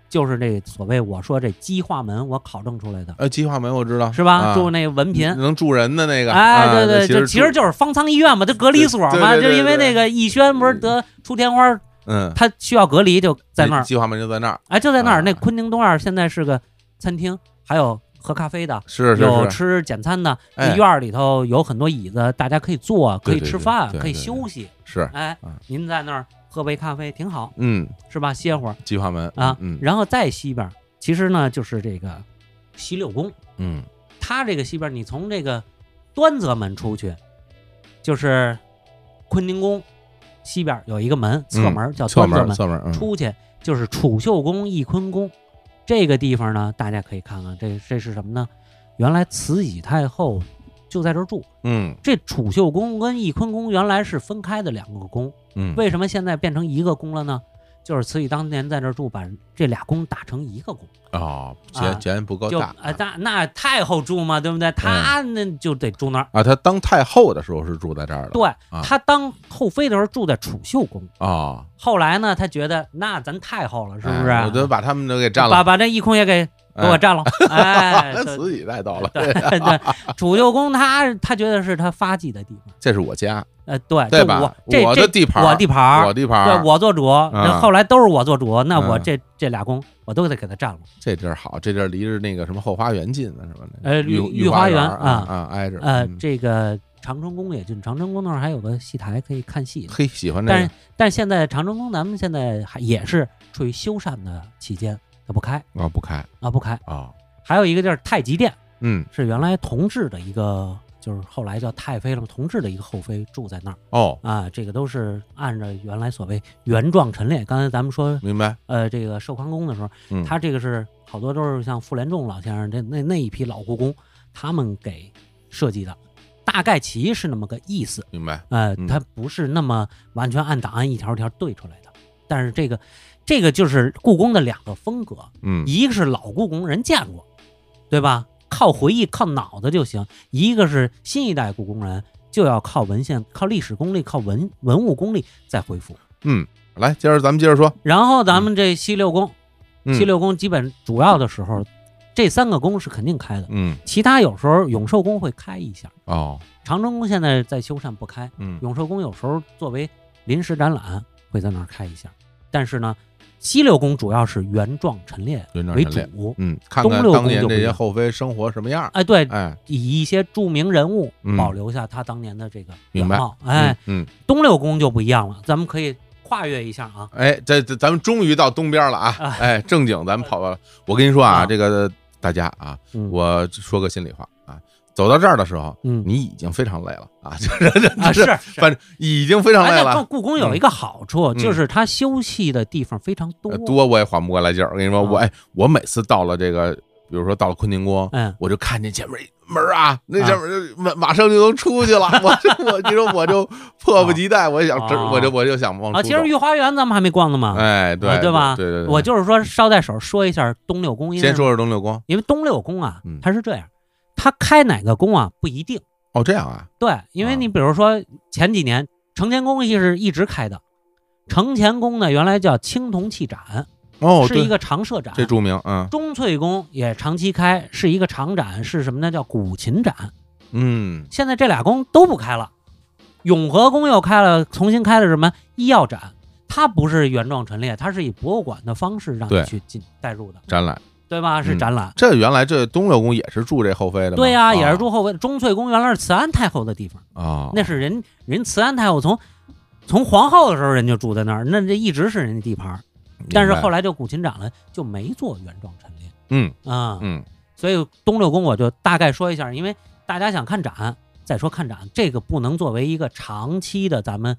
[SPEAKER 10] 就是这所谓我说这鸡化门，我考证出来的，
[SPEAKER 9] 呃，计划门我知道
[SPEAKER 10] 是吧？
[SPEAKER 9] 啊
[SPEAKER 10] 住那个文凭。
[SPEAKER 9] 能住人的那个，
[SPEAKER 10] 哎，
[SPEAKER 9] 啊
[SPEAKER 10] 对
[SPEAKER 9] 那
[SPEAKER 10] 对，就其实
[SPEAKER 9] 住
[SPEAKER 10] 就是方舱医院嘛，它隔离所
[SPEAKER 9] 对
[SPEAKER 10] 嘛，
[SPEAKER 9] 对对
[SPEAKER 10] 就因为
[SPEAKER 9] 对
[SPEAKER 10] 那个逸轩不是得出天花，
[SPEAKER 9] 嗯，
[SPEAKER 10] 他需要隔离，就在那儿，
[SPEAKER 9] 计划门就在那儿，
[SPEAKER 10] 哎，就在那
[SPEAKER 9] 啊
[SPEAKER 10] 儿。那昆宁东院现在是个餐厅，还有喝咖啡的，
[SPEAKER 9] 是是
[SPEAKER 10] 有
[SPEAKER 9] 是，
[SPEAKER 10] 吃简餐的。
[SPEAKER 9] 哎
[SPEAKER 10] 那院儿里头有很多椅子，大家可以坐，可
[SPEAKER 9] 对
[SPEAKER 10] 以
[SPEAKER 9] 对
[SPEAKER 10] 吃
[SPEAKER 9] 对
[SPEAKER 10] 饭，
[SPEAKER 9] 对
[SPEAKER 10] 可以
[SPEAKER 9] 对对
[SPEAKER 10] 休息。
[SPEAKER 9] 是，
[SPEAKER 10] 哎
[SPEAKER 9] 啊，
[SPEAKER 10] 您在那儿喝杯咖啡挺好，
[SPEAKER 9] 嗯，
[SPEAKER 10] 是吧？歇会儿
[SPEAKER 9] 计划门
[SPEAKER 10] 啊
[SPEAKER 9] 嗯。
[SPEAKER 10] 然后再西边儿，其实呢就是这个西六宫。
[SPEAKER 9] 嗯
[SPEAKER 10] 它这个西边，你从这个端泽门出去，就是坤宁宫西边有一个门，侧门叫
[SPEAKER 9] 嗯侧
[SPEAKER 10] 端泽
[SPEAKER 9] 门
[SPEAKER 10] 门，
[SPEAKER 9] 侧门，嗯
[SPEAKER 10] 出去就是储秀宫、翊坤宫这个地方呢，大家可以看看，这这是什么呢？原来慈禧太后就在这儿住。
[SPEAKER 9] 嗯
[SPEAKER 10] 这储秀宫跟翊坤宫原来是分开的两个宫，
[SPEAKER 9] 嗯，
[SPEAKER 10] 为什么现在变成一个宫了呢？就是慈禧当年在这儿住，把这俩宫打成一个宫，
[SPEAKER 9] 哦，
[SPEAKER 10] 啊
[SPEAKER 9] 嫌嫌不够
[SPEAKER 10] 就
[SPEAKER 9] 大
[SPEAKER 10] 啊、那那太后住嘛，对不对？她
[SPEAKER 9] 嗯
[SPEAKER 10] 那就得住那儿。
[SPEAKER 9] 啊。他当太后的时候是住在这儿的，
[SPEAKER 10] 对
[SPEAKER 9] 啊，
[SPEAKER 10] 她当后妃的时候住在储秀宫，
[SPEAKER 9] 啊，
[SPEAKER 10] 后来呢，她觉得那咱太后了，是不是？啊
[SPEAKER 9] 哎我就把他们都给占
[SPEAKER 10] 把
[SPEAKER 9] 了，
[SPEAKER 10] 把这翊坤也给给
[SPEAKER 9] 哎
[SPEAKER 10] 我占了， 哎，对
[SPEAKER 9] 慈禧带到了，
[SPEAKER 10] 对对，储秀宫她她觉得是她发迹的地方，
[SPEAKER 9] 这是我家，
[SPEAKER 10] 呃，对，
[SPEAKER 9] 对
[SPEAKER 10] 这
[SPEAKER 9] 吧
[SPEAKER 10] 我这
[SPEAKER 9] 我
[SPEAKER 10] 这
[SPEAKER 9] 的地盘
[SPEAKER 10] 我地盘儿，
[SPEAKER 9] 我地盘儿
[SPEAKER 10] 对我做主。那
[SPEAKER 9] 嗯
[SPEAKER 10] 后来都是我做主，那我
[SPEAKER 9] 嗯
[SPEAKER 10] 这这俩宫我都得给他占了。
[SPEAKER 9] 这地儿好，这地儿离着那个什么后花园近呢，是吧？
[SPEAKER 10] 呃，
[SPEAKER 9] 御
[SPEAKER 10] 御
[SPEAKER 9] 御
[SPEAKER 10] 花
[SPEAKER 9] 园
[SPEAKER 10] 园
[SPEAKER 9] 啊啊挨着，
[SPEAKER 10] 呃，
[SPEAKER 9] 嗯
[SPEAKER 10] 这个长春宫也近，长春宫那儿还有个戏台可以看戏。
[SPEAKER 9] 嘿，喜欢这
[SPEAKER 10] 但
[SPEAKER 9] 个
[SPEAKER 10] 是但是现在长春宫咱们现在还也是处于修缮的期间，它不开
[SPEAKER 9] 啊，不开
[SPEAKER 10] 啊不开。
[SPEAKER 9] 啊，
[SPEAKER 10] 还有一个地儿太极殿，
[SPEAKER 9] 嗯
[SPEAKER 10] 是原来同治的一个，就是后来叫太妃了，同治的一个后妃住在那儿。
[SPEAKER 9] 哦，
[SPEAKER 10] 啊，这个都是按照原来所谓原状陈列。刚才咱们说，
[SPEAKER 9] 明白，
[SPEAKER 10] 呃，这个寿康宫的时候，
[SPEAKER 9] 嗯，
[SPEAKER 10] 他这个是好多都是像傅连仲老先生这那那一批老故宫，他们给设计的，大概其是那么个意思。
[SPEAKER 9] 明白，
[SPEAKER 10] 呃
[SPEAKER 9] 嗯，
[SPEAKER 10] 它不是那么完全按档案一条条对出来的，但是这个这个就是故宫的两个风格，
[SPEAKER 9] 嗯
[SPEAKER 10] 一个是老故宫人见过，对吧？靠回忆、靠脑子就行；一个是新一代故宫人，就要靠文献、靠历史功力、靠文文物功力再恢复。
[SPEAKER 9] 嗯，来，接着咱们接着说，
[SPEAKER 10] 然后咱们这西六宫，
[SPEAKER 9] 嗯
[SPEAKER 10] 西六宫基本主要的时候，这三个宫是肯定开的，
[SPEAKER 9] 嗯
[SPEAKER 10] 其他有时候永寿宫会开一下，
[SPEAKER 9] 哦，
[SPEAKER 10] 长春宫现在在修缮不开，
[SPEAKER 9] 嗯
[SPEAKER 10] 永寿宫有时候作为临时展览会在那儿开一下，但是呢，西六宫主要是原状陈列
[SPEAKER 9] 原状
[SPEAKER 10] 为
[SPEAKER 9] 陈列
[SPEAKER 10] 主。
[SPEAKER 9] 嗯，看
[SPEAKER 10] 东
[SPEAKER 9] 看
[SPEAKER 10] 六
[SPEAKER 9] 当
[SPEAKER 10] 宫
[SPEAKER 9] 年
[SPEAKER 10] 就不
[SPEAKER 9] 这
[SPEAKER 10] 一
[SPEAKER 9] 些
[SPEAKER 10] 样
[SPEAKER 9] 后妃生活什么样儿，
[SPEAKER 10] 哎，对，
[SPEAKER 9] 哎，
[SPEAKER 10] 以一些著名人物
[SPEAKER 9] 嗯
[SPEAKER 10] 保留下他当年的这个原
[SPEAKER 9] 明白
[SPEAKER 10] 貌。哎，，
[SPEAKER 9] 嗯，
[SPEAKER 10] 东六宫就不一样了，咱们可以跨越一下啊。
[SPEAKER 9] 嗯哎，这这咱们终于到东边了啊，
[SPEAKER 10] 啊
[SPEAKER 9] 哎，正经咱们跑到，我跟你说啊，
[SPEAKER 10] 啊
[SPEAKER 9] 这个大家啊，
[SPEAKER 10] 嗯
[SPEAKER 9] 我说个心里话啊，走到这儿的时候，
[SPEAKER 10] 嗯
[SPEAKER 9] 你已经非常累了啊， 就是
[SPEAKER 10] 啊，
[SPEAKER 9] 就是
[SPEAKER 10] 是。
[SPEAKER 9] 反正已经非常
[SPEAKER 10] 哎，
[SPEAKER 9] 累
[SPEAKER 10] 那
[SPEAKER 9] 了。
[SPEAKER 10] 故宫有一个好处，
[SPEAKER 9] 嗯
[SPEAKER 10] 就是它休息的地方非常多
[SPEAKER 9] 呃。多我也缓不过来劲儿，我跟你说，
[SPEAKER 10] 啊
[SPEAKER 9] 我哎，我每次到了这个，比如说到了坤宁宫，
[SPEAKER 10] 嗯
[SPEAKER 9] 我就看见前面一门儿啊，那前面就马马上就能出去了，我就我你说我就迫不及待，我想这
[SPEAKER 10] 啊
[SPEAKER 9] 我就我就想往
[SPEAKER 10] 啊，
[SPEAKER 9] 出
[SPEAKER 10] 哦其实
[SPEAKER 9] 走。
[SPEAKER 10] 御花园咱们还没逛呢嘛。
[SPEAKER 9] 哎，对
[SPEAKER 10] 啊对吧
[SPEAKER 9] 对对，对
[SPEAKER 10] 我就是说捎带手说一下东六宫，因为
[SPEAKER 9] 先说说东六宫
[SPEAKER 10] 因为东六宫啊
[SPEAKER 9] 嗯，
[SPEAKER 10] 它是这样，它开哪个宫啊不一定。
[SPEAKER 9] 哦，这样啊，
[SPEAKER 10] 对，因
[SPEAKER 9] 啊
[SPEAKER 10] 为你比如说前几年承乾宫也是一直开的，承乾宫呢原来叫青铜器展，
[SPEAKER 9] 哦，
[SPEAKER 10] 是一
[SPEAKER 9] 对
[SPEAKER 10] 个常设展。
[SPEAKER 9] 这著名，嗯
[SPEAKER 10] 中翠宫也长期开，是一个常展，是什么呢？叫古琴展。
[SPEAKER 9] 嗯
[SPEAKER 10] 现在这俩宫都不开了，永和宫又开了，重新开了什么医药展？它不是原状陈列，它是以博物馆的方式让
[SPEAKER 9] 对
[SPEAKER 10] 你去进带入的，
[SPEAKER 9] 展览。
[SPEAKER 10] 对吧？是
[SPEAKER 9] 嗯
[SPEAKER 10] 展览。
[SPEAKER 9] 这原来这东六宫也是住这后妃的吗，
[SPEAKER 10] 对呀、
[SPEAKER 9] 啊
[SPEAKER 10] 也是住后妃。中翠宫原来是慈安太后的地方。
[SPEAKER 9] 啊，
[SPEAKER 10] 那是人人慈安太后从从皇后的时候人就住在那儿，那这一直是人家地盘儿。但是后
[SPEAKER 9] 来
[SPEAKER 10] 来这古琴展了，就没做原状陈列
[SPEAKER 9] 嗯
[SPEAKER 10] 啊。
[SPEAKER 9] 嗯
[SPEAKER 10] 所以东六宫我就大概说一下，因为大家想看展，再说看展这个不能作为一个长期的咱们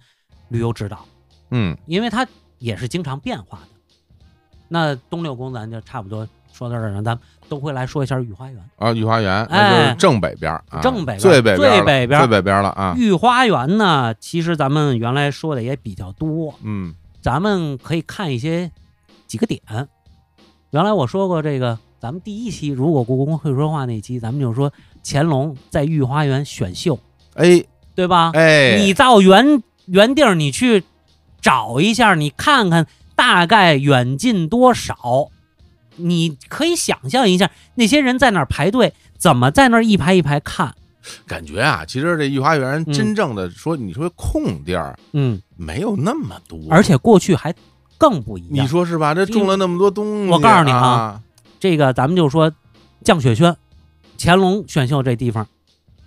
[SPEAKER 10] 旅游指导，
[SPEAKER 9] 嗯
[SPEAKER 10] 因为它也是经常变化的。那东六宫咱就差不多说到这儿了，咱们都会来说一下御花园。
[SPEAKER 9] 啊，御花园那就是
[SPEAKER 10] 哎
[SPEAKER 9] 正北边儿啊，
[SPEAKER 10] 正北边儿
[SPEAKER 9] 最北
[SPEAKER 10] 最
[SPEAKER 9] 了
[SPEAKER 10] 北边
[SPEAKER 9] 最
[SPEAKER 10] 儿
[SPEAKER 9] 北边儿了啊，
[SPEAKER 10] 御花园呢，其实咱们原来说的也比较多，
[SPEAKER 9] 嗯
[SPEAKER 10] 咱们可以看一些几个点。原来我说过这个，咱们第一期如果故宫会说话那一期，咱们就说乾隆在御花园选秀，
[SPEAKER 9] 哎
[SPEAKER 10] 对吧？
[SPEAKER 9] 哎，
[SPEAKER 10] 啊你到原原地儿，你去找一下，你看看大概远近多少，你可以想象一下那些人在那儿排队，怎么在那儿一排一排看。
[SPEAKER 9] 感觉啊，其实这御花园
[SPEAKER 10] 嗯
[SPEAKER 9] 真正的说，你说空地儿
[SPEAKER 10] 嗯，
[SPEAKER 9] 没有那么多，
[SPEAKER 10] 而且过去还更不一样。
[SPEAKER 9] 你说是吧？这种了那么多东西，
[SPEAKER 10] 我告诉你
[SPEAKER 9] 啊
[SPEAKER 10] 啊，这个咱们就说降雪轩，乾隆选秀这地方，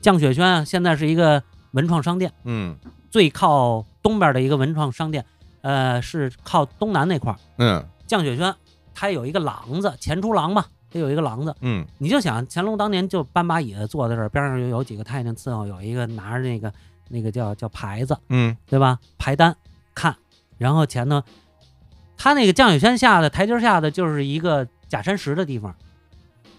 [SPEAKER 10] 降雪轩啊，现在是一个文创商店，
[SPEAKER 9] 嗯
[SPEAKER 10] 最靠东边的一个文创商店，呃，是靠东南那块儿。
[SPEAKER 9] 嗯
[SPEAKER 10] 降雪轩它有一个廊子，前出廊嘛，它有一个廊子，
[SPEAKER 9] 嗯
[SPEAKER 10] 你就想乾隆当年就搬把椅子坐在这儿，边上有有几个太监伺候，有一个拿着那个那个叫叫牌子，
[SPEAKER 9] 嗯
[SPEAKER 10] 对吧？排单看，然后前头他那个降雪山下的台阶下的就是一个假山石的地方，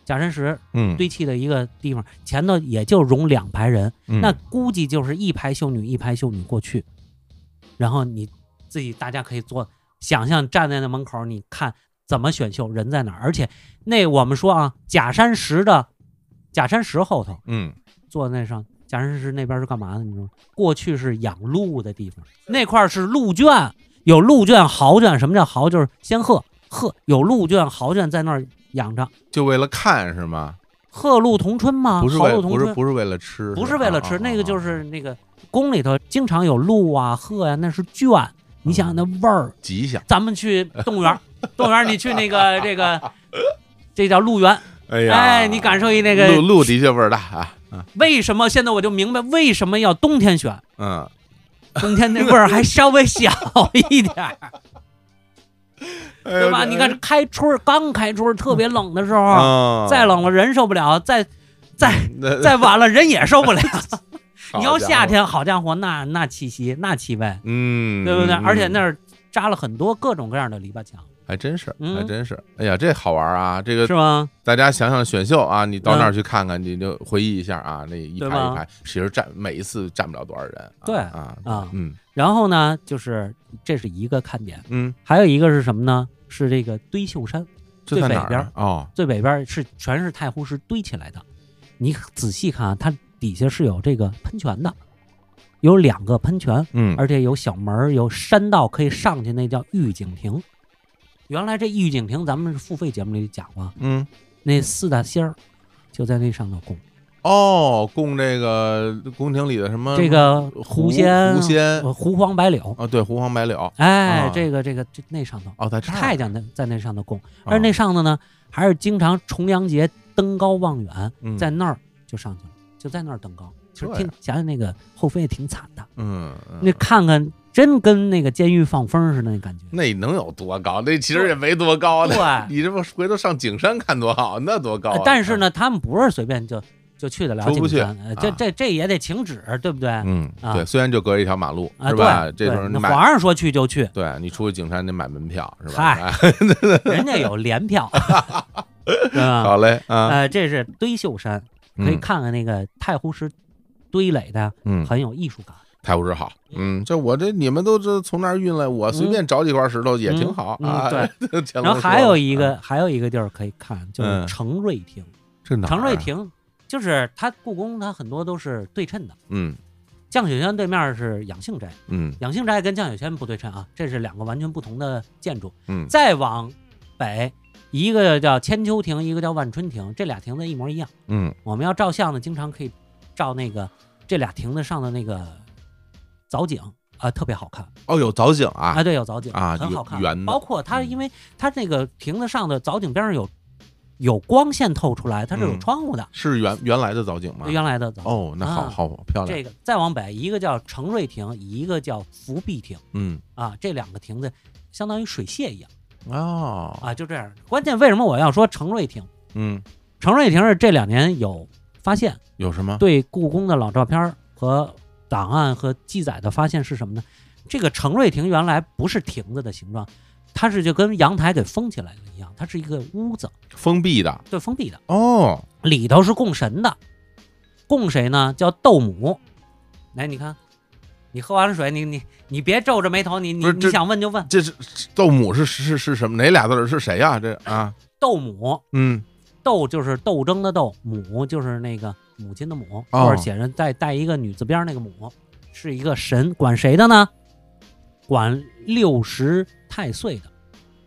[SPEAKER 10] 假山石
[SPEAKER 9] 嗯
[SPEAKER 10] 堆砌的一个地方，前头也就容两排人，
[SPEAKER 9] 嗯
[SPEAKER 10] 那估计就是一排秀女一排秀女过去，然后你自己大家可以做想象站在那门口，你看怎么选秀，人在哪儿？而且那我们说啊，假山石的假山石后头
[SPEAKER 9] 嗯
[SPEAKER 10] 坐那上。假山石那边是干嘛的？你知道吗？过去是养鹿的地方，那块儿是鹿圈，有鹿圈、獁圈。什么叫獁？就是仙鹤，鹤有鹿圈、獁圈在那儿养着。
[SPEAKER 9] 就为了看是吗？
[SPEAKER 10] 鹤鹿同春吗？
[SPEAKER 9] 不是
[SPEAKER 10] 豪
[SPEAKER 9] 为
[SPEAKER 10] 鹿
[SPEAKER 9] 不
[SPEAKER 10] 啊同
[SPEAKER 9] 是
[SPEAKER 10] 春
[SPEAKER 9] 不是为了吃，
[SPEAKER 10] 不是为了
[SPEAKER 9] 啊
[SPEAKER 10] 吃，
[SPEAKER 9] 啊
[SPEAKER 10] 那个就是那个宫里头经常有鹿啊、鹤呀、那是圈。你想想那味儿，
[SPEAKER 9] 吉祥。
[SPEAKER 10] 咱们去动物园儿，动物园儿你去那个这 个，
[SPEAKER 9] 啊
[SPEAKER 10] 这叫鹿园。
[SPEAKER 9] 哎呀，
[SPEAKER 10] 哎，你感受一那个
[SPEAKER 9] 鹿鹿的确味儿大啊，啊
[SPEAKER 10] 为什么现在我就明白为什么要冬天选，
[SPEAKER 9] 嗯，
[SPEAKER 10] 冬天那味儿还稍微小一点儿，对
[SPEAKER 9] 对
[SPEAKER 10] 吧？你看开春儿刚开春儿特别冷的时候，
[SPEAKER 9] 啊，
[SPEAKER 10] 再冷了人受不了，再再
[SPEAKER 9] 那
[SPEAKER 10] 再晚了人也受不了。
[SPEAKER 9] 嗯 好
[SPEAKER 10] 你要
[SPEAKER 9] 家
[SPEAKER 10] 夏
[SPEAKER 9] 伙，
[SPEAKER 10] 天，好家伙，那那气息，那气味，
[SPEAKER 9] 嗯，
[SPEAKER 10] 对不对？
[SPEAKER 9] 嗯
[SPEAKER 10] 而且那
[SPEAKER 9] 嗯
[SPEAKER 10] 儿扎了很多各种各样的篱笆墙，
[SPEAKER 9] 还真是，
[SPEAKER 10] 嗯
[SPEAKER 9] 还真是，哎呀，这好玩儿啊，这个
[SPEAKER 10] 是吗？
[SPEAKER 9] 大家想想选秀啊，你到
[SPEAKER 10] 嗯
[SPEAKER 9] 那儿去看看，你就回忆一下啊，那一排
[SPEAKER 10] 对
[SPEAKER 9] 一
[SPEAKER 10] 吧
[SPEAKER 9] 排，其实站每一次站不了多少人啊，
[SPEAKER 10] 对
[SPEAKER 9] 啊，
[SPEAKER 10] 啊，
[SPEAKER 9] 嗯
[SPEAKER 10] 然后呢，就是这是一个看点，
[SPEAKER 9] 嗯，
[SPEAKER 10] 还有一个是什么呢？是这个堆秀山，
[SPEAKER 9] 这
[SPEAKER 10] 最
[SPEAKER 9] 在
[SPEAKER 10] 北
[SPEAKER 9] 哪儿
[SPEAKER 10] 边
[SPEAKER 9] 啊
[SPEAKER 10] 儿？
[SPEAKER 9] 哦，
[SPEAKER 10] 最北边是全是太湖石堆起来的。你仔细看啊，它底下是有这个喷泉的，有两个喷泉，
[SPEAKER 9] 嗯，
[SPEAKER 10] 而且有小门儿，有山道可以上去，那叫御景亭。原来这御景亭，咱们付费节目里讲过，
[SPEAKER 9] 嗯，
[SPEAKER 10] 那四大仙儿就在那上头供。
[SPEAKER 9] 哦，供这个宫廷里的什么
[SPEAKER 10] 这个
[SPEAKER 9] 狐
[SPEAKER 10] 仙、
[SPEAKER 9] 狐
[SPEAKER 10] 狐
[SPEAKER 9] 仙
[SPEAKER 10] 狐黄白柳，
[SPEAKER 9] 啊，对，狐黄白柳，
[SPEAKER 10] 哎
[SPEAKER 9] 啊，
[SPEAKER 10] 这个这个这那上头，
[SPEAKER 9] 哦，在这儿
[SPEAKER 10] 太监在在那上头供，
[SPEAKER 9] 啊
[SPEAKER 10] 而那上头呢，还是经常重阳节登高望远，
[SPEAKER 9] 嗯
[SPEAKER 10] 在那儿就上去了，就在那儿登高，就是
[SPEAKER 9] 对
[SPEAKER 10] 听想想那个后妃也挺惨的，
[SPEAKER 9] 嗯，
[SPEAKER 10] 那看看真跟那个监狱放风似的那感觉，
[SPEAKER 9] 那能有多高？那其实也没多高
[SPEAKER 10] 对
[SPEAKER 9] 呢。 你这不回头上景山看多好，那多高啊
[SPEAKER 10] 呃！但是，呢，他们不是随便就就去得了
[SPEAKER 9] 出不去
[SPEAKER 10] 景山，呃这
[SPEAKER 9] 啊
[SPEAKER 10] 这这也得请旨，对不对？
[SPEAKER 9] 嗯，
[SPEAKER 10] 啊
[SPEAKER 9] 对，虽然就隔一条马路，
[SPEAKER 10] 啊，
[SPEAKER 9] 是吧？
[SPEAKER 10] 对，
[SPEAKER 9] 这时候
[SPEAKER 10] 对
[SPEAKER 9] 你
[SPEAKER 10] 那
[SPEAKER 9] 买，，
[SPEAKER 10] 皇上说去就去
[SPEAKER 9] 对你出去景山得买门票，是吧？
[SPEAKER 10] 嗨
[SPEAKER 9] 哎
[SPEAKER 10] 人家有联票，对吧？
[SPEAKER 9] 好嘞啊，
[SPEAKER 10] 呃，这是堆秀山，可以
[SPEAKER 9] 嗯
[SPEAKER 10] 看看那个太湖石堆垒的，
[SPEAKER 9] 嗯
[SPEAKER 10] 很有艺术感。
[SPEAKER 9] 太湖石好，嗯，这我这你们都这从那儿运来，我随便找几块石头也
[SPEAKER 10] 嗯
[SPEAKER 9] 挺好
[SPEAKER 10] 嗯
[SPEAKER 9] 啊。 对，
[SPEAKER 10] 然后还有一个，呃还有一个地儿可以看，就
[SPEAKER 9] 啊嗯
[SPEAKER 10] 是程瑞亭。
[SPEAKER 9] 这哪儿啊
[SPEAKER 10] 程瑞，亭就是它故宫，它很多都是对称的。
[SPEAKER 9] 嗯
[SPEAKER 10] 降雪轩对面是养性斋，
[SPEAKER 9] 嗯
[SPEAKER 10] 养性斋跟降雪轩不对称啊，这是两个完全不同的建筑。
[SPEAKER 9] 嗯，
[SPEAKER 10] 再往北，一个叫千秋亭，一个叫万春亭，这俩亭子一模一样。
[SPEAKER 9] 嗯
[SPEAKER 10] 我们要照相呢，经常可以照那个这俩亭子上的那个藻井啊、特别好看
[SPEAKER 9] 哦，有藻井啊，
[SPEAKER 10] 对，有藻井
[SPEAKER 9] 啊
[SPEAKER 10] 很
[SPEAKER 9] 有
[SPEAKER 10] 好看。
[SPEAKER 9] 圆的
[SPEAKER 10] 包括它，
[SPEAKER 9] 嗯
[SPEAKER 10] 因为它那个亭子上的藻井边上有有光线透出来，它是有
[SPEAKER 9] 嗯
[SPEAKER 10] 窗户的，
[SPEAKER 9] 是原原来的藻井吗？
[SPEAKER 10] 原来的藻井。
[SPEAKER 9] 哦，那好
[SPEAKER 10] 啊
[SPEAKER 9] 好漂亮，
[SPEAKER 10] 这个再往北，一个叫程瑞亭，一个叫福碧亭
[SPEAKER 9] 嗯
[SPEAKER 10] 啊，这两个亭子相当于水榭一样
[SPEAKER 9] 哦，
[SPEAKER 10] 啊，就这样。关键为什么我要说程瑞亭？
[SPEAKER 9] 嗯，
[SPEAKER 10] 程瑞亭是这两年有发现，
[SPEAKER 9] 有什么？
[SPEAKER 10] 对故宫的老照片儿和档案和记载的发现是什么呢？这个程瑞亭原来不是亭子的形状，它是就跟阳台给封起来了一样，它是一个屋子，
[SPEAKER 9] 封闭的
[SPEAKER 10] 对，封闭的，
[SPEAKER 9] 哦，
[SPEAKER 10] 里头是供神的，供谁呢？叫斗母。来，你看，你喝完了水，你你你别皱着眉头，你你
[SPEAKER 9] 不是这
[SPEAKER 10] 你想问就问。
[SPEAKER 9] 这是斗母是是是什么？哪俩字儿是谁呀、这啊，
[SPEAKER 10] 斗母，
[SPEAKER 9] 嗯，
[SPEAKER 10] 斗就是斗争的斗，母就是那个母亲的母，
[SPEAKER 9] 哦
[SPEAKER 10] 或者写着带带一个女字边儿那个母，是一个神，管谁的呢？管六十太岁的，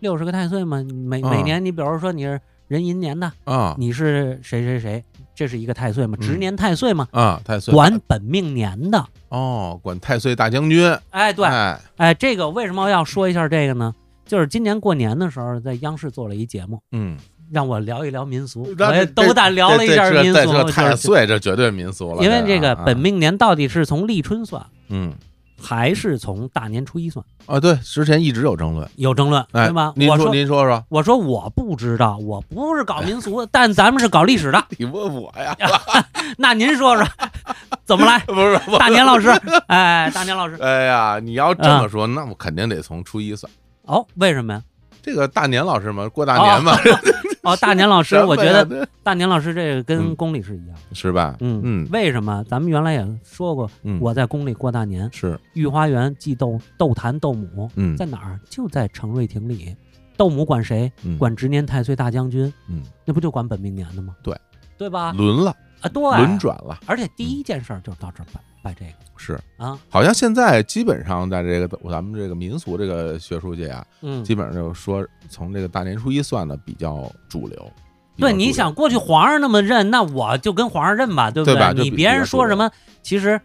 [SPEAKER 10] 六十个太岁嘛，每
[SPEAKER 9] 啊
[SPEAKER 10] 每年你比如说你是壬寅年的，
[SPEAKER 9] 啊
[SPEAKER 10] 你是谁谁谁，这是一个太岁
[SPEAKER 9] 嗯
[SPEAKER 10] 嘛，值年太岁嘛，
[SPEAKER 9] 啊，太岁
[SPEAKER 10] 管本命年的。
[SPEAKER 9] 哦，管太岁大将军，
[SPEAKER 10] 哎，对，
[SPEAKER 9] 哎
[SPEAKER 10] 哎，这个为什么要说一下这个呢？就是今年过年的时候，在央视做了一节目，
[SPEAKER 9] 嗯，
[SPEAKER 10] 让我聊一聊民俗，
[SPEAKER 9] 那
[SPEAKER 10] 我也
[SPEAKER 9] 这
[SPEAKER 10] 斗胆聊了一下
[SPEAKER 9] 这
[SPEAKER 10] 民
[SPEAKER 9] 这
[SPEAKER 10] 俗，
[SPEAKER 9] 这
[SPEAKER 10] 就
[SPEAKER 9] 这
[SPEAKER 10] 是
[SPEAKER 9] 太岁这绝对民俗了，
[SPEAKER 10] 因为这个
[SPEAKER 9] 啊
[SPEAKER 10] 本，命年到底是从立春算，
[SPEAKER 9] 嗯
[SPEAKER 10] 还是从大年初一算，
[SPEAKER 9] 啊，对，之前一直有争论，
[SPEAKER 10] 有争论，
[SPEAKER 9] 哎
[SPEAKER 10] 对吧，？
[SPEAKER 9] 您
[SPEAKER 10] 我
[SPEAKER 9] 说您说说，
[SPEAKER 10] 我说我不知道，啊我不是搞民俗的， 但咱们是搞历史的。
[SPEAKER 9] 你问我呀？
[SPEAKER 10] 哎那您说 说怎么来？
[SPEAKER 9] 不是不是，
[SPEAKER 10] 大年老师，哎，大年老师，
[SPEAKER 9] 哎呀，你要这
[SPEAKER 10] 嗯
[SPEAKER 9] 么说，那我肯定得从初一算。
[SPEAKER 10] 哦，为什么呀？
[SPEAKER 9] 这个大年老师嘛，过大年嘛，
[SPEAKER 10] 哦，大年老师，
[SPEAKER 9] 什么
[SPEAKER 10] 我觉
[SPEAKER 9] 呀
[SPEAKER 10] 得大年老师这个跟
[SPEAKER 9] 嗯
[SPEAKER 10] 宫里是一样。
[SPEAKER 9] 是吧？
[SPEAKER 10] 嗯
[SPEAKER 9] 嗯，
[SPEAKER 10] 为什么？咱们原来也说过，
[SPEAKER 9] 嗯
[SPEAKER 10] 我在宫里过大年，
[SPEAKER 9] 是
[SPEAKER 10] 御花园祭斗斗坛斗母，
[SPEAKER 9] 嗯
[SPEAKER 10] 在哪儿？就在承瑞亭里。斗母管谁？
[SPEAKER 9] 嗯
[SPEAKER 10] 管执年太岁大将军，
[SPEAKER 9] 嗯，
[SPEAKER 10] 那不就管本命年的吗？
[SPEAKER 9] 对，
[SPEAKER 10] 对吧？
[SPEAKER 9] 轮了
[SPEAKER 10] 啊，对，
[SPEAKER 9] 轮转了，
[SPEAKER 10] 而且第一件事儿就到这儿拜拜这个
[SPEAKER 9] 是。
[SPEAKER 10] 啊，
[SPEAKER 9] 好像现在基本上在这个咱们这个民俗这个学术界啊，
[SPEAKER 10] 嗯
[SPEAKER 9] 基本上就说从这个大年初一算的比较主流。比较
[SPEAKER 10] 对，
[SPEAKER 9] 主
[SPEAKER 10] 你
[SPEAKER 9] 流
[SPEAKER 10] 想过去皇上那么认，那我就跟皇上认吧，对不
[SPEAKER 9] 对吧就
[SPEAKER 10] 你
[SPEAKER 9] 比
[SPEAKER 10] 别
[SPEAKER 9] 比较
[SPEAKER 10] 人说
[SPEAKER 9] 多
[SPEAKER 10] 什么，其实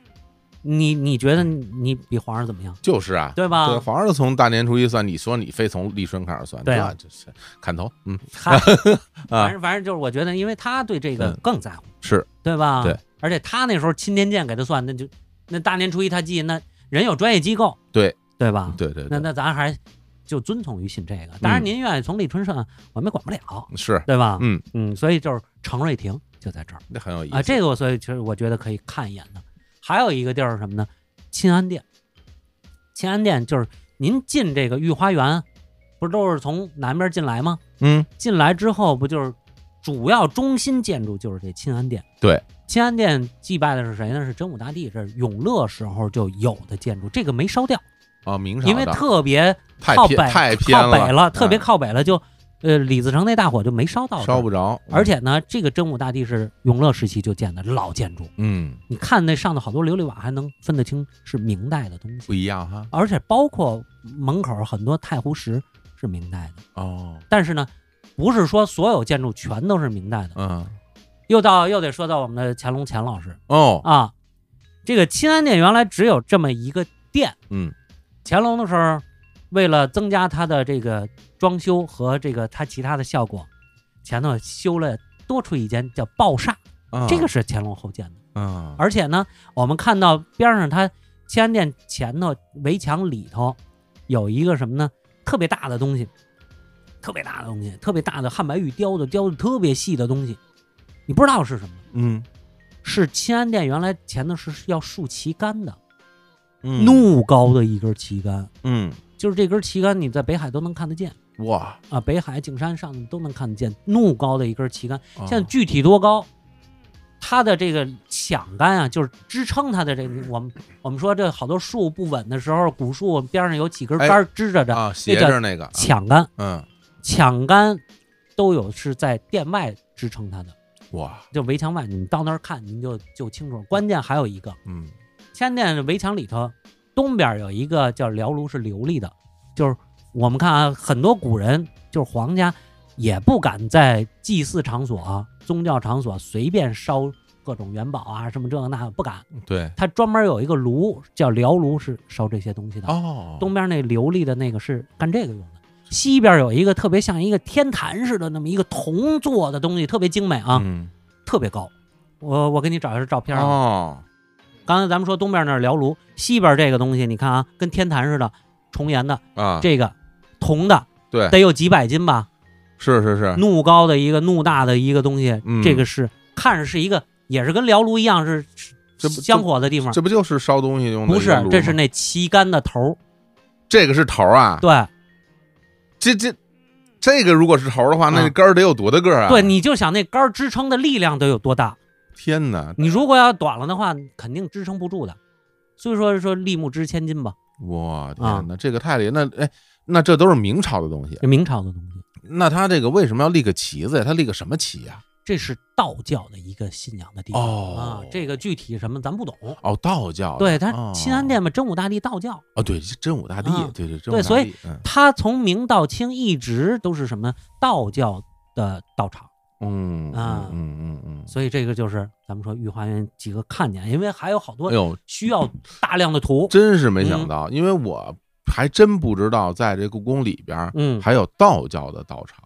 [SPEAKER 10] 你你觉得你比皇上怎么样？
[SPEAKER 9] 就是啊，
[SPEAKER 10] 对吧
[SPEAKER 9] 对，皇上从大年初一算，你说你非从立春开始算，
[SPEAKER 10] 对啊
[SPEAKER 9] 这就是砍头，嗯，
[SPEAKER 10] 嗨反
[SPEAKER 9] 啊，
[SPEAKER 10] 正反正就是我觉得，因为他对这个
[SPEAKER 9] 嗯
[SPEAKER 10] 更在乎，
[SPEAKER 9] 是
[SPEAKER 10] 对吧？
[SPEAKER 9] 对，
[SPEAKER 10] 而且他那时候钦天监给他算，那就那大年初一他记，那人有专业机构，
[SPEAKER 9] 对，
[SPEAKER 10] 对吧？
[SPEAKER 9] 对对对，
[SPEAKER 10] 那那咱还就遵从于信这个。当然，
[SPEAKER 9] 嗯
[SPEAKER 10] 您愿意从立春上，我们也管不了，
[SPEAKER 9] 是，
[SPEAKER 10] 对吧？
[SPEAKER 9] 嗯，
[SPEAKER 10] 嗯，所以就是程瑞亭就在这儿
[SPEAKER 9] 那很有意思
[SPEAKER 10] 啊，这个我所以其实我觉得可以看一眼的。还有一个地儿是什么呢？钦安殿，钦安殿就是您进这个御花园，不都是从南边进来吗？
[SPEAKER 9] 嗯，
[SPEAKER 10] 进来之后，不就是主要中心建筑就是这钦安殿？
[SPEAKER 9] 对，
[SPEAKER 10] 钦安殿祭拜的是谁呢？是真武大帝，这是永乐时候就有的建筑，这个没烧掉，
[SPEAKER 9] 啊，明朝的
[SPEAKER 10] 因为特别
[SPEAKER 9] 太
[SPEAKER 10] 靠北，
[SPEAKER 9] 偏太偏
[SPEAKER 10] 靠北
[SPEAKER 9] 了
[SPEAKER 10] 特别
[SPEAKER 9] 嗯
[SPEAKER 10] 靠北了，就呃李自成那大火就没烧到，
[SPEAKER 9] 烧不。着，嗯
[SPEAKER 10] 而且呢，这个真武大帝是永乐时期就建的老建筑，
[SPEAKER 9] 嗯
[SPEAKER 10] 你看那上头好多琉璃瓦，还能分得清是明代的东
[SPEAKER 9] 不
[SPEAKER 10] 西，
[SPEAKER 9] 一样哈，
[SPEAKER 10] 而且包括门口很多太湖石是明代的。
[SPEAKER 9] 哦，
[SPEAKER 10] 但是呢，不是说所有建筑全都是明代的。
[SPEAKER 9] 嗯
[SPEAKER 10] 又到又得说到我们的乾隆乾老师
[SPEAKER 9] 哦，
[SPEAKER 10] 啊，这个钦安殿原来只有这么一个殿，
[SPEAKER 9] 嗯
[SPEAKER 10] 乾隆的时候，为了增加它的这个装修和这个它其他的效果，前头修了多出一间叫抱厦，
[SPEAKER 9] 啊，
[SPEAKER 10] 这个是乾隆后建的。
[SPEAKER 9] 啊，
[SPEAKER 10] 而且呢，我们看到边上它乾安殿前头围墙里头有一个什么呢？特别大的东西，特别大的东西，特别大的汉白玉雕的，雕的特别细的东西，你不知道是什么？
[SPEAKER 9] 嗯
[SPEAKER 10] 是乾安殿原来前头是要竖旗杆的，
[SPEAKER 9] 嗯
[SPEAKER 10] 怒高的一根旗杆，
[SPEAKER 9] 嗯
[SPEAKER 10] 就是这根旗杆你在北海都能看得见
[SPEAKER 9] 哇，
[SPEAKER 10] 啊，北海、景山上都能看得见，怒高的一根旗杆。
[SPEAKER 9] 哦
[SPEAKER 10] 现在具体多高，它的这个抢杆啊，就是支撑它的这个，我们我们说这好多树不稳的时候，古树边上有几根杆儿支着着，
[SPEAKER 9] 啊，斜着那个，
[SPEAKER 10] 抢杆，
[SPEAKER 9] 嗯
[SPEAKER 10] 抢杆都有是在殿外支撑它的，
[SPEAKER 9] 哇，
[SPEAKER 10] 就围墙外，你到那儿看您就就清楚了。关键还有一个，
[SPEAKER 9] 嗯
[SPEAKER 10] 千殿围墙里头东边有一个叫辽炉是琉璃的，就是我们看啊，很多古人就是皇家也不敢在祭祀场所、啊、宗教场所随便烧各种元宝啊，什么这个那个不敢。
[SPEAKER 9] 对，
[SPEAKER 10] 他专门有一个炉叫辽炉，是烧这些东西的。
[SPEAKER 9] 哦，
[SPEAKER 10] 东边那琉璃的那个是干这个用的，西边有一个特别像一个天坛似的那么一个铜做的东西，特别精美啊，
[SPEAKER 9] 嗯
[SPEAKER 10] 特别高。我我给你找一下照片啊。
[SPEAKER 9] 哦，
[SPEAKER 10] 刚才咱们说东边那是辽炉，西边这个东西，你看啊，跟天坛似的，重檐的，
[SPEAKER 9] 啊，
[SPEAKER 10] 这个铜的
[SPEAKER 9] 对，
[SPEAKER 10] 得有几百斤吧，
[SPEAKER 9] 是是是，
[SPEAKER 10] 怒高的一个怒大的一个东西，
[SPEAKER 9] 嗯
[SPEAKER 10] 这个是看着是一个，也是跟辽炉一样是是
[SPEAKER 9] 这不
[SPEAKER 10] 香火的地方
[SPEAKER 9] 这，不就是烧东西用的一
[SPEAKER 10] 不
[SPEAKER 9] 个
[SPEAKER 10] 是
[SPEAKER 9] 炉，
[SPEAKER 10] 这是
[SPEAKER 9] 吗
[SPEAKER 10] 那旗杆的头儿，
[SPEAKER 9] 这个是头儿啊，
[SPEAKER 10] 对
[SPEAKER 9] 这这这个如果是头儿的话，那
[SPEAKER 10] 啊
[SPEAKER 9] 杆儿得有多大个儿啊？
[SPEAKER 10] 对，你就想那杆儿支撑的力量得有多大，
[SPEAKER 9] 天哪，
[SPEAKER 10] 你如果要短了的话，肯定支撑不住的，所以说说立木支千金吧，
[SPEAKER 9] 我天
[SPEAKER 10] 嗯
[SPEAKER 9] 哪，这个太厉害！那哎，那这都是明朝的东西，
[SPEAKER 10] 这明朝的东西，
[SPEAKER 9] 那他这个为什么要立个旗子呀？他立个什么旗呀？
[SPEAKER 10] 这是道教的一个信仰的地方、
[SPEAKER 9] 哦
[SPEAKER 10] 啊，这个具体什么咱不懂。
[SPEAKER 9] 哦，道教的。
[SPEAKER 10] 对，它
[SPEAKER 9] 哦
[SPEAKER 10] 钦安殿嘛，真武大帝道教，
[SPEAKER 9] 哦，对，是真武大帝
[SPEAKER 10] 啊，
[SPEAKER 9] 对对，真武
[SPEAKER 10] 对，
[SPEAKER 9] 大
[SPEAKER 10] 所以
[SPEAKER 9] 帝嗯
[SPEAKER 10] 它从明到清一直都是什么呢道教的道场，
[SPEAKER 9] 嗯
[SPEAKER 10] 啊
[SPEAKER 9] 嗯嗯嗯
[SPEAKER 10] 所以这个就是咱们说御花园几个看点，因为还有好
[SPEAKER 9] 嗯，
[SPEAKER 10] 多
[SPEAKER 9] 哎呦，
[SPEAKER 10] 需要大量的图，
[SPEAKER 9] 真是没
[SPEAKER 10] 嗯
[SPEAKER 9] 想到，因为我还真不知道，在这故宫里边儿
[SPEAKER 10] 嗯
[SPEAKER 9] 还有道教的道场。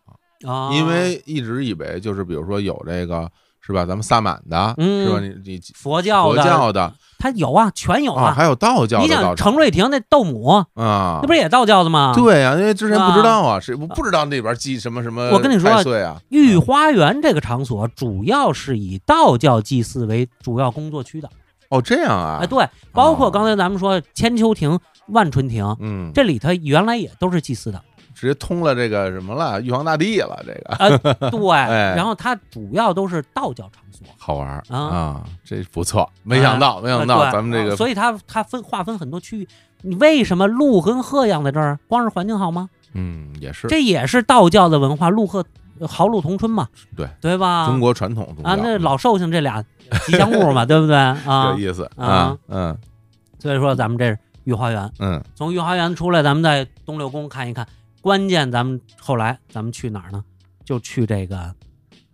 [SPEAKER 10] 啊，
[SPEAKER 9] 因为一直以为就是比如说有这个是吧，咱们萨满的，
[SPEAKER 10] 嗯
[SPEAKER 9] 是吧？你你
[SPEAKER 10] 佛教
[SPEAKER 9] 佛
[SPEAKER 10] 的
[SPEAKER 9] 教的
[SPEAKER 10] 它有啊，全有
[SPEAKER 9] 啊，还有道教
[SPEAKER 10] 你
[SPEAKER 9] 的
[SPEAKER 10] 想
[SPEAKER 9] 道
[SPEAKER 10] 程
[SPEAKER 9] 场
[SPEAKER 10] 瑞亭那斗母，
[SPEAKER 9] 啊，
[SPEAKER 10] 那不是也道教的吗？，
[SPEAKER 9] 对呀、因为之前不知道啊，是不
[SPEAKER 10] 啊
[SPEAKER 9] 不知道那边祭什么什么。
[SPEAKER 10] 我跟你说
[SPEAKER 9] 岁啊，
[SPEAKER 10] 御花园这个场所主要是以道教祭祀为主要工作区的，
[SPEAKER 9] 哦，这样啊，
[SPEAKER 10] 哎，，对，包括
[SPEAKER 9] 哦
[SPEAKER 10] 刚才咱们说千秋亭、万春亭，
[SPEAKER 9] 嗯，
[SPEAKER 10] 这里头原来也都是祭祀的，
[SPEAKER 9] 直接通了这个什么了，玉皇大帝了，这个
[SPEAKER 10] 啊，对，
[SPEAKER 9] 哎
[SPEAKER 10] 然后它主要都是道教场所，
[SPEAKER 9] 好玩儿
[SPEAKER 10] 啊
[SPEAKER 9] 啊，这不错，没想到，
[SPEAKER 10] 哎
[SPEAKER 9] 没想到
[SPEAKER 10] 对
[SPEAKER 9] 咱们这个，
[SPEAKER 10] 所以它它分划分很多区域。你为什么陆跟鹤养在这儿？光是环境好吗？
[SPEAKER 9] 嗯，也是
[SPEAKER 10] 这也是道教的文化，陆鹤呃豪陆同春嘛，
[SPEAKER 9] 对
[SPEAKER 10] 对吧？
[SPEAKER 9] 中国传统宗教
[SPEAKER 10] 啊，那老寿星这俩吉祥物 嘛，对不对啊
[SPEAKER 9] 有？意思
[SPEAKER 10] 啊，
[SPEAKER 9] 嗯
[SPEAKER 10] 所以说咱们这是御花园，
[SPEAKER 9] 嗯，
[SPEAKER 10] 从御花园出来，咱们在东六宫看一看。关键咱们后来咱们去哪儿呢？就去这个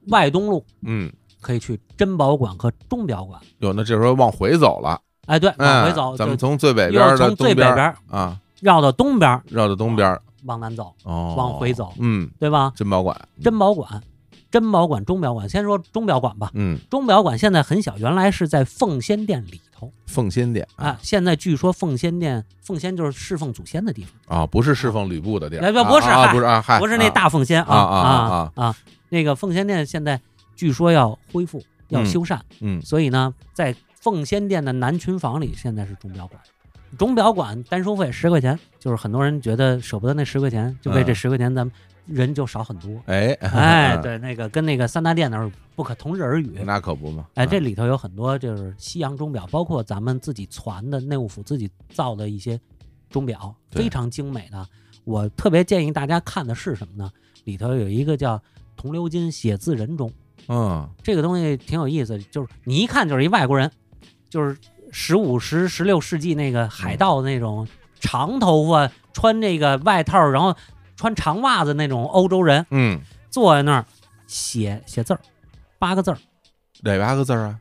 [SPEAKER 10] 外东路，
[SPEAKER 9] 嗯，
[SPEAKER 10] 可以去珍宝馆和钟表馆。
[SPEAKER 9] 有那这时候往回走了，
[SPEAKER 10] 哎，对，往回走，
[SPEAKER 9] 嗯咱
[SPEAKER 10] 就
[SPEAKER 9] 们从最北边儿
[SPEAKER 10] 又
[SPEAKER 9] 的
[SPEAKER 10] 从最
[SPEAKER 9] 东边
[SPEAKER 10] 北
[SPEAKER 9] 儿
[SPEAKER 10] 边儿
[SPEAKER 9] 啊，
[SPEAKER 10] 绕到东边儿，
[SPEAKER 9] 绕到东边儿
[SPEAKER 10] 往南走，
[SPEAKER 9] 哦，
[SPEAKER 10] 往回走，
[SPEAKER 9] 嗯，
[SPEAKER 10] 对吧？
[SPEAKER 9] 珍宝馆，
[SPEAKER 10] 珍宝馆、珍宝馆、钟表馆，先说钟表馆吧。
[SPEAKER 9] 嗯，
[SPEAKER 10] 钟表馆现在很小，原来是在奉先殿里头
[SPEAKER 9] 奉先殿
[SPEAKER 10] 啊。现在据说奉先殿，奉先就是侍奉祖先的地方，
[SPEAKER 9] 啊，不是侍奉吕布的地
[SPEAKER 10] 哎
[SPEAKER 9] 儿，
[SPEAKER 10] 不
[SPEAKER 9] 啊
[SPEAKER 10] 不是
[SPEAKER 9] 啊
[SPEAKER 10] 嗨
[SPEAKER 9] 不是啊，嗨
[SPEAKER 10] 不是那大奉先
[SPEAKER 9] 啊啊
[SPEAKER 10] 啊
[SPEAKER 9] 啊
[SPEAKER 10] 啊！那个奉先殿现在据说要恢复、要
[SPEAKER 9] 嗯
[SPEAKER 10] 修缮，
[SPEAKER 9] 嗯
[SPEAKER 10] 所以呢，在奉先殿的南群坊里现在是钟表馆。钟表馆单收费十块钱，就是很多人觉得舍不得那十块钱，就为这
[SPEAKER 9] 嗯
[SPEAKER 10] 十块钱咱们人就少很多。
[SPEAKER 9] 哎
[SPEAKER 10] 哎，
[SPEAKER 9] 嗯
[SPEAKER 10] 对，那个跟那个三大殿那儿不可同日而语。
[SPEAKER 9] 那可不嘛，
[SPEAKER 10] 哎，这里头有很多就是西洋钟表，包括咱们自己传的内务府自己造的一些钟表，
[SPEAKER 9] 对
[SPEAKER 10] 非常精美的。我特别建议大家看的是什么呢？里头有一个叫铜鎏金写字人钟，
[SPEAKER 9] 嗯
[SPEAKER 10] 这个东西挺有意思，就是你一看就是一外国人，就是十五、十十六世纪那个海盗那种长头发、穿那个外套，然后穿长袜子那种欧洲人，
[SPEAKER 9] 嗯，
[SPEAKER 10] 坐在那儿写写字儿，八个字儿，
[SPEAKER 9] 哪八个字儿啊？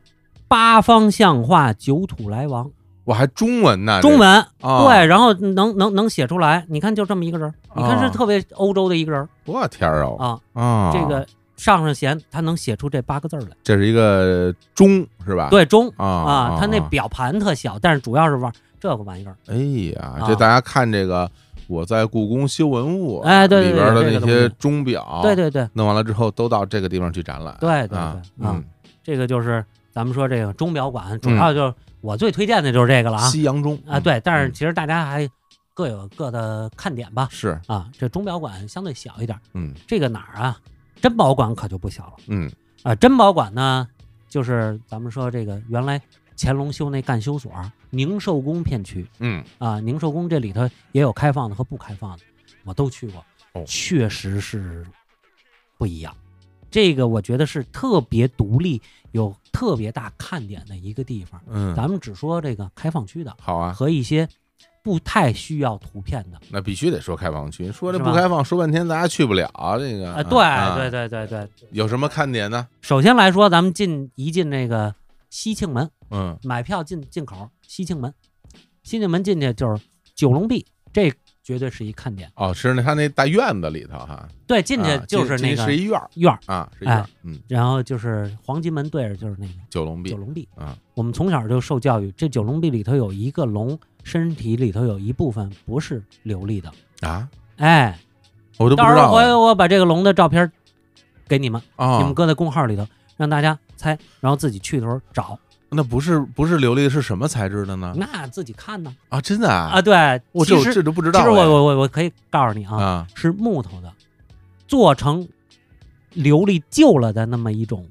[SPEAKER 10] 八方向化，九土来往，
[SPEAKER 9] 我还中文呢，这
[SPEAKER 10] 中文、
[SPEAKER 9] 啊
[SPEAKER 10] 对，然后能能能写出来，你看就这么一个人儿，你看是特别欧洲的一个人儿
[SPEAKER 9] 我天儿啊
[SPEAKER 10] 啊，
[SPEAKER 9] 啊，
[SPEAKER 10] 这个上上弦他能写出这八个字儿来，
[SPEAKER 9] 这是一个钟是吧？
[SPEAKER 10] 对钟
[SPEAKER 9] 啊
[SPEAKER 10] 啊，他那
[SPEAKER 9] 啊
[SPEAKER 10] 表盘特小，但是主要是玩这个玩意儿，
[SPEAKER 9] 哎呀，
[SPEAKER 10] 啊
[SPEAKER 9] 这大家看这个，我在故宫修文物，
[SPEAKER 10] 哎对对
[SPEAKER 9] 里边
[SPEAKER 10] 对
[SPEAKER 9] 的那
[SPEAKER 10] 这个东
[SPEAKER 9] 些
[SPEAKER 10] 西
[SPEAKER 9] 钟表，
[SPEAKER 10] 对对对
[SPEAKER 9] 弄完了之后都到这个地方去展览，
[SPEAKER 10] 对对对
[SPEAKER 9] 啊
[SPEAKER 10] 啊，
[SPEAKER 9] 嗯，
[SPEAKER 10] 这个就是咱们说这个钟表馆，主要就是我最推荐的就是这个了啊，
[SPEAKER 9] 西洋钟
[SPEAKER 10] 啊，
[SPEAKER 9] 嗯
[SPEAKER 10] 对，但是
[SPEAKER 9] 嗯
[SPEAKER 10] 其实大家还各有各的看点吧。
[SPEAKER 9] 是，
[SPEAKER 10] 啊，这钟表馆相对小一点，
[SPEAKER 9] 嗯
[SPEAKER 10] 这个哪儿啊？珍宝馆可就不小了
[SPEAKER 9] 嗯
[SPEAKER 10] 啊！珍宝馆呢，就是咱们说这个原来乾隆修那干休所儿宁寿宫片区
[SPEAKER 9] 嗯，
[SPEAKER 10] 啊，宁寿宫这里头也有开放的和不开放的，我都去过，确实是不一样。这个我觉得是特别独立、有特别大看点的一个地方。
[SPEAKER 9] 嗯
[SPEAKER 10] 咱们只说这个开放区的，
[SPEAKER 9] 好啊，
[SPEAKER 10] 和一些不太需要图片的。
[SPEAKER 9] 那必须得说开放区，说这
[SPEAKER 10] 是
[SPEAKER 9] 不
[SPEAKER 10] 吧
[SPEAKER 9] 开放，说半天大家去不了，这个
[SPEAKER 10] 啊，对对
[SPEAKER 9] 对，
[SPEAKER 10] 对对对。
[SPEAKER 9] 有什么看点呢？
[SPEAKER 10] 首先来说，咱们进一进这个西庆门，
[SPEAKER 9] 嗯，
[SPEAKER 10] 买票进进口西庆门，西庆门进去就是九龙壁，这绝对是一看点。
[SPEAKER 9] 哦，是那他那大院子里头哈，
[SPEAKER 10] 对，进去
[SPEAKER 9] 啊
[SPEAKER 10] 就是
[SPEAKER 9] 进
[SPEAKER 10] 那个
[SPEAKER 9] 进是一院儿
[SPEAKER 10] 院儿
[SPEAKER 9] 啊，是一院
[SPEAKER 10] 哎
[SPEAKER 9] 儿，，嗯，
[SPEAKER 10] 然后就是黄金门对着就是那个
[SPEAKER 9] 九龙壁，
[SPEAKER 10] 九龙壁。
[SPEAKER 9] 啊，
[SPEAKER 10] 我们从小就受教育，这九龙壁里头有一个龙身体里头有一部分不是流利的，
[SPEAKER 9] 啊，
[SPEAKER 10] 哎，
[SPEAKER 9] 我都不
[SPEAKER 10] 到
[SPEAKER 9] 知
[SPEAKER 10] 时
[SPEAKER 9] 道
[SPEAKER 10] 候回
[SPEAKER 9] 啊
[SPEAKER 10] 头我把这个龙的照片儿给你们，
[SPEAKER 9] 啊
[SPEAKER 10] 你们搁在公号里头，让大家猜，然后自己去的时候找，
[SPEAKER 9] 那不是不是琉璃是什么材质的呢？
[SPEAKER 10] 那自己看呢。
[SPEAKER 9] 啊，真的啊
[SPEAKER 10] 嗯啊，，对，
[SPEAKER 9] 我
[SPEAKER 10] 其
[SPEAKER 9] 这
[SPEAKER 10] 实
[SPEAKER 9] 这都不知道
[SPEAKER 10] 其实我
[SPEAKER 9] 哎
[SPEAKER 10] 我我我可以告诉你啊，
[SPEAKER 9] 啊
[SPEAKER 10] 是木头的，做成琉璃旧了的那么一种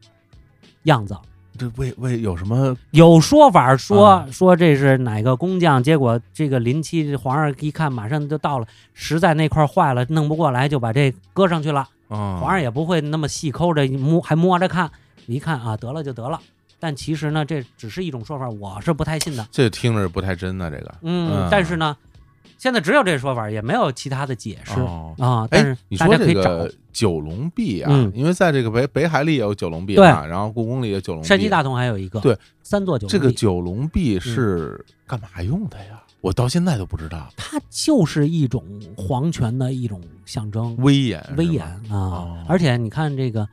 [SPEAKER 10] 样子。
[SPEAKER 9] 这为为有什么
[SPEAKER 10] 有说法说说这是哪个工匠，结果这个临期皇上一看，马上就到了，实在那块儿坏了，弄不过来，就把这搁上去了。
[SPEAKER 9] 啊？
[SPEAKER 10] 皇上也不会那么细抠着摸，还摸着看，一看啊，得了就得了。但其实呢，这只是一种说法，我是不太信的。
[SPEAKER 9] 这听着不太真呢，这个
[SPEAKER 10] 嗯，但是呢，现在只有这说法，也没有其他的解释
[SPEAKER 9] 哦
[SPEAKER 10] 啊。但
[SPEAKER 9] 哎
[SPEAKER 10] 是，
[SPEAKER 9] 你
[SPEAKER 10] 大
[SPEAKER 9] 说
[SPEAKER 10] 家可
[SPEAKER 9] 这
[SPEAKER 10] 以找
[SPEAKER 9] 个九龙壁啊
[SPEAKER 10] 嗯，
[SPEAKER 9] 因为在这个北北海里也有九龙壁
[SPEAKER 10] 对
[SPEAKER 9] 啊，然后故宫里也有九龙壁，
[SPEAKER 10] 山西大同还有一个，
[SPEAKER 9] 对
[SPEAKER 10] 三座九
[SPEAKER 9] 这
[SPEAKER 10] 龙
[SPEAKER 9] 个
[SPEAKER 10] 壁，嗯
[SPEAKER 9] 九龙壁是干嘛用的呀？我到现在都不知道，
[SPEAKER 10] 它就是一种皇权的一种象征，
[SPEAKER 9] 威严是
[SPEAKER 10] 威
[SPEAKER 9] 吗
[SPEAKER 10] 严啊
[SPEAKER 9] 嗯哦。
[SPEAKER 10] 而且你看这个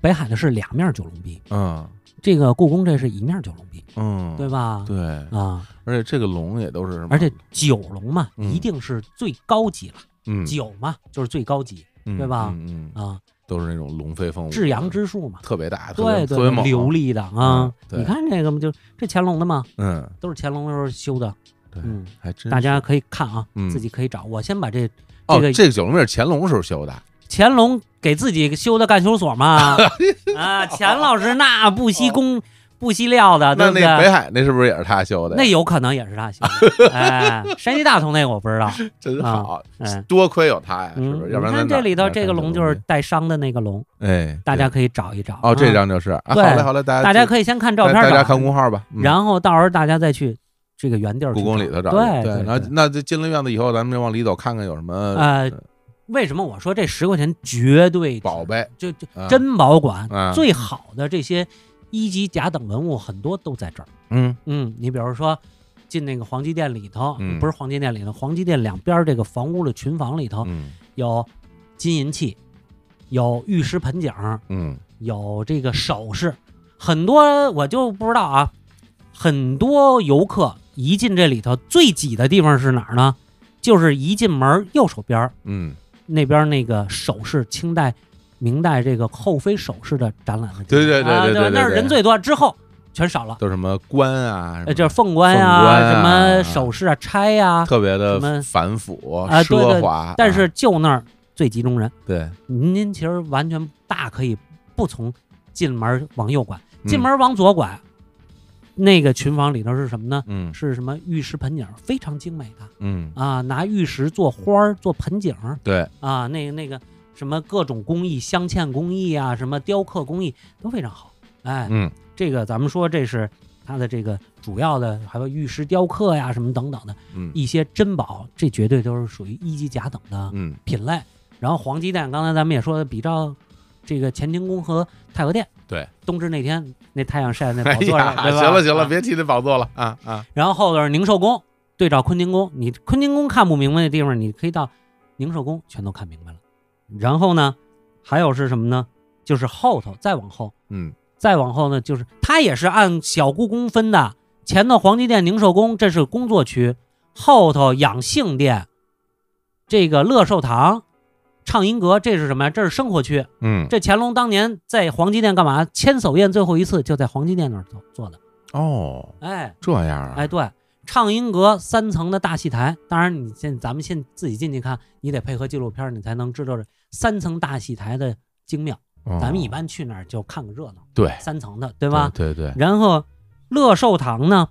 [SPEAKER 10] 北海的是两面九龙壁，
[SPEAKER 9] 嗯
[SPEAKER 10] 这个故宫这是一面九龙壁，
[SPEAKER 9] 嗯，
[SPEAKER 10] 对吧？
[SPEAKER 9] 对
[SPEAKER 10] 啊，
[SPEAKER 9] 而且这个龙也都是什么，
[SPEAKER 10] 而且九龙嘛，
[SPEAKER 9] 嗯
[SPEAKER 10] 一定是最高级了。
[SPEAKER 9] 嗯
[SPEAKER 10] 九嘛，就是最高级，
[SPEAKER 9] 嗯
[SPEAKER 10] 对吧？
[SPEAKER 9] 嗯嗯
[SPEAKER 10] 啊，
[SPEAKER 9] 都是那种龙飞凤舞，
[SPEAKER 10] 至阳之术嘛，
[SPEAKER 9] 特别大，特
[SPEAKER 10] 对
[SPEAKER 9] 别
[SPEAKER 10] 对，
[SPEAKER 9] 特别猛，
[SPEAKER 10] 流利的啊
[SPEAKER 9] 嗯。对
[SPEAKER 10] 你看这个嘛，就这乾隆的嘛，
[SPEAKER 9] 嗯，
[SPEAKER 10] 都是乾隆的时候修的。
[SPEAKER 9] 对
[SPEAKER 10] 嗯，
[SPEAKER 9] 还真
[SPEAKER 10] 大
[SPEAKER 9] 是
[SPEAKER 10] 家可以看啊
[SPEAKER 9] 嗯，
[SPEAKER 10] 自己可以找。我先把这
[SPEAKER 9] 哦
[SPEAKER 10] 这，个啊
[SPEAKER 9] 这个九龙壁是乾隆时候修的，
[SPEAKER 10] 乾隆给自己修的干休所嘛， 啊，钱老师那不惜工不惜料的，
[SPEAKER 9] 哦
[SPEAKER 10] 对
[SPEAKER 9] 那
[SPEAKER 10] 不对？啊
[SPEAKER 9] 那北海那是不是也是他修的？
[SPEAKER 10] 那有可能也是他修 的，哎，山西大同那个我不知道，
[SPEAKER 9] 真
[SPEAKER 10] 啊
[SPEAKER 9] 好，
[SPEAKER 10] 嗯
[SPEAKER 9] 多亏有他呀，是不
[SPEAKER 10] 嗯，
[SPEAKER 9] 是？
[SPEAKER 10] 你
[SPEAKER 9] 要不然咱
[SPEAKER 10] 看
[SPEAKER 9] 哪
[SPEAKER 10] 这里头
[SPEAKER 9] 哪
[SPEAKER 10] 这个
[SPEAKER 9] 看
[SPEAKER 10] 龙就是带伤的那个龙，
[SPEAKER 9] 哎，
[SPEAKER 10] 大
[SPEAKER 9] 对
[SPEAKER 10] 家可以找一找。
[SPEAKER 9] 哦，这
[SPEAKER 10] 啊
[SPEAKER 9] 张就是啊，好
[SPEAKER 10] 对
[SPEAKER 9] 嘞好嘞，大家
[SPEAKER 10] 大家
[SPEAKER 9] 以
[SPEAKER 10] 可以先看照片，
[SPEAKER 9] 大家看公号吧，嗯
[SPEAKER 10] 然后到时候大家再去这个原地儿去
[SPEAKER 9] 故宫里头找去
[SPEAKER 10] 对
[SPEAKER 9] 对，那那这进了院子以后，咱们就往里走，看看有什么
[SPEAKER 10] 呃，为什么我说这十块钱绝对
[SPEAKER 9] 宝贝？
[SPEAKER 10] 就就
[SPEAKER 9] 嗯
[SPEAKER 10] 真保管
[SPEAKER 9] 嗯，
[SPEAKER 10] 最好的这些一级甲等文物很多都在这儿。
[SPEAKER 9] 嗯
[SPEAKER 10] 嗯，你比如说进那个黄鸡殿里头
[SPEAKER 9] 嗯，
[SPEAKER 10] 不是黄鸡殿里头，黄鸡殿两边这个房屋的群房里头
[SPEAKER 9] 嗯
[SPEAKER 10] 有金银器，有玉石盆景，
[SPEAKER 9] 嗯
[SPEAKER 10] 有这个首饰，很多我就不知道啊。很多游客一进这里头，最挤的地方是哪儿呢？就是一进门右手边儿
[SPEAKER 9] 嗯，
[SPEAKER 10] 那边那个首饰，清代、明代这个后妃首饰的展览的地
[SPEAKER 9] 对对
[SPEAKER 10] 方啊
[SPEAKER 9] 对对对，
[SPEAKER 10] 那儿
[SPEAKER 9] 对
[SPEAKER 10] 人最多，之后全少了。
[SPEAKER 9] 都什么官啊，
[SPEAKER 10] 呃，就是凤冠
[SPEAKER 9] 凤冠
[SPEAKER 10] 呀，
[SPEAKER 9] 啊
[SPEAKER 10] 什么首饰啊、钗呀，
[SPEAKER 9] 特别的
[SPEAKER 10] 什么
[SPEAKER 9] 繁复
[SPEAKER 10] 啊，对
[SPEAKER 9] 奢
[SPEAKER 10] 对
[SPEAKER 9] 华，，
[SPEAKER 10] 但是就那儿最集中人。
[SPEAKER 9] 对，
[SPEAKER 10] 您您其实完全大可以不从进门往右拐，
[SPEAKER 9] 嗯
[SPEAKER 10] 进门往左拐，那个群房里头是什么呢？
[SPEAKER 9] 嗯
[SPEAKER 10] 是什么玉石盆景，非常精美的
[SPEAKER 9] 嗯
[SPEAKER 10] 啊，拿玉石做花儿、做盆景儿
[SPEAKER 9] 对，
[SPEAKER 10] 啊，那个那个什么各种工艺，镶嵌工艺啊，什么雕刻工艺都非常好。哎，
[SPEAKER 9] 嗯
[SPEAKER 10] 这个咱们说这是它的这个主要的，还有玉石雕刻呀什么等等的
[SPEAKER 9] 嗯
[SPEAKER 10] 一些珍宝，这绝对都是属于一级甲等的
[SPEAKER 9] 嗯
[SPEAKER 10] 品类。然后黄鸡蛋，刚才咱们也说了，比照这个乾清宫和太和殿，
[SPEAKER 9] 对，
[SPEAKER 10] 冬至那天那太阳晒在那
[SPEAKER 9] 哎
[SPEAKER 10] 宝座上，
[SPEAKER 9] 呀，
[SPEAKER 10] 对吧？
[SPEAKER 9] 行了行了，
[SPEAKER 10] 啊
[SPEAKER 9] 别提那宝座了啊啊，
[SPEAKER 10] 然后后边是宁寿宫对照坤宁宫，你坤宁宫看不明白的地方，你可以到宁寿宫全都看明白了。然后呢，还有是什么呢？就是后头再往后，
[SPEAKER 9] 嗯
[SPEAKER 10] 再往后呢，就是它也是按小故宫分的，前头黄鸡殿、宁寿宫这是工作区，后头养性殿、这个乐寿堂、畅音阁这是什么呀？这是生活区。
[SPEAKER 9] 嗯，
[SPEAKER 10] 这乾隆当年在黄鸡殿干嘛？千叟宴最后一次就在黄鸡殿那儿做做的。
[SPEAKER 9] 哦，
[SPEAKER 10] 哎，
[SPEAKER 9] 这样啊，
[SPEAKER 10] 哎，对，畅音阁三层的大戏台，当然你现咱们现自己进去看，你得配合纪录片儿，你才能知道这三层大戏台的精妙。
[SPEAKER 9] 哦
[SPEAKER 10] 咱们一般去那儿就看个热闹，
[SPEAKER 9] 对
[SPEAKER 10] 三层的，对吧？
[SPEAKER 9] 对对，对
[SPEAKER 10] 然后乐寿堂呢，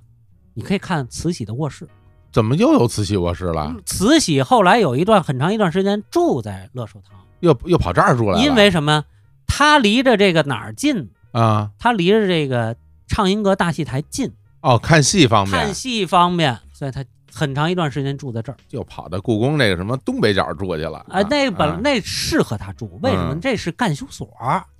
[SPEAKER 10] 你可以看慈禧的卧室。
[SPEAKER 9] 怎么又有慈禧卧室了？
[SPEAKER 10] 慈禧后来有一段很长一段时间住在乐寿堂，
[SPEAKER 9] 又又跑这儿住来了？
[SPEAKER 10] 因为什么？她离着这个哪儿近？
[SPEAKER 9] 啊，
[SPEAKER 10] 她离着这个畅音阁大戏台近，
[SPEAKER 9] 哦，看戏方面
[SPEAKER 10] 看，戏方便，所以她很长一段时间住在这儿。
[SPEAKER 9] 就跑到故宫这个什么东北角住去了。
[SPEAKER 10] 啊，那
[SPEAKER 9] 啊
[SPEAKER 10] 本那适合他住，为什么？
[SPEAKER 9] 嗯
[SPEAKER 10] 这是干休所，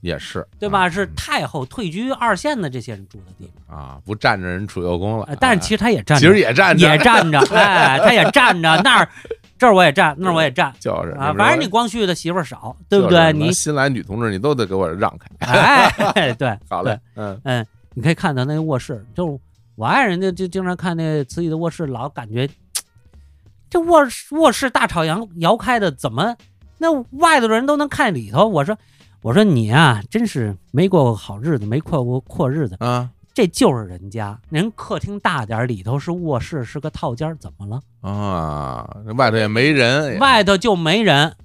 [SPEAKER 9] 也是，嗯
[SPEAKER 10] 对吧？是太后退居二线的这些人住的地方。
[SPEAKER 9] 啊，不占着人储幼宫了。啊
[SPEAKER 10] 呃但是其实他也站
[SPEAKER 9] 其
[SPEAKER 10] 着，
[SPEAKER 9] 实也站着，
[SPEAKER 10] 也 站着，哎，他也站着，那儿这儿我也站，那儿我也站
[SPEAKER 9] 就是
[SPEAKER 10] 啊。反正你光绪的媳妇儿少，对不
[SPEAKER 9] 就是
[SPEAKER 10] 对？
[SPEAKER 9] 什么
[SPEAKER 10] 你
[SPEAKER 9] 新来女同志，你都得给我让开。
[SPEAKER 10] 哎，对，
[SPEAKER 9] 好嘞，嗯
[SPEAKER 10] 对，嗯，你可以看到那个卧室，就我爱人就就经常看那慈禧的卧室，老感觉这卧室卧室大朝阳摇开的，怎么那外头的人都能看里头？我说我说你啊，真是没过过好日子，没过过阔日子，
[SPEAKER 9] 啊
[SPEAKER 10] 这就是人家，人客厅大点儿，里头是卧室，是个套间儿，怎么了？
[SPEAKER 9] 啊，那外头也没人，哎也
[SPEAKER 10] 外头就没人，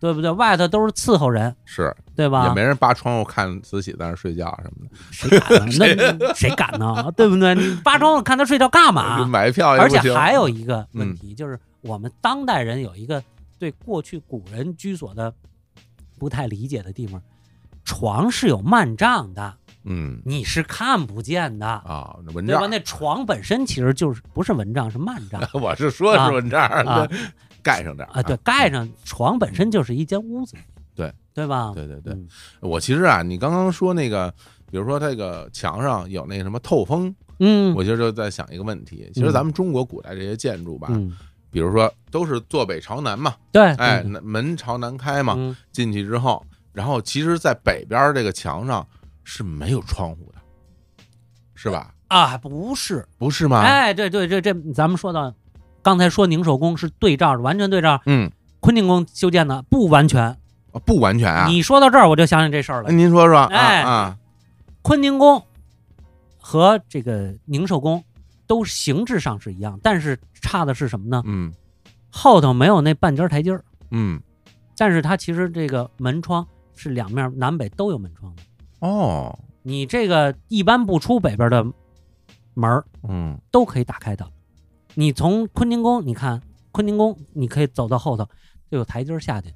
[SPEAKER 10] 对不对？外头都是伺候人，
[SPEAKER 9] 是
[SPEAKER 10] 对吧？
[SPEAKER 9] 也没人扒窗户看慈禧在那儿睡觉什么
[SPEAKER 10] 谁 敢呢？那
[SPEAKER 9] 啊
[SPEAKER 10] 谁敢呢？对不对？你扒窗户看他睡觉干嘛
[SPEAKER 9] 的，？买票也
[SPEAKER 10] 而
[SPEAKER 9] 不行。
[SPEAKER 10] 且还
[SPEAKER 9] 嗯
[SPEAKER 10] 有一个问题，就是我们当代人有一个对过去古人居所的不太理解的地方，床是有幔帐的，
[SPEAKER 9] 嗯
[SPEAKER 10] 你是看不见的，
[SPEAKER 9] 啊，那蚊
[SPEAKER 10] 对吧？
[SPEAKER 9] 帐，
[SPEAKER 10] 那床本身其实就是不是蚊帐，是幔帐
[SPEAKER 9] 我是说
[SPEAKER 10] 啊
[SPEAKER 9] 是蚊帐，
[SPEAKER 10] 啊
[SPEAKER 9] 对 盖上点儿
[SPEAKER 10] 啊，对，盖上床本身就是一间屋子，
[SPEAKER 9] 嗯对
[SPEAKER 10] 对吧？
[SPEAKER 9] 对对对
[SPEAKER 10] 嗯
[SPEAKER 9] 我其实啊，你刚刚说那个，比如说这个墙上有那个什么透风，
[SPEAKER 10] 嗯，
[SPEAKER 9] 我其实就在想一个问题。其实咱们中国古代这些建筑吧，
[SPEAKER 10] 嗯，
[SPEAKER 9] 比如说都是坐北朝南嘛，
[SPEAKER 10] 对，
[SPEAKER 9] 哎，
[SPEAKER 10] 对
[SPEAKER 9] 南门朝南开嘛，
[SPEAKER 10] 嗯
[SPEAKER 9] 进去之后，然后其实，在北边这个墙上是没有窗户的，是吧？
[SPEAKER 10] 啊，不是，
[SPEAKER 9] 不是吗？
[SPEAKER 10] 哎，对对对，这咱们说到刚才说宁寿宫是对照，完全对照
[SPEAKER 9] 嗯，
[SPEAKER 10] 坤宁宫修建的，不完全。
[SPEAKER 9] 啊不完全啊。
[SPEAKER 10] 你说到这儿，我就想起这事儿
[SPEAKER 9] 那
[SPEAKER 10] 了。
[SPEAKER 9] 您说说啊
[SPEAKER 10] 哎
[SPEAKER 9] 啊，
[SPEAKER 10] 坤宁宫和这个宁寿宫都形制上是一样，但是差的是什么呢？
[SPEAKER 9] 嗯，
[SPEAKER 10] 后头没有那半截台阶儿，
[SPEAKER 9] 嗯，
[SPEAKER 10] 但是它其实这个门窗是两面南北都有门窗的。
[SPEAKER 9] 哦，
[SPEAKER 10] 你这个一般不出北边的门儿
[SPEAKER 9] 嗯
[SPEAKER 10] 都可以打开的。你从坤宁宫，你看坤宁宫，你可以走到后头就有台阶儿下去。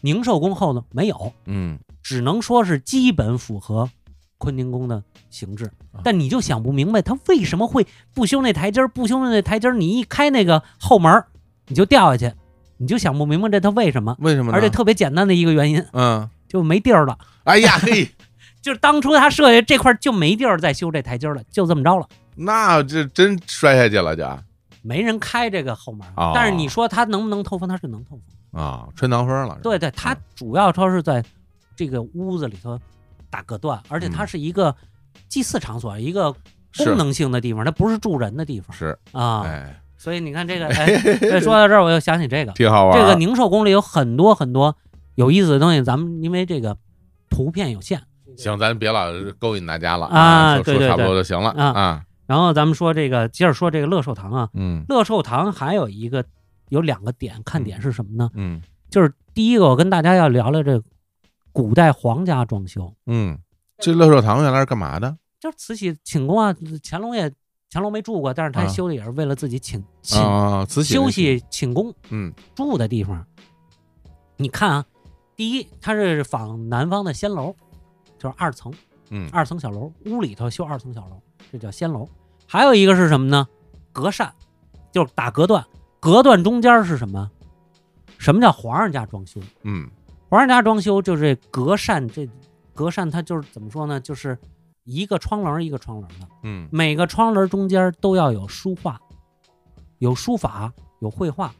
[SPEAKER 10] 宁寿宫后头没有，
[SPEAKER 9] 嗯
[SPEAKER 10] 只能说是基本符合坤宁宫的形制。但你就想不明白，他为什么会不修那台阶儿，不修那台阶儿，你一开那个后门儿，你就掉下去，你就想不明白这他为什么？
[SPEAKER 9] 为什么呢
[SPEAKER 10] 而且特别简单的一个原因，
[SPEAKER 9] 嗯，
[SPEAKER 10] 就没地儿了。
[SPEAKER 9] 哎呀嘿，
[SPEAKER 10] 就是当初他设计这块儿就没地儿再修这台阶儿了，就这么着了，
[SPEAKER 9] 那这真摔下去了就啊、
[SPEAKER 10] 没人开这个后门儿。
[SPEAKER 9] 哦
[SPEAKER 10] 但是你说他能不能透风？他是能透风。
[SPEAKER 9] 啊穿堂风了。
[SPEAKER 10] 对对，它主要说是在这个屋子里头打隔
[SPEAKER 9] 嗯
[SPEAKER 10] 断，而且它是一个祭祀场所，一个功能性的地方，它不是住人的地方。
[SPEAKER 9] 是
[SPEAKER 10] 啊，
[SPEAKER 9] 哎，
[SPEAKER 10] 所以你看 这个，哎，对说到这儿我又想起这个，
[SPEAKER 9] 挺好玩儿
[SPEAKER 10] 这个宁寿宫里有很多很多有意思的东西，咱们因为这个图片有限，
[SPEAKER 9] 行，咱别老勾引大家了
[SPEAKER 10] 啊，
[SPEAKER 9] 说
[SPEAKER 10] 对
[SPEAKER 9] 说
[SPEAKER 10] 对
[SPEAKER 9] 差不
[SPEAKER 10] 对，
[SPEAKER 9] 多就行了
[SPEAKER 10] 啊。然后咱们说这个，接着说这个乐寿堂啊，
[SPEAKER 9] 嗯
[SPEAKER 10] 乐寿堂还有一个有两个点，看点是什么呢？
[SPEAKER 9] 嗯
[SPEAKER 10] 就是第一个，我跟大家要聊聊这古代皇家装修，
[SPEAKER 9] 嗯，这乐寿堂原来是干嘛的？
[SPEAKER 10] 就是慈禧寝宫啊，乾隆也乾隆没住过，但是他
[SPEAKER 9] 啊
[SPEAKER 10] 修的也是为了自己寝寝、
[SPEAKER 9] 啊慈禧
[SPEAKER 10] 休
[SPEAKER 9] 那
[SPEAKER 10] 息寝宫
[SPEAKER 9] 嗯
[SPEAKER 10] 住的地方。你看啊，第一，它是仿南方的仙楼，就是二层，
[SPEAKER 9] 嗯
[SPEAKER 10] 二层小楼，屋里头修二层小楼，这叫仙楼。还有一个是什么呢？隔扇，就是打隔断，隔断中间是什么？什么叫皇上家装修？
[SPEAKER 9] 嗯
[SPEAKER 10] 皇上家装修就是这隔扇，这隔扇它就是怎么说呢？就是一个窗棱一个窗棱的，
[SPEAKER 9] 嗯
[SPEAKER 10] 每个窗棱中间都要有书画，有书法，有绘画。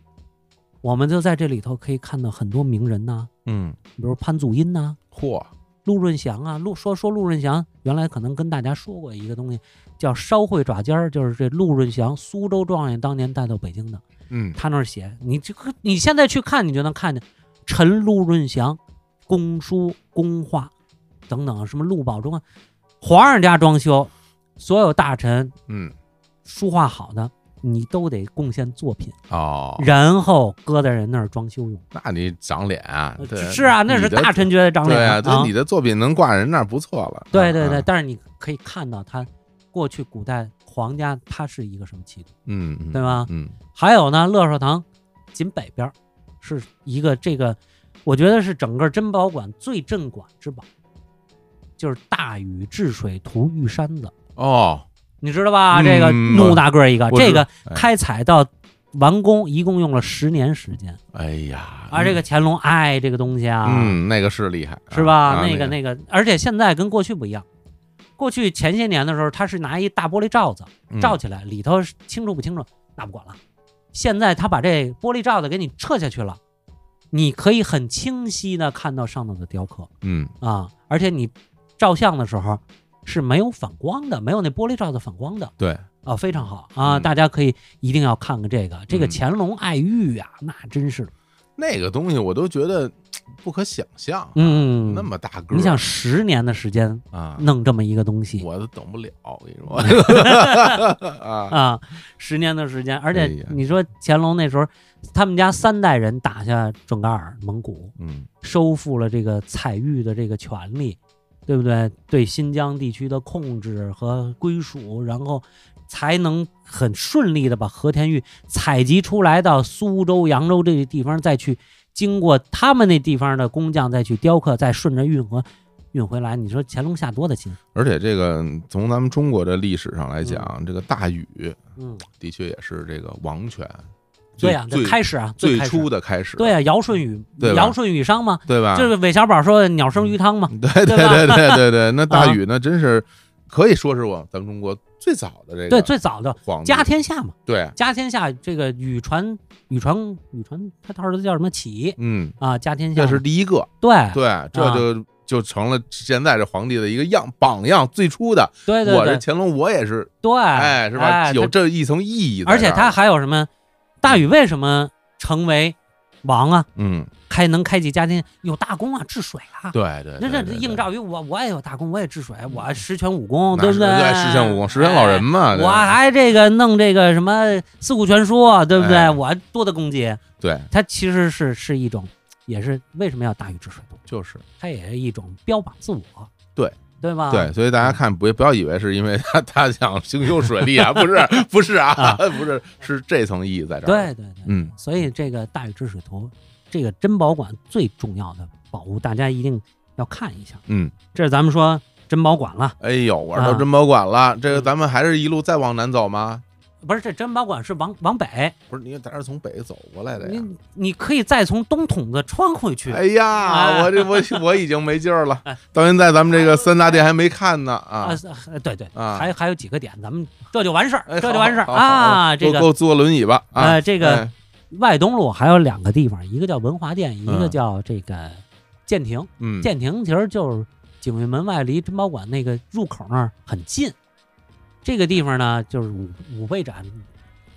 [SPEAKER 10] 我们就在这里头可以看到很多名人呐、
[SPEAKER 9] 嗯，
[SPEAKER 10] 比如潘祖殷呐、
[SPEAKER 9] 嚯，
[SPEAKER 10] 陆润祥啊，陆说说陆润祥，原来可能跟大家说过一个东西，叫烧会爪尖儿，就是这陆润祥，苏州状元当年带到北京的，
[SPEAKER 9] 嗯
[SPEAKER 10] 他那儿写，你这个你现在去看，你就能看见陈陆润祥、公书、公画等等，什么陆宝中啊，皇上家装修，所有大臣
[SPEAKER 9] 嗯
[SPEAKER 10] 书画好的，你都得贡献作品，
[SPEAKER 9] 哦，
[SPEAKER 10] 然后搁在人那儿装修用。
[SPEAKER 9] 那你长脸，对
[SPEAKER 10] 是啊那是
[SPEAKER 9] 你的
[SPEAKER 10] 大臣觉得长脸
[SPEAKER 9] 对
[SPEAKER 10] 啊
[SPEAKER 9] 啊，这你的作品能挂人那儿不错了。
[SPEAKER 10] 对对对，
[SPEAKER 9] 啊，
[SPEAKER 10] 但是你可以看到他过去古代皇家他是一个什么气度，
[SPEAKER 9] 嗯嗯
[SPEAKER 10] 对吧？
[SPEAKER 9] 嗯，
[SPEAKER 10] 还有呢，乐寿堂紧北边儿是一个这个，我觉得是整个珍宝馆最镇馆之宝，就是大禹治水图玉山子，
[SPEAKER 9] 哦，
[SPEAKER 10] 你知道吧？
[SPEAKER 9] 嗯
[SPEAKER 10] 这个那么大个儿一个，
[SPEAKER 9] 我知
[SPEAKER 10] 这个
[SPEAKER 9] 哎
[SPEAKER 10] 开采到完工一共用了十年时间，啊
[SPEAKER 9] 哎呀，
[SPEAKER 10] 而这个乾隆爱这个东西啊，
[SPEAKER 9] 嗯，那个是厉害，
[SPEAKER 10] 是吧？
[SPEAKER 9] 啊
[SPEAKER 10] 那个
[SPEAKER 9] 那
[SPEAKER 10] 那个，而且现在跟过去不一样，过去前些年的时候，他是拿一大玻璃罩子
[SPEAKER 9] 嗯
[SPEAKER 10] 罩起来，里头是清楚不清楚那不管了。现在他把这玻璃罩子给你撤下去了，你可以很清晰的看到上头的雕刻
[SPEAKER 9] 嗯
[SPEAKER 10] 啊，而且你照相的时候是没有反光的，没有那玻璃罩子反光的。
[SPEAKER 9] 对，嗯
[SPEAKER 10] 啊，非常好啊！大家可以一定要看看这个，这个乾隆爱玉啊，那真是，
[SPEAKER 9] 那个东西我都觉得不可想象，
[SPEAKER 10] 嗯，
[SPEAKER 9] 那么大个儿，
[SPEAKER 10] 你想十年的时间
[SPEAKER 9] 啊
[SPEAKER 10] 弄这么一个东西，
[SPEAKER 9] 我都等不了，我跟你 说啊，
[SPEAKER 10] 啊，十年的时间，而
[SPEAKER 9] 哎
[SPEAKER 10] 且
[SPEAKER 9] 呀
[SPEAKER 10] 你说乾隆那时候，他们家三代人打下准噶尔蒙古，
[SPEAKER 9] 嗯，
[SPEAKER 10] 收复了这个采玉的这个权利，对不对？对新疆地区的控制和归属，然后才能很顺利的把和田玉采集出来到苏州、扬州这些地方，再去经过他们那地方的工匠再去雕刻，再顺着运河运回来。你说乾隆下多大心？
[SPEAKER 9] 而且这个从咱们中国的历史上来讲，这个大禹
[SPEAKER 10] 嗯，
[SPEAKER 9] 的确也是这个王权，
[SPEAKER 10] 对呀
[SPEAKER 9] 最
[SPEAKER 10] 这开始啊
[SPEAKER 9] 最
[SPEAKER 10] 最开始
[SPEAKER 9] 初的开始，
[SPEAKER 10] 对呀、啊尧舜禹，
[SPEAKER 9] 对吧啊嗯
[SPEAKER 10] 尧舜禹商嘛，
[SPEAKER 9] 对吧
[SPEAKER 10] 就是韦小宝说的“鸟生鱼汤”嘛，
[SPEAKER 9] 对对
[SPEAKER 10] 吧
[SPEAKER 9] 对对对对，那大禹
[SPEAKER 10] 啊
[SPEAKER 9] 呢，真是可以说是我咱们中国最早的这个
[SPEAKER 10] 对最早的
[SPEAKER 9] 皇帝
[SPEAKER 10] 家天下嘛，
[SPEAKER 9] 对，
[SPEAKER 10] 家天下这个禹传禹传禹传，他他儿子叫什么启
[SPEAKER 9] 嗯
[SPEAKER 10] 啊？家天下
[SPEAKER 9] 这是
[SPEAKER 10] 嘛哎啊
[SPEAKER 9] 第一个，
[SPEAKER 10] 对
[SPEAKER 9] 对，这就。就成了现在这皇帝的一个样榜样，最初的，
[SPEAKER 10] 对对对
[SPEAKER 9] 我是乾隆，我也是，
[SPEAKER 10] 对，
[SPEAKER 9] 哎，是吧？
[SPEAKER 10] 哎
[SPEAKER 9] 有
[SPEAKER 10] 他
[SPEAKER 9] 这一层意义在这儿，
[SPEAKER 10] 而且他还有什么？大禹为什么成为王啊，
[SPEAKER 9] 嗯，
[SPEAKER 10] 开能开启家庭有大功啊，治水啊。
[SPEAKER 9] 对对，对
[SPEAKER 10] 那这
[SPEAKER 9] 对嗯
[SPEAKER 10] 映照于我，我也有大功，我也治水，我十全武功，
[SPEAKER 9] 那
[SPEAKER 10] 对
[SPEAKER 9] 是
[SPEAKER 10] 不对？
[SPEAKER 9] 对十全武功十全老人嘛
[SPEAKER 10] 哎
[SPEAKER 9] 对
[SPEAKER 10] 我还这个弄这个什么四库全书啊，对不对？
[SPEAKER 9] 哎
[SPEAKER 10] 我多大功绩？
[SPEAKER 9] 对，
[SPEAKER 10] 它其实是是一种，也是为什么要大禹治水？
[SPEAKER 9] 就是
[SPEAKER 10] 它也是一种标榜自我，
[SPEAKER 9] 对
[SPEAKER 10] 对吧？
[SPEAKER 9] 对，所以大家看，不不要以为是因为他他想 兴修水利啊，不是不是啊
[SPEAKER 10] 啊，
[SPEAKER 9] 不是是这层意义在这儿。
[SPEAKER 10] 对对对，
[SPEAKER 9] 嗯，
[SPEAKER 10] 所以这个大禹治水图，这个珍宝馆最重要的宝物，大家一定要看一下。
[SPEAKER 9] 嗯，
[SPEAKER 10] 这是咱们说珍宝馆了，
[SPEAKER 9] 哎呦，玩到
[SPEAKER 10] 啊
[SPEAKER 9] 珍宝馆了，这个咱们还是一路再往南走吗？
[SPEAKER 10] 不是这珍宝馆是往往北，
[SPEAKER 9] 不是你咱是从北走过来的呀。
[SPEAKER 10] 你你可以再从东筒子穿回去。
[SPEAKER 9] 啊哎呀，
[SPEAKER 10] 哎
[SPEAKER 9] 我这 我我已经没劲儿了，到现在咱们这个三大殿还没看呢啊
[SPEAKER 10] 啊，是呃对对，
[SPEAKER 9] 啊
[SPEAKER 10] 还有还有几个点，咱们这就完事儿，
[SPEAKER 9] 哎
[SPEAKER 10] 这就完事儿
[SPEAKER 9] 好好好
[SPEAKER 10] 啊。
[SPEAKER 9] 好
[SPEAKER 10] 这
[SPEAKER 9] 够够
[SPEAKER 10] 个
[SPEAKER 9] 坐轮椅吧啊
[SPEAKER 10] 呃，这个
[SPEAKER 9] 哎
[SPEAKER 10] 外东路还有两个地方，一个叫文华殿，一个
[SPEAKER 9] 嗯
[SPEAKER 10] 叫这个建亭。
[SPEAKER 9] 嗯
[SPEAKER 10] 建亭其实就是警卫门外离珍宝馆那个入口那儿很近。这个地方呢，就是武武备展，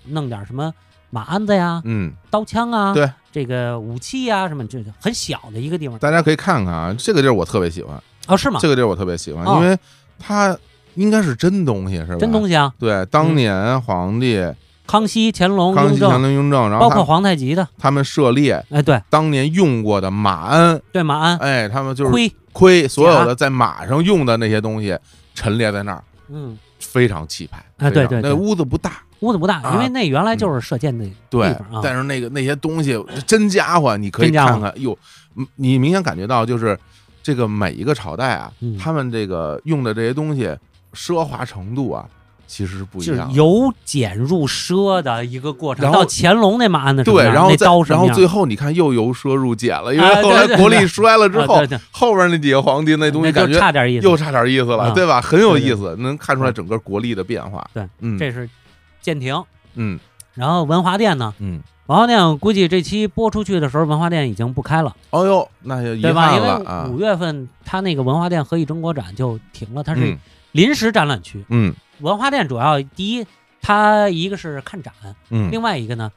[SPEAKER 10] 弄点什么马鞍子呀、
[SPEAKER 9] 嗯，
[SPEAKER 10] 刀枪啊，
[SPEAKER 9] 对，
[SPEAKER 10] 这个武器呀什么，这就很小的一个地方。
[SPEAKER 9] 大家可以看看啊，这个地儿我特别喜欢，
[SPEAKER 10] 哦，是吗？
[SPEAKER 9] 这个地儿我特别喜欢，
[SPEAKER 10] 哦
[SPEAKER 9] 因为它应该是真东西是吧？
[SPEAKER 10] 真东西啊，
[SPEAKER 9] 对，当年皇帝
[SPEAKER 10] 康熙、乾隆、
[SPEAKER 9] 康
[SPEAKER 10] 雍
[SPEAKER 9] 熙、乾
[SPEAKER 10] 嗯正，
[SPEAKER 9] 隆、雍正，然后
[SPEAKER 10] 包括
[SPEAKER 9] 他
[SPEAKER 10] 皇太极的，
[SPEAKER 9] 他们涉猎
[SPEAKER 10] 哎，对
[SPEAKER 9] 当年用过的马鞍，
[SPEAKER 10] 对，马鞍、
[SPEAKER 9] 哎，他们就是
[SPEAKER 10] 啊盔，
[SPEAKER 9] 盔，所有
[SPEAKER 10] 甲
[SPEAKER 9] 的在马上用的那些东西陈列在那儿，
[SPEAKER 10] 嗯，
[SPEAKER 9] 非常气派。
[SPEAKER 10] 啊对
[SPEAKER 9] 非常
[SPEAKER 10] 对
[SPEAKER 9] 那
[SPEAKER 10] 对
[SPEAKER 9] 屋子不大，
[SPEAKER 10] 屋子不大，
[SPEAKER 9] 啊
[SPEAKER 10] 因为那原来就是射箭的
[SPEAKER 9] 对
[SPEAKER 10] 地方啊。
[SPEAKER 9] 但是那个那些东西真家伙，你可以
[SPEAKER 10] 真家伙
[SPEAKER 9] 看看，哟，嗯你明显感觉到就是这个每一个朝代啊，
[SPEAKER 10] 嗯
[SPEAKER 9] 他们这个用的这些东西奢华程度啊，其实是不一
[SPEAKER 10] 就是
[SPEAKER 9] 样的。
[SPEAKER 10] 由俭入奢的一个过
[SPEAKER 9] 然
[SPEAKER 10] 程，
[SPEAKER 9] 后
[SPEAKER 10] 到乾隆那马鞍的什么
[SPEAKER 9] 对，
[SPEAKER 10] 样
[SPEAKER 9] 然后
[SPEAKER 10] 那
[SPEAKER 9] 再
[SPEAKER 10] 刀什
[SPEAKER 9] 然
[SPEAKER 10] 么
[SPEAKER 9] 后
[SPEAKER 10] 样
[SPEAKER 9] 最后你看又由奢入俭了，因为
[SPEAKER 10] 哎
[SPEAKER 9] 后来
[SPEAKER 10] 对对
[SPEAKER 9] 国力
[SPEAKER 10] 对
[SPEAKER 9] 衰了之
[SPEAKER 10] 啊
[SPEAKER 9] 后
[SPEAKER 10] 对对，
[SPEAKER 9] 后边那几个皇帝那东西
[SPEAKER 10] 那
[SPEAKER 9] 感
[SPEAKER 10] 就
[SPEAKER 9] 觉
[SPEAKER 10] 差点意思，
[SPEAKER 9] 又差点意思了，
[SPEAKER 10] 啊
[SPEAKER 9] 对吧？很有
[SPEAKER 10] 对对
[SPEAKER 9] 意思，能看出来整个国力的变化。
[SPEAKER 10] 对，
[SPEAKER 9] 嗯，
[SPEAKER 10] 这是建亭，
[SPEAKER 9] 嗯
[SPEAKER 10] 然后文华殿呢？
[SPEAKER 9] 嗯，
[SPEAKER 10] 文华殿，我估计这期播出去的时候，文华殿已经不开了，
[SPEAKER 9] 哦呦，那就遗
[SPEAKER 10] 对吧？
[SPEAKER 9] 憾
[SPEAKER 10] 因
[SPEAKER 9] 了啊
[SPEAKER 10] 为五。月份它那个文华殿和艺中国展就停了，它是
[SPEAKER 9] 嗯
[SPEAKER 10] 临时展览区。
[SPEAKER 9] 嗯
[SPEAKER 10] 文华殿主要第一，它一个是看展，
[SPEAKER 9] 嗯
[SPEAKER 10] 另外一个呢，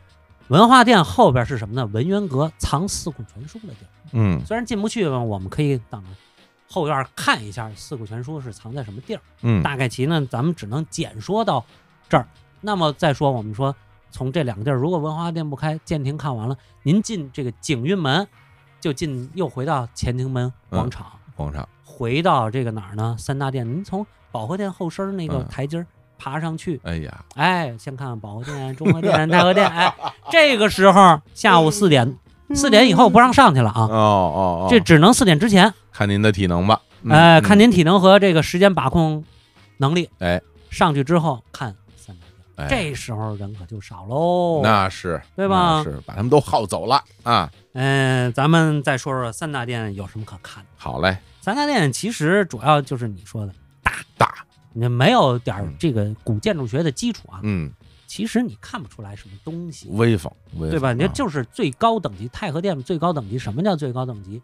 [SPEAKER 10] 文化殿后边是什么呢？文渊阁藏四库全书的地儿，
[SPEAKER 9] 嗯
[SPEAKER 10] 虽然进不去吧，我们可以到那儿后院看一下四库全书是藏在什么地儿。
[SPEAKER 9] 嗯，
[SPEAKER 10] 大概其呢，咱们只能简说到这儿。那么再说，我们说从这两个地儿，如果文化殿不开，建亭看完了，您进这个景运门，就进又回到乾亭门广场，
[SPEAKER 9] 皇上，
[SPEAKER 10] 回到这个哪儿呢？三大殿，您从保和殿后身儿那个
[SPEAKER 9] 嗯
[SPEAKER 10] 台阶儿爬上去，
[SPEAKER 9] 哎呀，
[SPEAKER 10] 哎，先看看保和殿、中和殿、太和 殿。哎，这个时候下午四点，四点以后不让上去了
[SPEAKER 9] 哦
[SPEAKER 10] 啊，
[SPEAKER 9] 哦哦，
[SPEAKER 10] 这只能四点之前。
[SPEAKER 9] 看您的体能吧。嗯
[SPEAKER 10] 哎，
[SPEAKER 9] 嗯
[SPEAKER 10] 看您体能和这个时间把控能力。
[SPEAKER 9] 哎，
[SPEAKER 10] 上去之后看三百
[SPEAKER 9] 哎
[SPEAKER 10] 人，这时候人可就少喽。
[SPEAKER 9] 那是
[SPEAKER 10] 对
[SPEAKER 9] 那
[SPEAKER 10] 吧
[SPEAKER 9] 是把他们都耗走了啊。
[SPEAKER 10] 嗯，咱们再说说三大殿有什么可看的。
[SPEAKER 9] 好嘞，
[SPEAKER 10] 三大殿其实主要就是你说的大
[SPEAKER 9] 大，
[SPEAKER 10] 你没有点儿
[SPEAKER 9] 嗯
[SPEAKER 10] 这个古建筑学的基础啊，
[SPEAKER 9] 嗯，
[SPEAKER 10] 其实你看不出来什么东西。
[SPEAKER 9] 威风，威风
[SPEAKER 10] 对吧？你
[SPEAKER 9] 啊
[SPEAKER 10] 就是最高等级，太和殿最高等级，什么叫最高等级？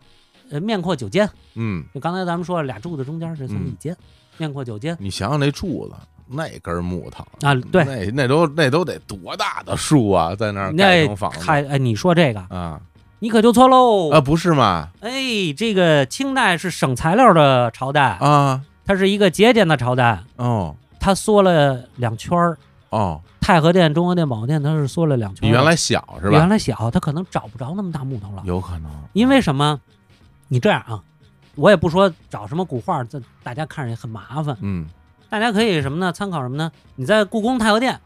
[SPEAKER 10] 呃，面阔九间，
[SPEAKER 9] 嗯，
[SPEAKER 10] 就刚才咱们说了，俩柱子中间是算一间，面阔九间。
[SPEAKER 9] 你想想那柱子，那根木头
[SPEAKER 10] 啊对
[SPEAKER 9] 那那都那都得多大的树啊，在那儿盖
[SPEAKER 10] 那
[SPEAKER 9] 成房子
[SPEAKER 10] 还哎，你说这个，
[SPEAKER 9] 啊
[SPEAKER 10] 你可就错喽。
[SPEAKER 9] 啊，不是吗？
[SPEAKER 10] 哎，这个清代是省材料的朝代，
[SPEAKER 9] 啊
[SPEAKER 10] 它是一个节俭的朝代，
[SPEAKER 9] 哦
[SPEAKER 10] 它缩了两圈儿。
[SPEAKER 9] 哦，
[SPEAKER 10] 太和殿、中和殿、保和殿，它是缩了两圈
[SPEAKER 9] 比
[SPEAKER 10] 儿。
[SPEAKER 9] 原来小是
[SPEAKER 10] 比原
[SPEAKER 9] 吧？
[SPEAKER 10] 来小，它可能找不着那么大木头了。
[SPEAKER 9] 有可能，
[SPEAKER 10] 因为什么？你这样啊，我也不说找什么古画，这大家看着也很麻烦。
[SPEAKER 9] 嗯
[SPEAKER 10] 大家可以什么呢？参考什么呢？你在故宫太和殿，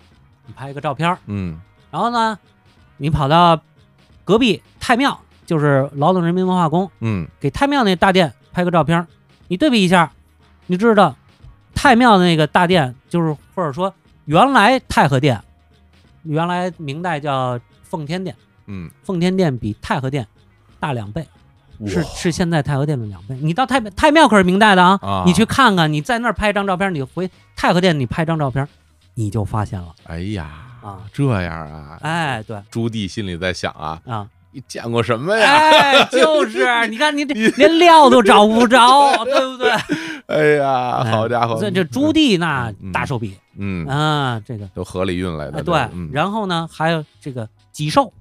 [SPEAKER 10] 你拍一个照片儿，
[SPEAKER 9] 嗯
[SPEAKER 10] 然后呢，你跑到隔壁太庙，就是劳动人民文化宫，
[SPEAKER 9] 嗯
[SPEAKER 10] 给太庙那大殿拍个照片儿，你对比一下，你知道太庙的那个大殿，就是或者说原来太和殿，原来明代叫奉天殿，
[SPEAKER 9] 嗯，
[SPEAKER 10] 奉天殿比太和殿大两倍，是
[SPEAKER 9] 哇
[SPEAKER 10] 是现在太和殿的两倍。你到太太庙可是明代的啊，
[SPEAKER 9] 啊
[SPEAKER 10] 你去看看，你在那儿拍一张照片，你回太和殿你拍张照片，你就发现了
[SPEAKER 9] 哎呀，
[SPEAKER 10] 啊，
[SPEAKER 9] 这样啊，
[SPEAKER 10] 哎，对
[SPEAKER 9] 朱棣心里在想啊，
[SPEAKER 10] 啊，
[SPEAKER 9] 你见过什么呀？
[SPEAKER 10] 哎，就是你看你这连料都找不 着， 对不对？
[SPEAKER 9] 哎呀，好家伙，嗯
[SPEAKER 10] 这哎这朱棣那
[SPEAKER 9] 嗯嗯
[SPEAKER 10] 大手笔
[SPEAKER 9] 嗯，
[SPEAKER 10] 啊，这个
[SPEAKER 9] 都河里运来
[SPEAKER 10] 哎
[SPEAKER 9] 的，
[SPEAKER 10] 对，
[SPEAKER 9] 嗯
[SPEAKER 10] 然后呢还有这个己寿，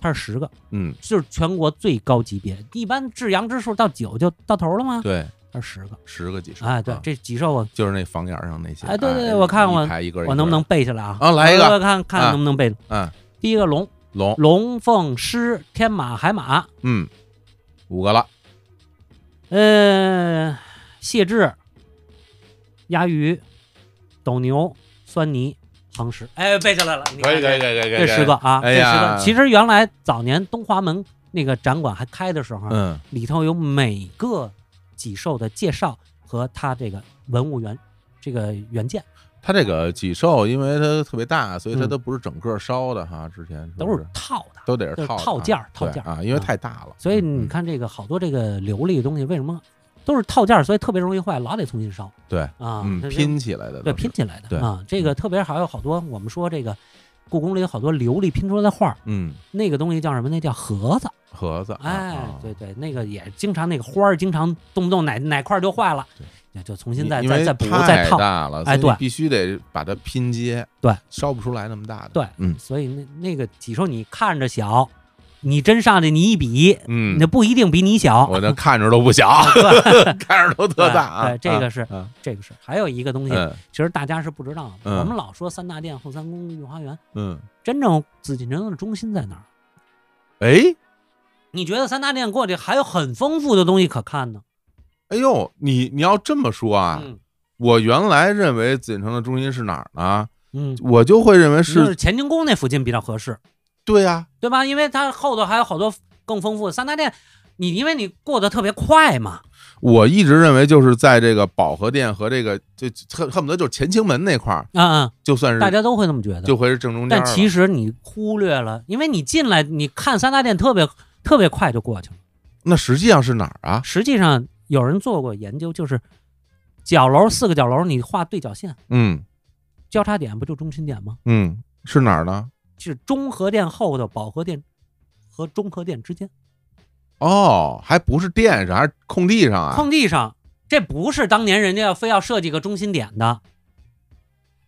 [SPEAKER 10] 它是十个，
[SPEAKER 9] 嗯，
[SPEAKER 10] 就是全国最高级别。一般至阳之数到九就到头了吗？，
[SPEAKER 9] 对，
[SPEAKER 10] 它是十个。
[SPEAKER 9] 十个几十
[SPEAKER 10] 哎，对
[SPEAKER 9] 啊，
[SPEAKER 10] 这几兽我
[SPEAKER 9] 就是那房檐上那些，
[SPEAKER 10] 哎，对对
[SPEAKER 9] 哎
[SPEAKER 10] 对，我看
[SPEAKER 9] 一
[SPEAKER 10] 我
[SPEAKER 9] 排一个，
[SPEAKER 10] 我能不能背啊下来啊？
[SPEAKER 9] 啊来一个
[SPEAKER 10] 我看看能不能背住。
[SPEAKER 9] 嗯，
[SPEAKER 10] 第一个龙，
[SPEAKER 9] 龙，
[SPEAKER 10] 龙凤狮天马海马，
[SPEAKER 9] 嗯，五个了，
[SPEAKER 10] 呃，蟹豸、鸭鱼、斗牛、酸泥、夯实，哎，背下来了，你看
[SPEAKER 9] 可以可以可以可以，可
[SPEAKER 10] 这
[SPEAKER 9] 以
[SPEAKER 10] 十个啊，
[SPEAKER 9] 哎
[SPEAKER 10] 这十个
[SPEAKER 9] 呀，。
[SPEAKER 10] 其实原来早年东华门那个展馆还开的时候，
[SPEAKER 9] 嗯，
[SPEAKER 10] 里头有每个脊兽的介绍和它这个文物原这个原件，
[SPEAKER 9] 它这个脊兽，因为它特别大，所以它
[SPEAKER 10] 嗯
[SPEAKER 9] 都不是整个烧的哈，之前
[SPEAKER 10] 都是套的，
[SPEAKER 9] 都得是
[SPEAKER 10] 就是
[SPEAKER 9] 套的
[SPEAKER 10] 套件儿
[SPEAKER 9] 啊
[SPEAKER 10] 套
[SPEAKER 9] 对
[SPEAKER 10] 件儿
[SPEAKER 9] 啊，因为
[SPEAKER 10] 啊
[SPEAKER 9] 太大了，嗯
[SPEAKER 10] 所以你看这个好多这个琉璃的东西为什么都是套件儿，所以特别容易坏，老得重新烧。
[SPEAKER 9] 对
[SPEAKER 10] 啊
[SPEAKER 9] 嗯，
[SPEAKER 10] 它是
[SPEAKER 9] 拼起来的，
[SPEAKER 10] 对，拼起来
[SPEAKER 9] 对
[SPEAKER 10] 的啊，这个特别还有好多我们说这个故宫里有好多琉璃拼出来的画儿，
[SPEAKER 9] 嗯，
[SPEAKER 10] 那个东西叫什么？那叫盒子。
[SPEAKER 9] 盒子，啊
[SPEAKER 10] 哎
[SPEAKER 9] 啊，
[SPEAKER 10] 对对，那个也经常那个花儿经常动不动哪哪块儿就坏了，也就重新再
[SPEAKER 9] 因为
[SPEAKER 10] 再再补
[SPEAKER 9] 太
[SPEAKER 10] 再套。
[SPEAKER 9] 大了，所
[SPEAKER 10] 哎，
[SPEAKER 9] 以
[SPEAKER 10] 对
[SPEAKER 9] 你必须得把它拼接，
[SPEAKER 10] 对，
[SPEAKER 9] 烧不出来那么大的，
[SPEAKER 10] 对，
[SPEAKER 9] 嗯
[SPEAKER 10] 所以那那个脊兽你看着小，你真上去你一比，
[SPEAKER 9] 嗯
[SPEAKER 10] 那不一定比你小。
[SPEAKER 9] 我那看着都不小， 看着都特大啊
[SPEAKER 10] 对，对这个是
[SPEAKER 9] 啊啊
[SPEAKER 10] 这个是，还有一个东西
[SPEAKER 9] 嗯，
[SPEAKER 10] 其实大家是不知道的。
[SPEAKER 9] 嗯
[SPEAKER 10] 啊我们老说三大殿、后三宫、御花园，
[SPEAKER 9] 嗯，
[SPEAKER 10] 真正紫禁城的中心在哪儿？
[SPEAKER 9] 哎，
[SPEAKER 10] 你觉得三大殿过去还有很丰富的东西可看呢？
[SPEAKER 9] 哎呦，你你要这么说啊，
[SPEAKER 10] 嗯
[SPEAKER 9] 我原来认为紫禁城的中心是哪儿呢？
[SPEAKER 10] 嗯
[SPEAKER 9] 我就会认为
[SPEAKER 10] 就是是乾清宫那附近比较合适，
[SPEAKER 9] 对呀、
[SPEAKER 10] 对吧？因为它后头还有好多更丰富的三大殿，你因为你过得特别快嗯嘛，
[SPEAKER 9] 我一直认为就是在这个保和殿和这个就恨恨不得就是乾清门那块儿，
[SPEAKER 10] 啊、
[SPEAKER 9] 就算
[SPEAKER 10] 嗯，
[SPEAKER 9] 是
[SPEAKER 10] 大家都会那么觉得。
[SPEAKER 9] 就会是正中间
[SPEAKER 10] 但
[SPEAKER 9] 儿了。
[SPEAKER 10] 其实你忽略了，因为你进来你看三大殿特别特别快就过去了。
[SPEAKER 9] 那实际上是哪儿啊？
[SPEAKER 10] 实际上有人做过研究，就是角楼四个角楼你画对角线，
[SPEAKER 9] 嗯
[SPEAKER 10] 交叉点不就中心点吗？
[SPEAKER 9] 嗯，是哪儿呢？
[SPEAKER 10] 是中和殿后的保和殿和中和殿之间
[SPEAKER 9] 哦，还不是殿上，还是空地上啊？
[SPEAKER 10] 空地上，这不是当年人家要非要设计个中心点的。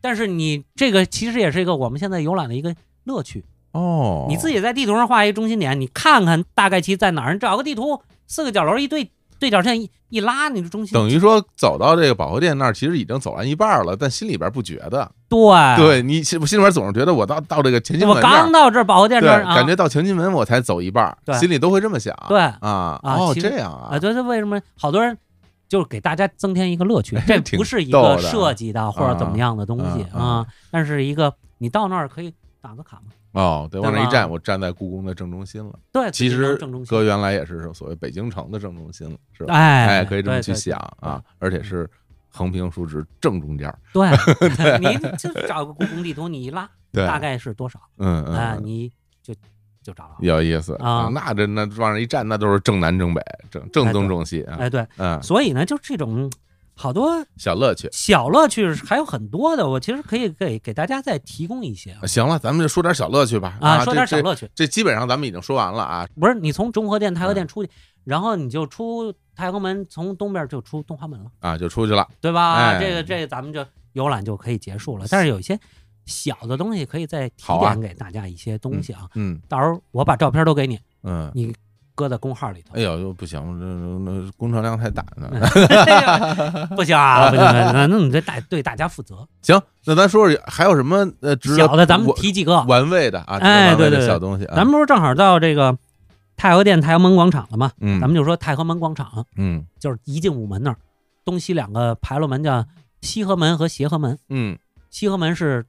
[SPEAKER 10] 但是你这个其实也是一个我们现在游览的一个乐趣。
[SPEAKER 9] 哦，
[SPEAKER 10] 你自己在地图上画一中心点，你看看大概其在哪儿，你找个地图，四个角楼一对对角线一一拉，你的中心
[SPEAKER 9] 等于说走到这个保和殿那儿，其实已经走完一半儿了，但心里边儿不觉得。
[SPEAKER 10] 对
[SPEAKER 9] 对你心我心里边儿总是觉得我到到这个乾清
[SPEAKER 10] 哎我
[SPEAKER 9] 门这
[SPEAKER 10] 刚
[SPEAKER 9] 儿，
[SPEAKER 10] 到这儿保和殿
[SPEAKER 9] 对
[SPEAKER 10] 这儿啊，
[SPEAKER 9] 感觉到乾清门我才走一半儿，
[SPEAKER 10] 对
[SPEAKER 9] 心里都会这么想。
[SPEAKER 10] 对
[SPEAKER 9] 啊，
[SPEAKER 10] 啊
[SPEAKER 9] 哦，
[SPEAKER 10] 其实
[SPEAKER 9] 这样啊，
[SPEAKER 10] 啊，，对对，为什么好多人就是给大家增添一个乐趣这
[SPEAKER 9] 哎挺
[SPEAKER 10] 不是一
[SPEAKER 9] 逗
[SPEAKER 10] 个
[SPEAKER 9] 的啊
[SPEAKER 10] 设计的或者怎么样的东西
[SPEAKER 9] 啊啊
[SPEAKER 10] 啊，但是一个你到那儿可以打个卡嘛。
[SPEAKER 9] 哦，对，往那
[SPEAKER 10] 对
[SPEAKER 9] 一
[SPEAKER 10] 吧
[SPEAKER 9] 站，我站在故宫的正中心了。
[SPEAKER 10] 对
[SPEAKER 9] 其
[SPEAKER 10] 北京
[SPEAKER 9] 实
[SPEAKER 10] 城正中心
[SPEAKER 9] 哥原来也是所谓北京城的正中心了，是吧？
[SPEAKER 10] 哎
[SPEAKER 9] 可以这么
[SPEAKER 10] 对
[SPEAKER 9] 去
[SPEAKER 10] 对对
[SPEAKER 9] 想啊，而且是横平竖直正中间儿。
[SPEAKER 10] 对， 你就找个故宫地图，你一拉，
[SPEAKER 9] 对
[SPEAKER 10] 大概是多少
[SPEAKER 9] 嗯嗯
[SPEAKER 10] 啊？
[SPEAKER 9] 嗯，
[SPEAKER 10] 你就就找到了。
[SPEAKER 9] 有意思
[SPEAKER 10] 啊
[SPEAKER 9] 那这那往那一站，那都是正南正北，正正
[SPEAKER 10] 哎
[SPEAKER 9] 东
[SPEAKER 10] 对
[SPEAKER 9] 正西啊。
[SPEAKER 10] 哎，对，
[SPEAKER 9] 嗯，
[SPEAKER 10] 所以呢，就这种好多
[SPEAKER 9] 小乐趣。
[SPEAKER 10] 小乐趣是还有很多的，我其实可以给给大家再提供一些啊。
[SPEAKER 9] 行了，咱们就说点小乐趣吧。
[SPEAKER 10] 啊
[SPEAKER 9] 啊，这
[SPEAKER 10] 说点小
[SPEAKER 9] 这
[SPEAKER 10] 乐趣
[SPEAKER 9] 这基本上咱们已经说完了啊。
[SPEAKER 10] 不是你从中和殿、太
[SPEAKER 9] 嗯
[SPEAKER 10] 和殿出去，然后你就出太和门，从东边就出东华门了，
[SPEAKER 9] 啊，就出去了。
[SPEAKER 10] 对吧？
[SPEAKER 9] 哎
[SPEAKER 10] 这个这个、咱们就游览就可以结束了。但是有一些小的东西可以再提
[SPEAKER 9] 好啊
[SPEAKER 10] 点给大家一些东西啊，
[SPEAKER 9] 嗯
[SPEAKER 10] 到时候我把照片都给你，
[SPEAKER 9] 嗯，
[SPEAKER 10] 你搁在公号里头。
[SPEAKER 9] 哎呦，不行，这这这工程量太大了。
[SPEAKER 10] 不行啊，不行，那那你得大对大家负责。
[SPEAKER 9] 行，那咱说说还有什么呃值得
[SPEAKER 10] 小的咱们
[SPEAKER 9] 我
[SPEAKER 10] 提几个，
[SPEAKER 9] 玩味的啊，值得
[SPEAKER 10] 哎
[SPEAKER 9] 玩味
[SPEAKER 10] 对
[SPEAKER 9] 的
[SPEAKER 10] 对对
[SPEAKER 9] 小东西啊。
[SPEAKER 10] 咱们不是正好到这个太和殿、太和门广场了吗？
[SPEAKER 9] 嗯
[SPEAKER 10] 咱们就说太和门广场，
[SPEAKER 9] 嗯
[SPEAKER 10] 就是一进午门那儿，东西两个牌楼门叫西河门和协和门。
[SPEAKER 9] 嗯
[SPEAKER 10] 西河门是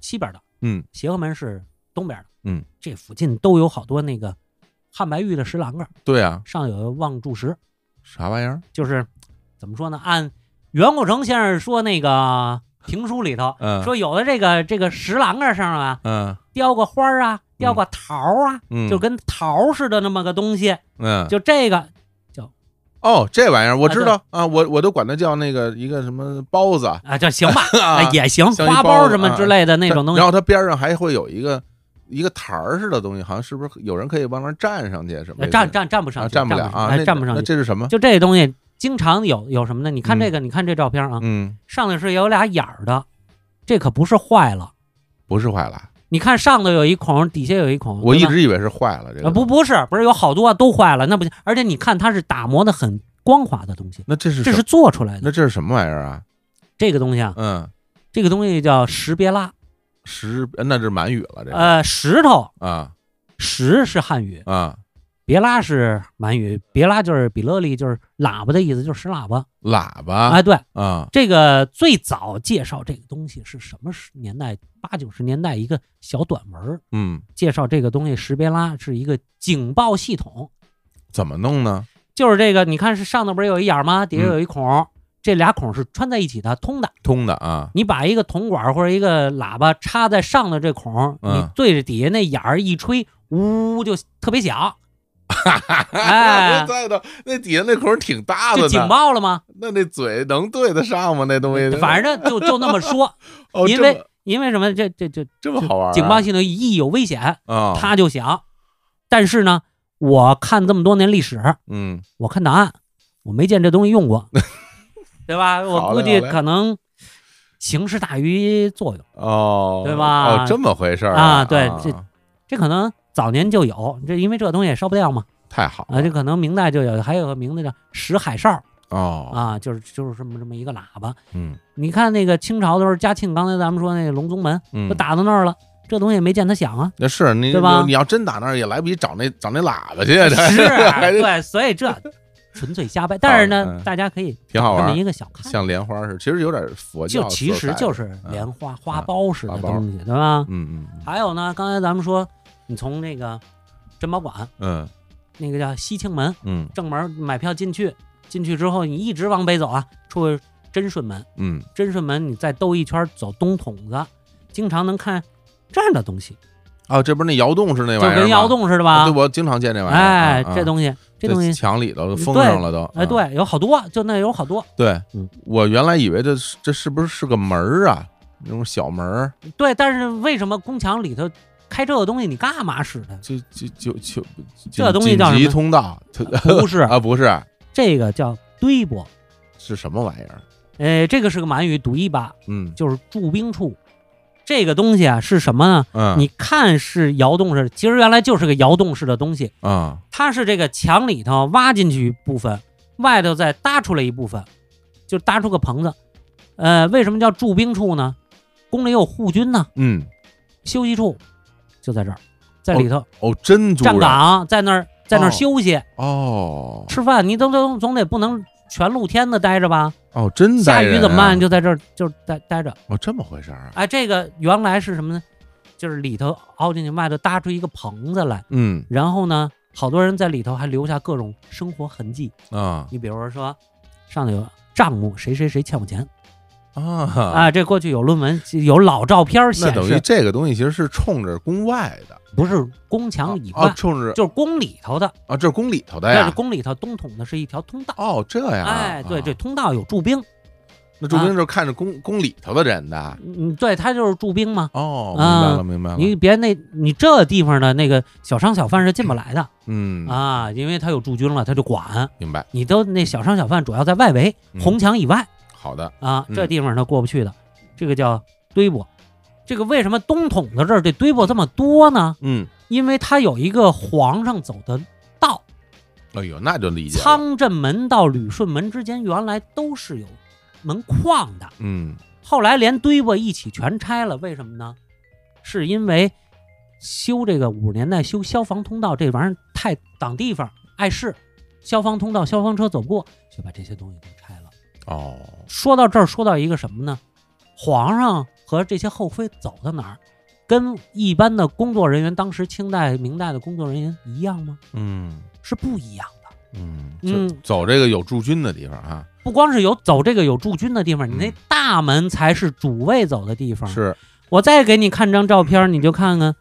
[SPEAKER 10] 西边的，
[SPEAKER 9] 嗯
[SPEAKER 10] 协和门是东边的。
[SPEAKER 9] 嗯，
[SPEAKER 10] 这附近都有好多那个汉白玉的石栏杆儿，
[SPEAKER 9] 对啊，
[SPEAKER 10] 上有望柱石，
[SPEAKER 9] 啥玩意儿？
[SPEAKER 10] 就是怎么说呢？按袁国成先生说那个评书里头、
[SPEAKER 9] 嗯
[SPEAKER 10] 说，有的这个这个石栏杆上啊，
[SPEAKER 9] 嗯
[SPEAKER 10] 雕个花儿啊，雕个桃儿啊，
[SPEAKER 9] 嗯
[SPEAKER 10] 就跟桃似的那么个东西，
[SPEAKER 9] 嗯，
[SPEAKER 10] 就这个
[SPEAKER 9] 哦，这玩意儿我
[SPEAKER 10] 啊
[SPEAKER 9] 知
[SPEAKER 10] 对
[SPEAKER 9] 道啊，我我都管它叫那个一个什么包子
[SPEAKER 10] 啊，就行吧，
[SPEAKER 9] 啊
[SPEAKER 10] 哎也行，
[SPEAKER 9] 像一
[SPEAKER 10] 花
[SPEAKER 9] 包
[SPEAKER 10] 苞
[SPEAKER 9] 子
[SPEAKER 10] 什么
[SPEAKER 9] 啊
[SPEAKER 10] 之类的那
[SPEAKER 9] 它
[SPEAKER 10] 种东西
[SPEAKER 9] 然。后它边上还会有一个一个台儿似的东西，好像是不是有人可以往那儿站上去什么
[SPEAKER 10] 呃
[SPEAKER 9] 的？
[SPEAKER 10] 站站站不上
[SPEAKER 9] 啊
[SPEAKER 10] 去，
[SPEAKER 9] 站
[SPEAKER 10] 不
[SPEAKER 9] 了
[SPEAKER 10] 上
[SPEAKER 9] 啊，
[SPEAKER 10] 哎
[SPEAKER 9] 那
[SPEAKER 10] 站不上
[SPEAKER 9] 那
[SPEAKER 10] 去。
[SPEAKER 9] 这是什么？
[SPEAKER 10] 就这东西经常有有什么呢？你看这个，你看这照片啊，
[SPEAKER 9] 嗯，
[SPEAKER 10] 上的是有俩眼儿的，这可不是坏了，
[SPEAKER 9] 不是坏了，
[SPEAKER 10] 你看上头有一孔，底下有一孔。
[SPEAKER 9] 我一
[SPEAKER 10] 对吧
[SPEAKER 9] 直以为是坏了这
[SPEAKER 10] 啊
[SPEAKER 9] 个，
[SPEAKER 10] 不不是不是有好多、啊、都坏了，那不行。而且你看它是打磨的很光滑的东西，
[SPEAKER 9] 那这是
[SPEAKER 10] 这
[SPEAKER 9] 什
[SPEAKER 10] 是做出来的。
[SPEAKER 9] 那这是什么玩意儿啊？
[SPEAKER 10] 这个东西啊，
[SPEAKER 9] 嗯，
[SPEAKER 10] 这个东西叫石别蜡，
[SPEAKER 9] 石那这是满语了，这个
[SPEAKER 10] 呃，石头
[SPEAKER 9] 啊
[SPEAKER 10] 石是汉语，
[SPEAKER 9] 啊，
[SPEAKER 10] 别拉是满语，别拉就是比勒利，就是喇叭的意思，就是石喇叭。
[SPEAKER 9] 喇叭
[SPEAKER 10] 哎，对，
[SPEAKER 9] 啊
[SPEAKER 10] 这个最早介绍这个东西是什么时年代？八九十年代一个小短文儿
[SPEAKER 9] 嗯，
[SPEAKER 10] 介绍这个东西，识别拉是一个警报系统，
[SPEAKER 9] 怎么弄呢？
[SPEAKER 10] 就是这个，你看是上头不是有一眼儿吗？底下
[SPEAKER 9] 嗯
[SPEAKER 10] 有一孔，这俩孔是穿在一起的，通的。
[SPEAKER 9] 通的啊，
[SPEAKER 10] 你把一个铜管或者一个喇叭插在上头这孔，
[SPEAKER 9] 嗯
[SPEAKER 10] 你 对着底下那眼儿一吹，呜就特别响，哎
[SPEAKER 9] 在的那底下那孔挺大的
[SPEAKER 10] 就
[SPEAKER 9] 呢，
[SPEAKER 10] 警报了吗？
[SPEAKER 9] 那那嘴能对得上吗？那东西，，
[SPEAKER 10] 反正就就那么说
[SPEAKER 9] 哦
[SPEAKER 10] 因
[SPEAKER 9] 这么
[SPEAKER 10] 为因为什么？这这这
[SPEAKER 9] 这么好玩啊
[SPEAKER 10] 警报系统一有危险，
[SPEAKER 9] 啊，
[SPEAKER 10] 它就响。但是呢，我看这么多年历史，
[SPEAKER 9] 嗯，
[SPEAKER 10] 我看档案，我没见这东西用过，对
[SPEAKER 9] 好
[SPEAKER 10] 吧？
[SPEAKER 9] 嘞
[SPEAKER 10] 我估计
[SPEAKER 9] 好嘞
[SPEAKER 10] 可能形式大于作用。
[SPEAKER 9] 哦，
[SPEAKER 10] 对吧
[SPEAKER 9] 哦，这么回事儿
[SPEAKER 10] 啊，对，这这可能嗯早年就有，这因为这东西也烧不掉嘛，
[SPEAKER 9] 太好
[SPEAKER 10] 啊，这可能明代就有，还有个名字叫石海哨
[SPEAKER 9] 哦，
[SPEAKER 10] 啊，就是就是这么这么一个喇叭。
[SPEAKER 9] 嗯，
[SPEAKER 10] 你看那个清朝的时候，嘉庆刚才咱们说那个隆宗门
[SPEAKER 9] 嗯
[SPEAKER 10] 都打到那儿了，这东西也没见它响啊。
[SPEAKER 9] 那是你
[SPEAKER 10] 对吧
[SPEAKER 9] 你要真打那儿也来不及找那找那喇叭去， 这
[SPEAKER 10] 是啊
[SPEAKER 9] 还得
[SPEAKER 10] 对，所以 这纯粹瞎掰。但是
[SPEAKER 9] 好
[SPEAKER 10] 呢
[SPEAKER 9] 嗯，
[SPEAKER 10] 大家可以
[SPEAKER 9] 挺好玩儿，
[SPEAKER 10] 这么一个小看，
[SPEAKER 9] 像莲花似的，其实有点佛教色
[SPEAKER 10] 就
[SPEAKER 9] 彩，啊
[SPEAKER 10] 其实就是
[SPEAKER 9] 嗯
[SPEAKER 10] 莲花花苞似的
[SPEAKER 9] 花苞
[SPEAKER 10] 东西，啊对吧？
[SPEAKER 9] 嗯嗯
[SPEAKER 10] 还有呢，刚才咱们说，你从那个珍宝馆
[SPEAKER 9] 嗯
[SPEAKER 10] 那个叫西庆门
[SPEAKER 9] 嗯
[SPEAKER 10] 正门买票进去，进去之后你一直往北走啊，出真顺门，
[SPEAKER 9] 嗯，
[SPEAKER 10] 真顺门你再兜一圈走东筒子，经常能看这样的东西，
[SPEAKER 9] 哦，这不是那窑洞是那
[SPEAKER 10] 就
[SPEAKER 9] 玩意儿吗，
[SPEAKER 10] 跟窑洞似的吧？
[SPEAKER 9] 啊对，我经常见这玩意儿，
[SPEAKER 10] 哎
[SPEAKER 9] 啊，
[SPEAKER 10] 这东。西，这东西
[SPEAKER 9] 墙里头都
[SPEAKER 10] 对
[SPEAKER 9] 封上了都，
[SPEAKER 10] 哎，
[SPEAKER 9] 啊
[SPEAKER 10] 对，有好多，就那有好多，
[SPEAKER 9] 对
[SPEAKER 10] 嗯，
[SPEAKER 9] 我原来以为这是这是不是是个门儿啊？那种小门儿，
[SPEAKER 10] 对，但是为什么宫墙里头开这个东西，你干嘛使它？
[SPEAKER 9] 就就就就
[SPEAKER 10] 嗯这东西叫什
[SPEAKER 9] 紧
[SPEAKER 10] 么
[SPEAKER 9] 急通道，
[SPEAKER 10] 不是
[SPEAKER 9] 啊，不是，
[SPEAKER 10] 这个叫堆帛，
[SPEAKER 9] 是什么玩意儿？
[SPEAKER 10] 呃，这个是个满语，读一吧，
[SPEAKER 9] 嗯
[SPEAKER 10] 就是驻兵处。这个东西啊是什么呢？
[SPEAKER 9] 嗯，
[SPEAKER 10] 你看是窑洞式的，其实原来就是个窑洞式的东西，
[SPEAKER 9] 啊
[SPEAKER 10] 它是这个墙里头挖进去一部分，外头再搭出来一部分，就搭出个棚子。呃，为什么叫驻兵处呢？宫里有护军呢，
[SPEAKER 9] 嗯，
[SPEAKER 10] 休息处就在这儿，在里头
[SPEAKER 9] 哦，真主
[SPEAKER 10] 站
[SPEAKER 9] 人
[SPEAKER 10] 岗，啊在那儿在那
[SPEAKER 9] 哦
[SPEAKER 10] 儿休息、
[SPEAKER 9] 哦
[SPEAKER 10] 吃饭，你都都总得不能全露天的待着吧？
[SPEAKER 9] 哦，真
[SPEAKER 10] 下
[SPEAKER 9] 带人
[SPEAKER 10] 雨
[SPEAKER 9] 啊
[SPEAKER 10] 怎么办？就在这儿就待待着。
[SPEAKER 9] 哦，这么回事儿啊？
[SPEAKER 10] 哎，这个原来是什么呢？就是里头凹进去，外头搭出一个棚子来，
[SPEAKER 9] 嗯
[SPEAKER 10] 然后呢，好多人在里头还留下各种生活痕迹。
[SPEAKER 9] 啊
[SPEAKER 10] 你比如说，上头有账目，谁谁谁欠我钱
[SPEAKER 9] 啊，
[SPEAKER 10] 啊，这过去有论文，有老照片
[SPEAKER 9] 那
[SPEAKER 10] 显
[SPEAKER 9] 等于
[SPEAKER 10] 示，
[SPEAKER 9] 这个东西其实是冲着宫外的，
[SPEAKER 10] 不是宫墙以
[SPEAKER 9] 哦，
[SPEAKER 10] 外，
[SPEAKER 9] 冲着
[SPEAKER 10] 就是宫里头的，
[SPEAKER 9] 啊，这是宫里头的
[SPEAKER 10] 但是
[SPEAKER 9] 呀。
[SPEAKER 10] 宫里头东筒的是一条通道。
[SPEAKER 9] 哦，这样啊，
[SPEAKER 10] 哎，对，
[SPEAKER 9] 啊
[SPEAKER 10] 这通道有驻兵，
[SPEAKER 9] 那驻兵就是看着宫宫里头的人的。
[SPEAKER 10] 嗯，对，他就是驻兵嘛。
[SPEAKER 9] 哦，明白了，
[SPEAKER 10] 嗯
[SPEAKER 9] 明白了。
[SPEAKER 10] 你别那，你这地方的那个小商小贩是进不来的
[SPEAKER 9] 嗯，
[SPEAKER 10] 啊，因为他有驻军了，他就管。
[SPEAKER 9] 明白，
[SPEAKER 10] 你都那小商小贩主要在外围
[SPEAKER 9] 嗯
[SPEAKER 10] 红墙以外
[SPEAKER 9] 好的，
[SPEAKER 10] 啊，
[SPEAKER 9] 嗯
[SPEAKER 10] 这地方他过不去的，这个叫堆泊。这个为什么东筒子这儿这堆泊这么多呢？
[SPEAKER 9] 嗯，
[SPEAKER 10] 因为它有一个皇上走的道，
[SPEAKER 9] 哎呦，那就理解了，
[SPEAKER 10] 仓镇门到旅顺门之间原来都是有门框的，
[SPEAKER 9] 嗯，
[SPEAKER 10] 后来连堆泊一起全拆了，为什么呢？是因为修这个五十年代修消防通道这玩意儿太挡地方，碍事，消防通道消防车走不过，就把这些东西都拆了。
[SPEAKER 9] 哦，
[SPEAKER 10] 说到这儿，说到一个什么呢？皇上和这些后妃走到哪儿，跟一般的工作人员，当时清代、明代的工作人员一样吗？
[SPEAKER 9] 嗯
[SPEAKER 10] 是不一样的。
[SPEAKER 9] 嗯，
[SPEAKER 10] 嗯
[SPEAKER 9] 就走这个有驻军的地方啊，
[SPEAKER 10] 不光是有走这个有驻军的地方，你那
[SPEAKER 9] 嗯
[SPEAKER 10] 大门才是主位走的地方。
[SPEAKER 9] 是，
[SPEAKER 10] 我再给你看张照片，你就看看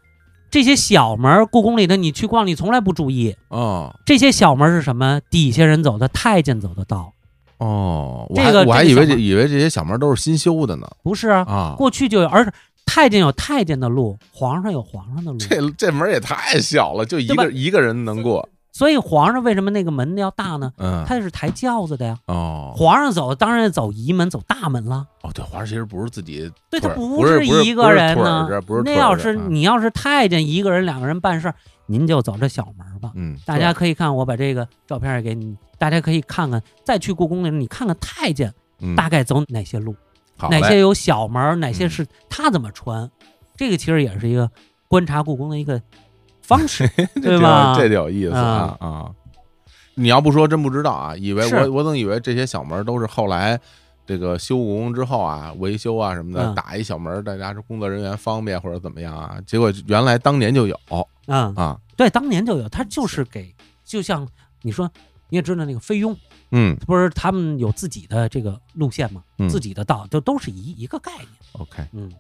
[SPEAKER 10] 这些小门儿，故宫里的你去逛，你从来不注意
[SPEAKER 9] 哦
[SPEAKER 10] 这些小门儿是什么？底下人走的，太监走的道，
[SPEAKER 9] 哦，我
[SPEAKER 10] 这
[SPEAKER 9] 还
[SPEAKER 10] 个
[SPEAKER 9] 我还
[SPEAKER 10] 这个
[SPEAKER 9] 以为
[SPEAKER 10] 小
[SPEAKER 9] 这
[SPEAKER 10] 门
[SPEAKER 9] 以为这些小门都是新修的呢，
[SPEAKER 10] 不是啊？
[SPEAKER 9] 啊，
[SPEAKER 10] 过去就有，而太监有太
[SPEAKER 9] 啊
[SPEAKER 10] 监的路，皇上有皇上的路，
[SPEAKER 9] 这这门也太小了，就一
[SPEAKER 10] 对吧
[SPEAKER 9] 个一个人能过，
[SPEAKER 10] 所以皇上为什么那个门要大呢？
[SPEAKER 9] 嗯
[SPEAKER 10] 他是抬轿子的呀。
[SPEAKER 9] 哦
[SPEAKER 10] 皇上走当然走移门，走大门了。
[SPEAKER 9] 哦，对，华儿其实不是自己腿儿，
[SPEAKER 10] 对他
[SPEAKER 9] 不
[SPEAKER 10] 是
[SPEAKER 9] 是不是
[SPEAKER 10] 一
[SPEAKER 9] 不
[SPEAKER 10] 个
[SPEAKER 9] 是
[SPEAKER 10] 人
[SPEAKER 9] 腿儿
[SPEAKER 10] 呢
[SPEAKER 9] 这不是。
[SPEAKER 10] 那
[SPEAKER 9] 腿儿
[SPEAKER 10] 要
[SPEAKER 9] 这
[SPEAKER 10] 是
[SPEAKER 9] 啊
[SPEAKER 10] 你要是太监一个人、两个人办事儿，您就走这小门吧。
[SPEAKER 9] 嗯，
[SPEAKER 10] 大家可以看，我把这个照片也给你，大家可以看看，再去故宫的时候，你看看太监
[SPEAKER 9] 嗯
[SPEAKER 10] 大概走哪些路，
[SPEAKER 9] 好
[SPEAKER 10] 哪
[SPEAKER 9] 嘞嗯
[SPEAKER 10] 些有小门儿，哪些是他怎么穿，这个其实也是一个观察故宫的一个方式，
[SPEAKER 9] 这
[SPEAKER 10] 对吧？
[SPEAKER 9] 这有意思啊
[SPEAKER 10] 嗯
[SPEAKER 9] 啊！你要不说真不知道啊，以为
[SPEAKER 10] 是
[SPEAKER 9] 我我总以为这些小门都是后来这个修故宫之后啊，维修啊什么的
[SPEAKER 10] 嗯
[SPEAKER 9] 打一小门，大家是工作人员方便或者怎么样啊？结果原来当年就有
[SPEAKER 10] 嗯
[SPEAKER 9] 啊，
[SPEAKER 10] 对，当年就有，他就是给，就像你说，你也知道那个菲佣，
[SPEAKER 9] 嗯
[SPEAKER 10] 不是他们有自己的这个路线嘛，
[SPEAKER 9] 嗯
[SPEAKER 10] 自己的道，就都是一一个概念。
[SPEAKER 9] ，OK，
[SPEAKER 10] 嗯，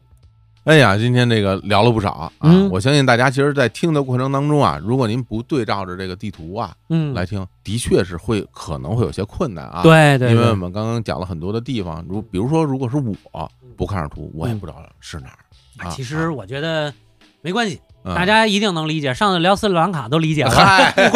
[SPEAKER 9] 哎呀，今天这个聊了不少啊！
[SPEAKER 10] 嗯
[SPEAKER 9] 我相信大家其实，在听的过程当中啊，如果您不对照着这个地图啊，
[SPEAKER 10] 嗯
[SPEAKER 9] 来听，的确是会可能会有些困难啊。
[SPEAKER 10] 对对
[SPEAKER 9] 因为
[SPEAKER 10] 对
[SPEAKER 9] 我们刚刚讲了很多的地方，如比如说，如果是我不看着图，我
[SPEAKER 10] 嗯
[SPEAKER 9] 也不知道是哪儿。啊
[SPEAKER 10] 其实我觉得没关系，
[SPEAKER 9] 嗯
[SPEAKER 10] 大家一定能理解。上次聊斯里兰卡都理解了
[SPEAKER 9] 嗨，
[SPEAKER 10] 故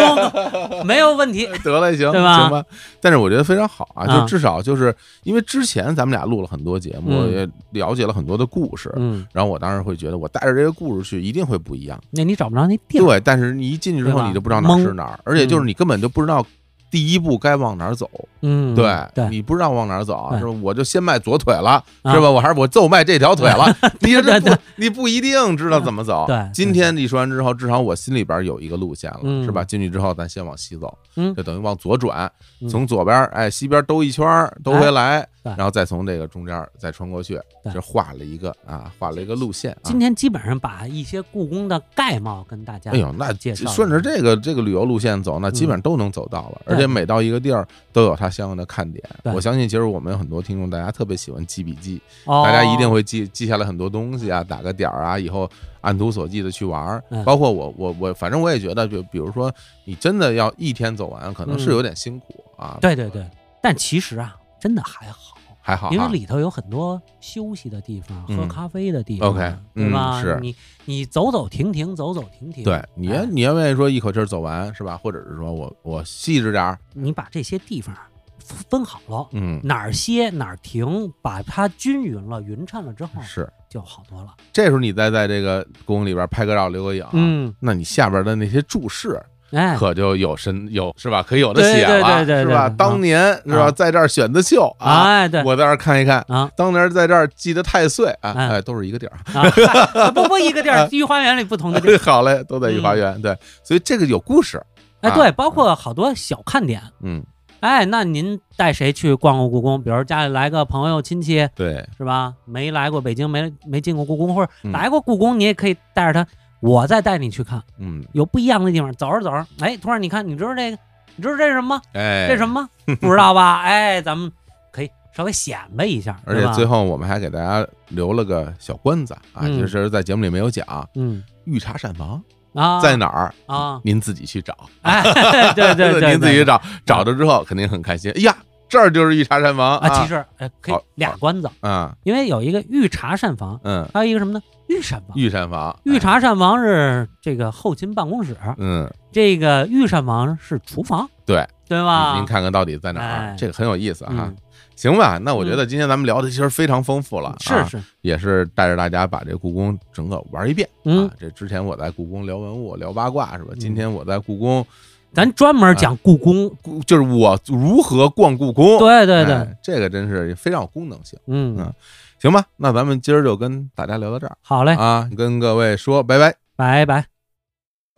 [SPEAKER 10] 宫没有问题。
[SPEAKER 9] 得了，行，
[SPEAKER 10] 对吧
[SPEAKER 9] 行吧。但是我觉得非常好啊，
[SPEAKER 10] 啊
[SPEAKER 9] 就至少就是因为之前咱们俩录了很多节目，
[SPEAKER 10] 嗯
[SPEAKER 9] 也了解了很多的故事，
[SPEAKER 10] 嗯，
[SPEAKER 9] 然后我当时会觉得，我带着这个故事去，一定会不一样。
[SPEAKER 10] 那你找不着那地儿，
[SPEAKER 9] 对，但是你一进去之
[SPEAKER 10] 对
[SPEAKER 9] 后，
[SPEAKER 10] 吧
[SPEAKER 9] 你就不知道哪儿
[SPEAKER 10] 懵
[SPEAKER 9] 是哪儿，而且就是你根本就不知道第一步该往哪儿走。
[SPEAKER 10] 嗯，
[SPEAKER 9] 对
[SPEAKER 10] 对，
[SPEAKER 9] 你不知道往哪儿走，
[SPEAKER 10] 对
[SPEAKER 9] 是吧？我就先迈左腿了，
[SPEAKER 10] 啊
[SPEAKER 9] 是吧？我还是我就迈这条腿了。你这
[SPEAKER 10] 对
[SPEAKER 9] 不，你不一定知道怎么走。
[SPEAKER 10] 对对
[SPEAKER 9] 今天你说完之后，至少我心里边有一个路线了，
[SPEAKER 10] 嗯
[SPEAKER 9] 是吧？进去之后，咱先往西走，
[SPEAKER 10] 嗯
[SPEAKER 9] 就等于往左转，
[SPEAKER 10] 嗯哎
[SPEAKER 9] 从左边哎西边兜一圈儿，兜回来，
[SPEAKER 10] 对
[SPEAKER 9] 然后再从这个中间再穿过去，
[SPEAKER 10] 对
[SPEAKER 9] 这画了一个啊，画了一个路线啊。
[SPEAKER 10] 今天基本上把一些故宫的概貌跟大家
[SPEAKER 9] 哎呦，那
[SPEAKER 10] 介绍了嗯
[SPEAKER 9] 顺着这个这个旅游路线走，那基本上都能走到了，
[SPEAKER 10] 对
[SPEAKER 9] 而且每到一个地儿都有它相应的看点。
[SPEAKER 10] 对
[SPEAKER 9] 我相信，其实我们有很多听众，大家特别喜欢记笔记，
[SPEAKER 10] 哦
[SPEAKER 9] 大家一定会记记下来很多东西啊，打个点儿啊，以后按图索骥的去玩儿。
[SPEAKER 10] 嗯
[SPEAKER 9] 包括我，我，我，反正我也觉得，就比如说，你真的要一天走完，可能是
[SPEAKER 10] 嗯
[SPEAKER 9] 有点辛苦啊。
[SPEAKER 10] 对对对，但其实啊，真的还好，
[SPEAKER 9] 还好啊，
[SPEAKER 10] 因为里头有很多休息的地方、
[SPEAKER 9] 嗯
[SPEAKER 10] 喝咖啡的地方
[SPEAKER 9] OK，
[SPEAKER 10] 对
[SPEAKER 9] 嗯
[SPEAKER 10] 吧？
[SPEAKER 9] 是
[SPEAKER 10] 你你走走停停，走走停停，
[SPEAKER 9] 对，你要
[SPEAKER 10] 哎
[SPEAKER 9] 你要愿意说一口气儿走完是吧？或者是说我我细致点儿，
[SPEAKER 10] 你把这些地方分好了，
[SPEAKER 9] 嗯，
[SPEAKER 10] 哪儿歇哪儿停，把它均匀了、匀称了之后，
[SPEAKER 9] 是。
[SPEAKER 10] 就好多了。
[SPEAKER 9] 这时候你再在这个故宫里边拍个照留个影，
[SPEAKER 10] 嗯，
[SPEAKER 9] 那你下边的那些注释
[SPEAKER 10] 哎，
[SPEAKER 9] 可就有深有是吧？可有的写
[SPEAKER 10] 对对
[SPEAKER 9] 了，
[SPEAKER 10] 对对
[SPEAKER 9] 是
[SPEAKER 10] 对
[SPEAKER 9] 吧？
[SPEAKER 10] 对
[SPEAKER 9] 当年是吧，
[SPEAKER 10] 啊
[SPEAKER 9] 在这儿选的秀啊，
[SPEAKER 10] 哎，对，
[SPEAKER 9] 我在这儿看一看
[SPEAKER 10] 啊，
[SPEAKER 9] 当年在这儿记得太岁啊，
[SPEAKER 10] 哎
[SPEAKER 9] 哎，都是一个地 儿。。
[SPEAKER 10] 啊，嗨不不一个地儿，御花园里不同的地儿 嗯
[SPEAKER 9] 好嘞，都在御花园，对，所以这个有故事，
[SPEAKER 10] 哎，
[SPEAKER 9] 啊
[SPEAKER 10] 对，包括好多小看点。
[SPEAKER 9] 嗯，
[SPEAKER 10] 哎，那您带谁去逛逛故宫？比如家里来个朋友亲戚，
[SPEAKER 9] 对，
[SPEAKER 10] 是吧？没来过北京，没没进过故宫，或者
[SPEAKER 9] 嗯
[SPEAKER 10] 来过故宫，你也可以带着他，我再带你去看，
[SPEAKER 9] 嗯，
[SPEAKER 10] 有不一样的地方。走着走着，哎，突然你看，你知道这个，你知道这是什么吗？
[SPEAKER 9] 哎，
[SPEAKER 10] 这是 什？么吗？不知道吧？哎，咱们可以稍微显摆一下，
[SPEAKER 9] 而
[SPEAKER 10] 对
[SPEAKER 9] 且
[SPEAKER 10] 吧
[SPEAKER 9] 最，后我们还给大家留了个小关子啊，
[SPEAKER 10] 嗯
[SPEAKER 9] 其实在节目里没有讲，
[SPEAKER 10] 嗯
[SPEAKER 9] 御茶膳房
[SPEAKER 10] 啊，
[SPEAKER 9] 在哪儿，
[SPEAKER 10] 啊？
[SPEAKER 9] 您自己去找。
[SPEAKER 10] 哎， 对对对，
[SPEAKER 9] 您自
[SPEAKER 10] 对
[SPEAKER 9] 己找，找着之后肯定很开心。哎呀，这儿就是御茶膳房
[SPEAKER 10] 啊。其实呃，可以
[SPEAKER 9] 好
[SPEAKER 10] 俩关子，
[SPEAKER 9] 啊，
[SPEAKER 10] 因为有一个御茶膳房，
[SPEAKER 9] 嗯，
[SPEAKER 10] 还有一个什么呢？御膳房。
[SPEAKER 9] 御膳房，
[SPEAKER 10] 御
[SPEAKER 9] 哎，
[SPEAKER 10] 茶膳房是这个后勤办公室，
[SPEAKER 9] 嗯，
[SPEAKER 10] 这个御膳房是厨房，
[SPEAKER 9] 对
[SPEAKER 10] 对吧？
[SPEAKER 9] 您看看到底在哪儿
[SPEAKER 10] 啊哎？
[SPEAKER 9] 这个很有意思啊啊
[SPEAKER 10] 嗯。
[SPEAKER 9] 行吧，那我觉得今天咱们聊的其实非常丰富了，
[SPEAKER 10] 是，是，
[SPEAKER 9] 也是带着大家把这故宫整个玩一遍
[SPEAKER 10] 嗯
[SPEAKER 9] 啊。这之前我在故宫聊文物、聊八卦是吧？今天我在故宫，
[SPEAKER 10] 咱专门讲故宫，
[SPEAKER 9] 故就是我如何逛故宫，
[SPEAKER 10] 对对对，
[SPEAKER 9] 哎，这个真是非常有功能性。嗯
[SPEAKER 10] 嗯，
[SPEAKER 9] 行吧，那咱们今儿就跟大家聊到这儿
[SPEAKER 10] 好嘞，
[SPEAKER 9] 啊，跟各位说拜拜。
[SPEAKER 10] 拜拜。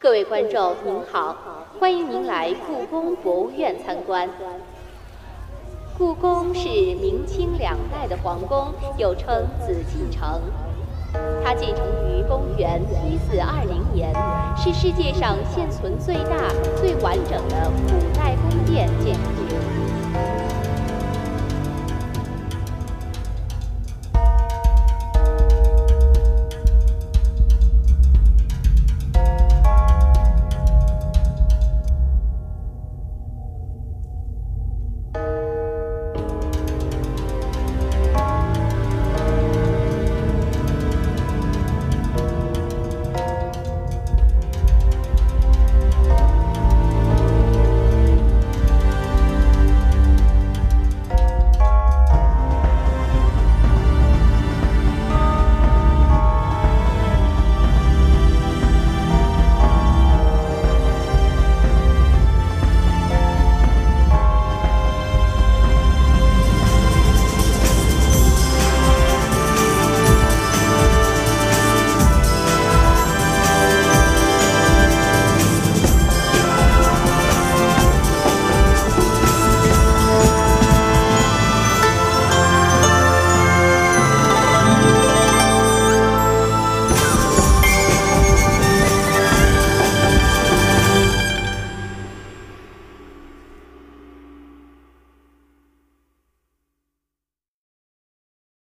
[SPEAKER 11] 各位观众您好，欢迎您来故宫博物院参观。故宫是明清两代的皇宫，又称紫禁城。它建成于公元一四二零年，是世界上现存最大、最完整的古代宫殿建筑。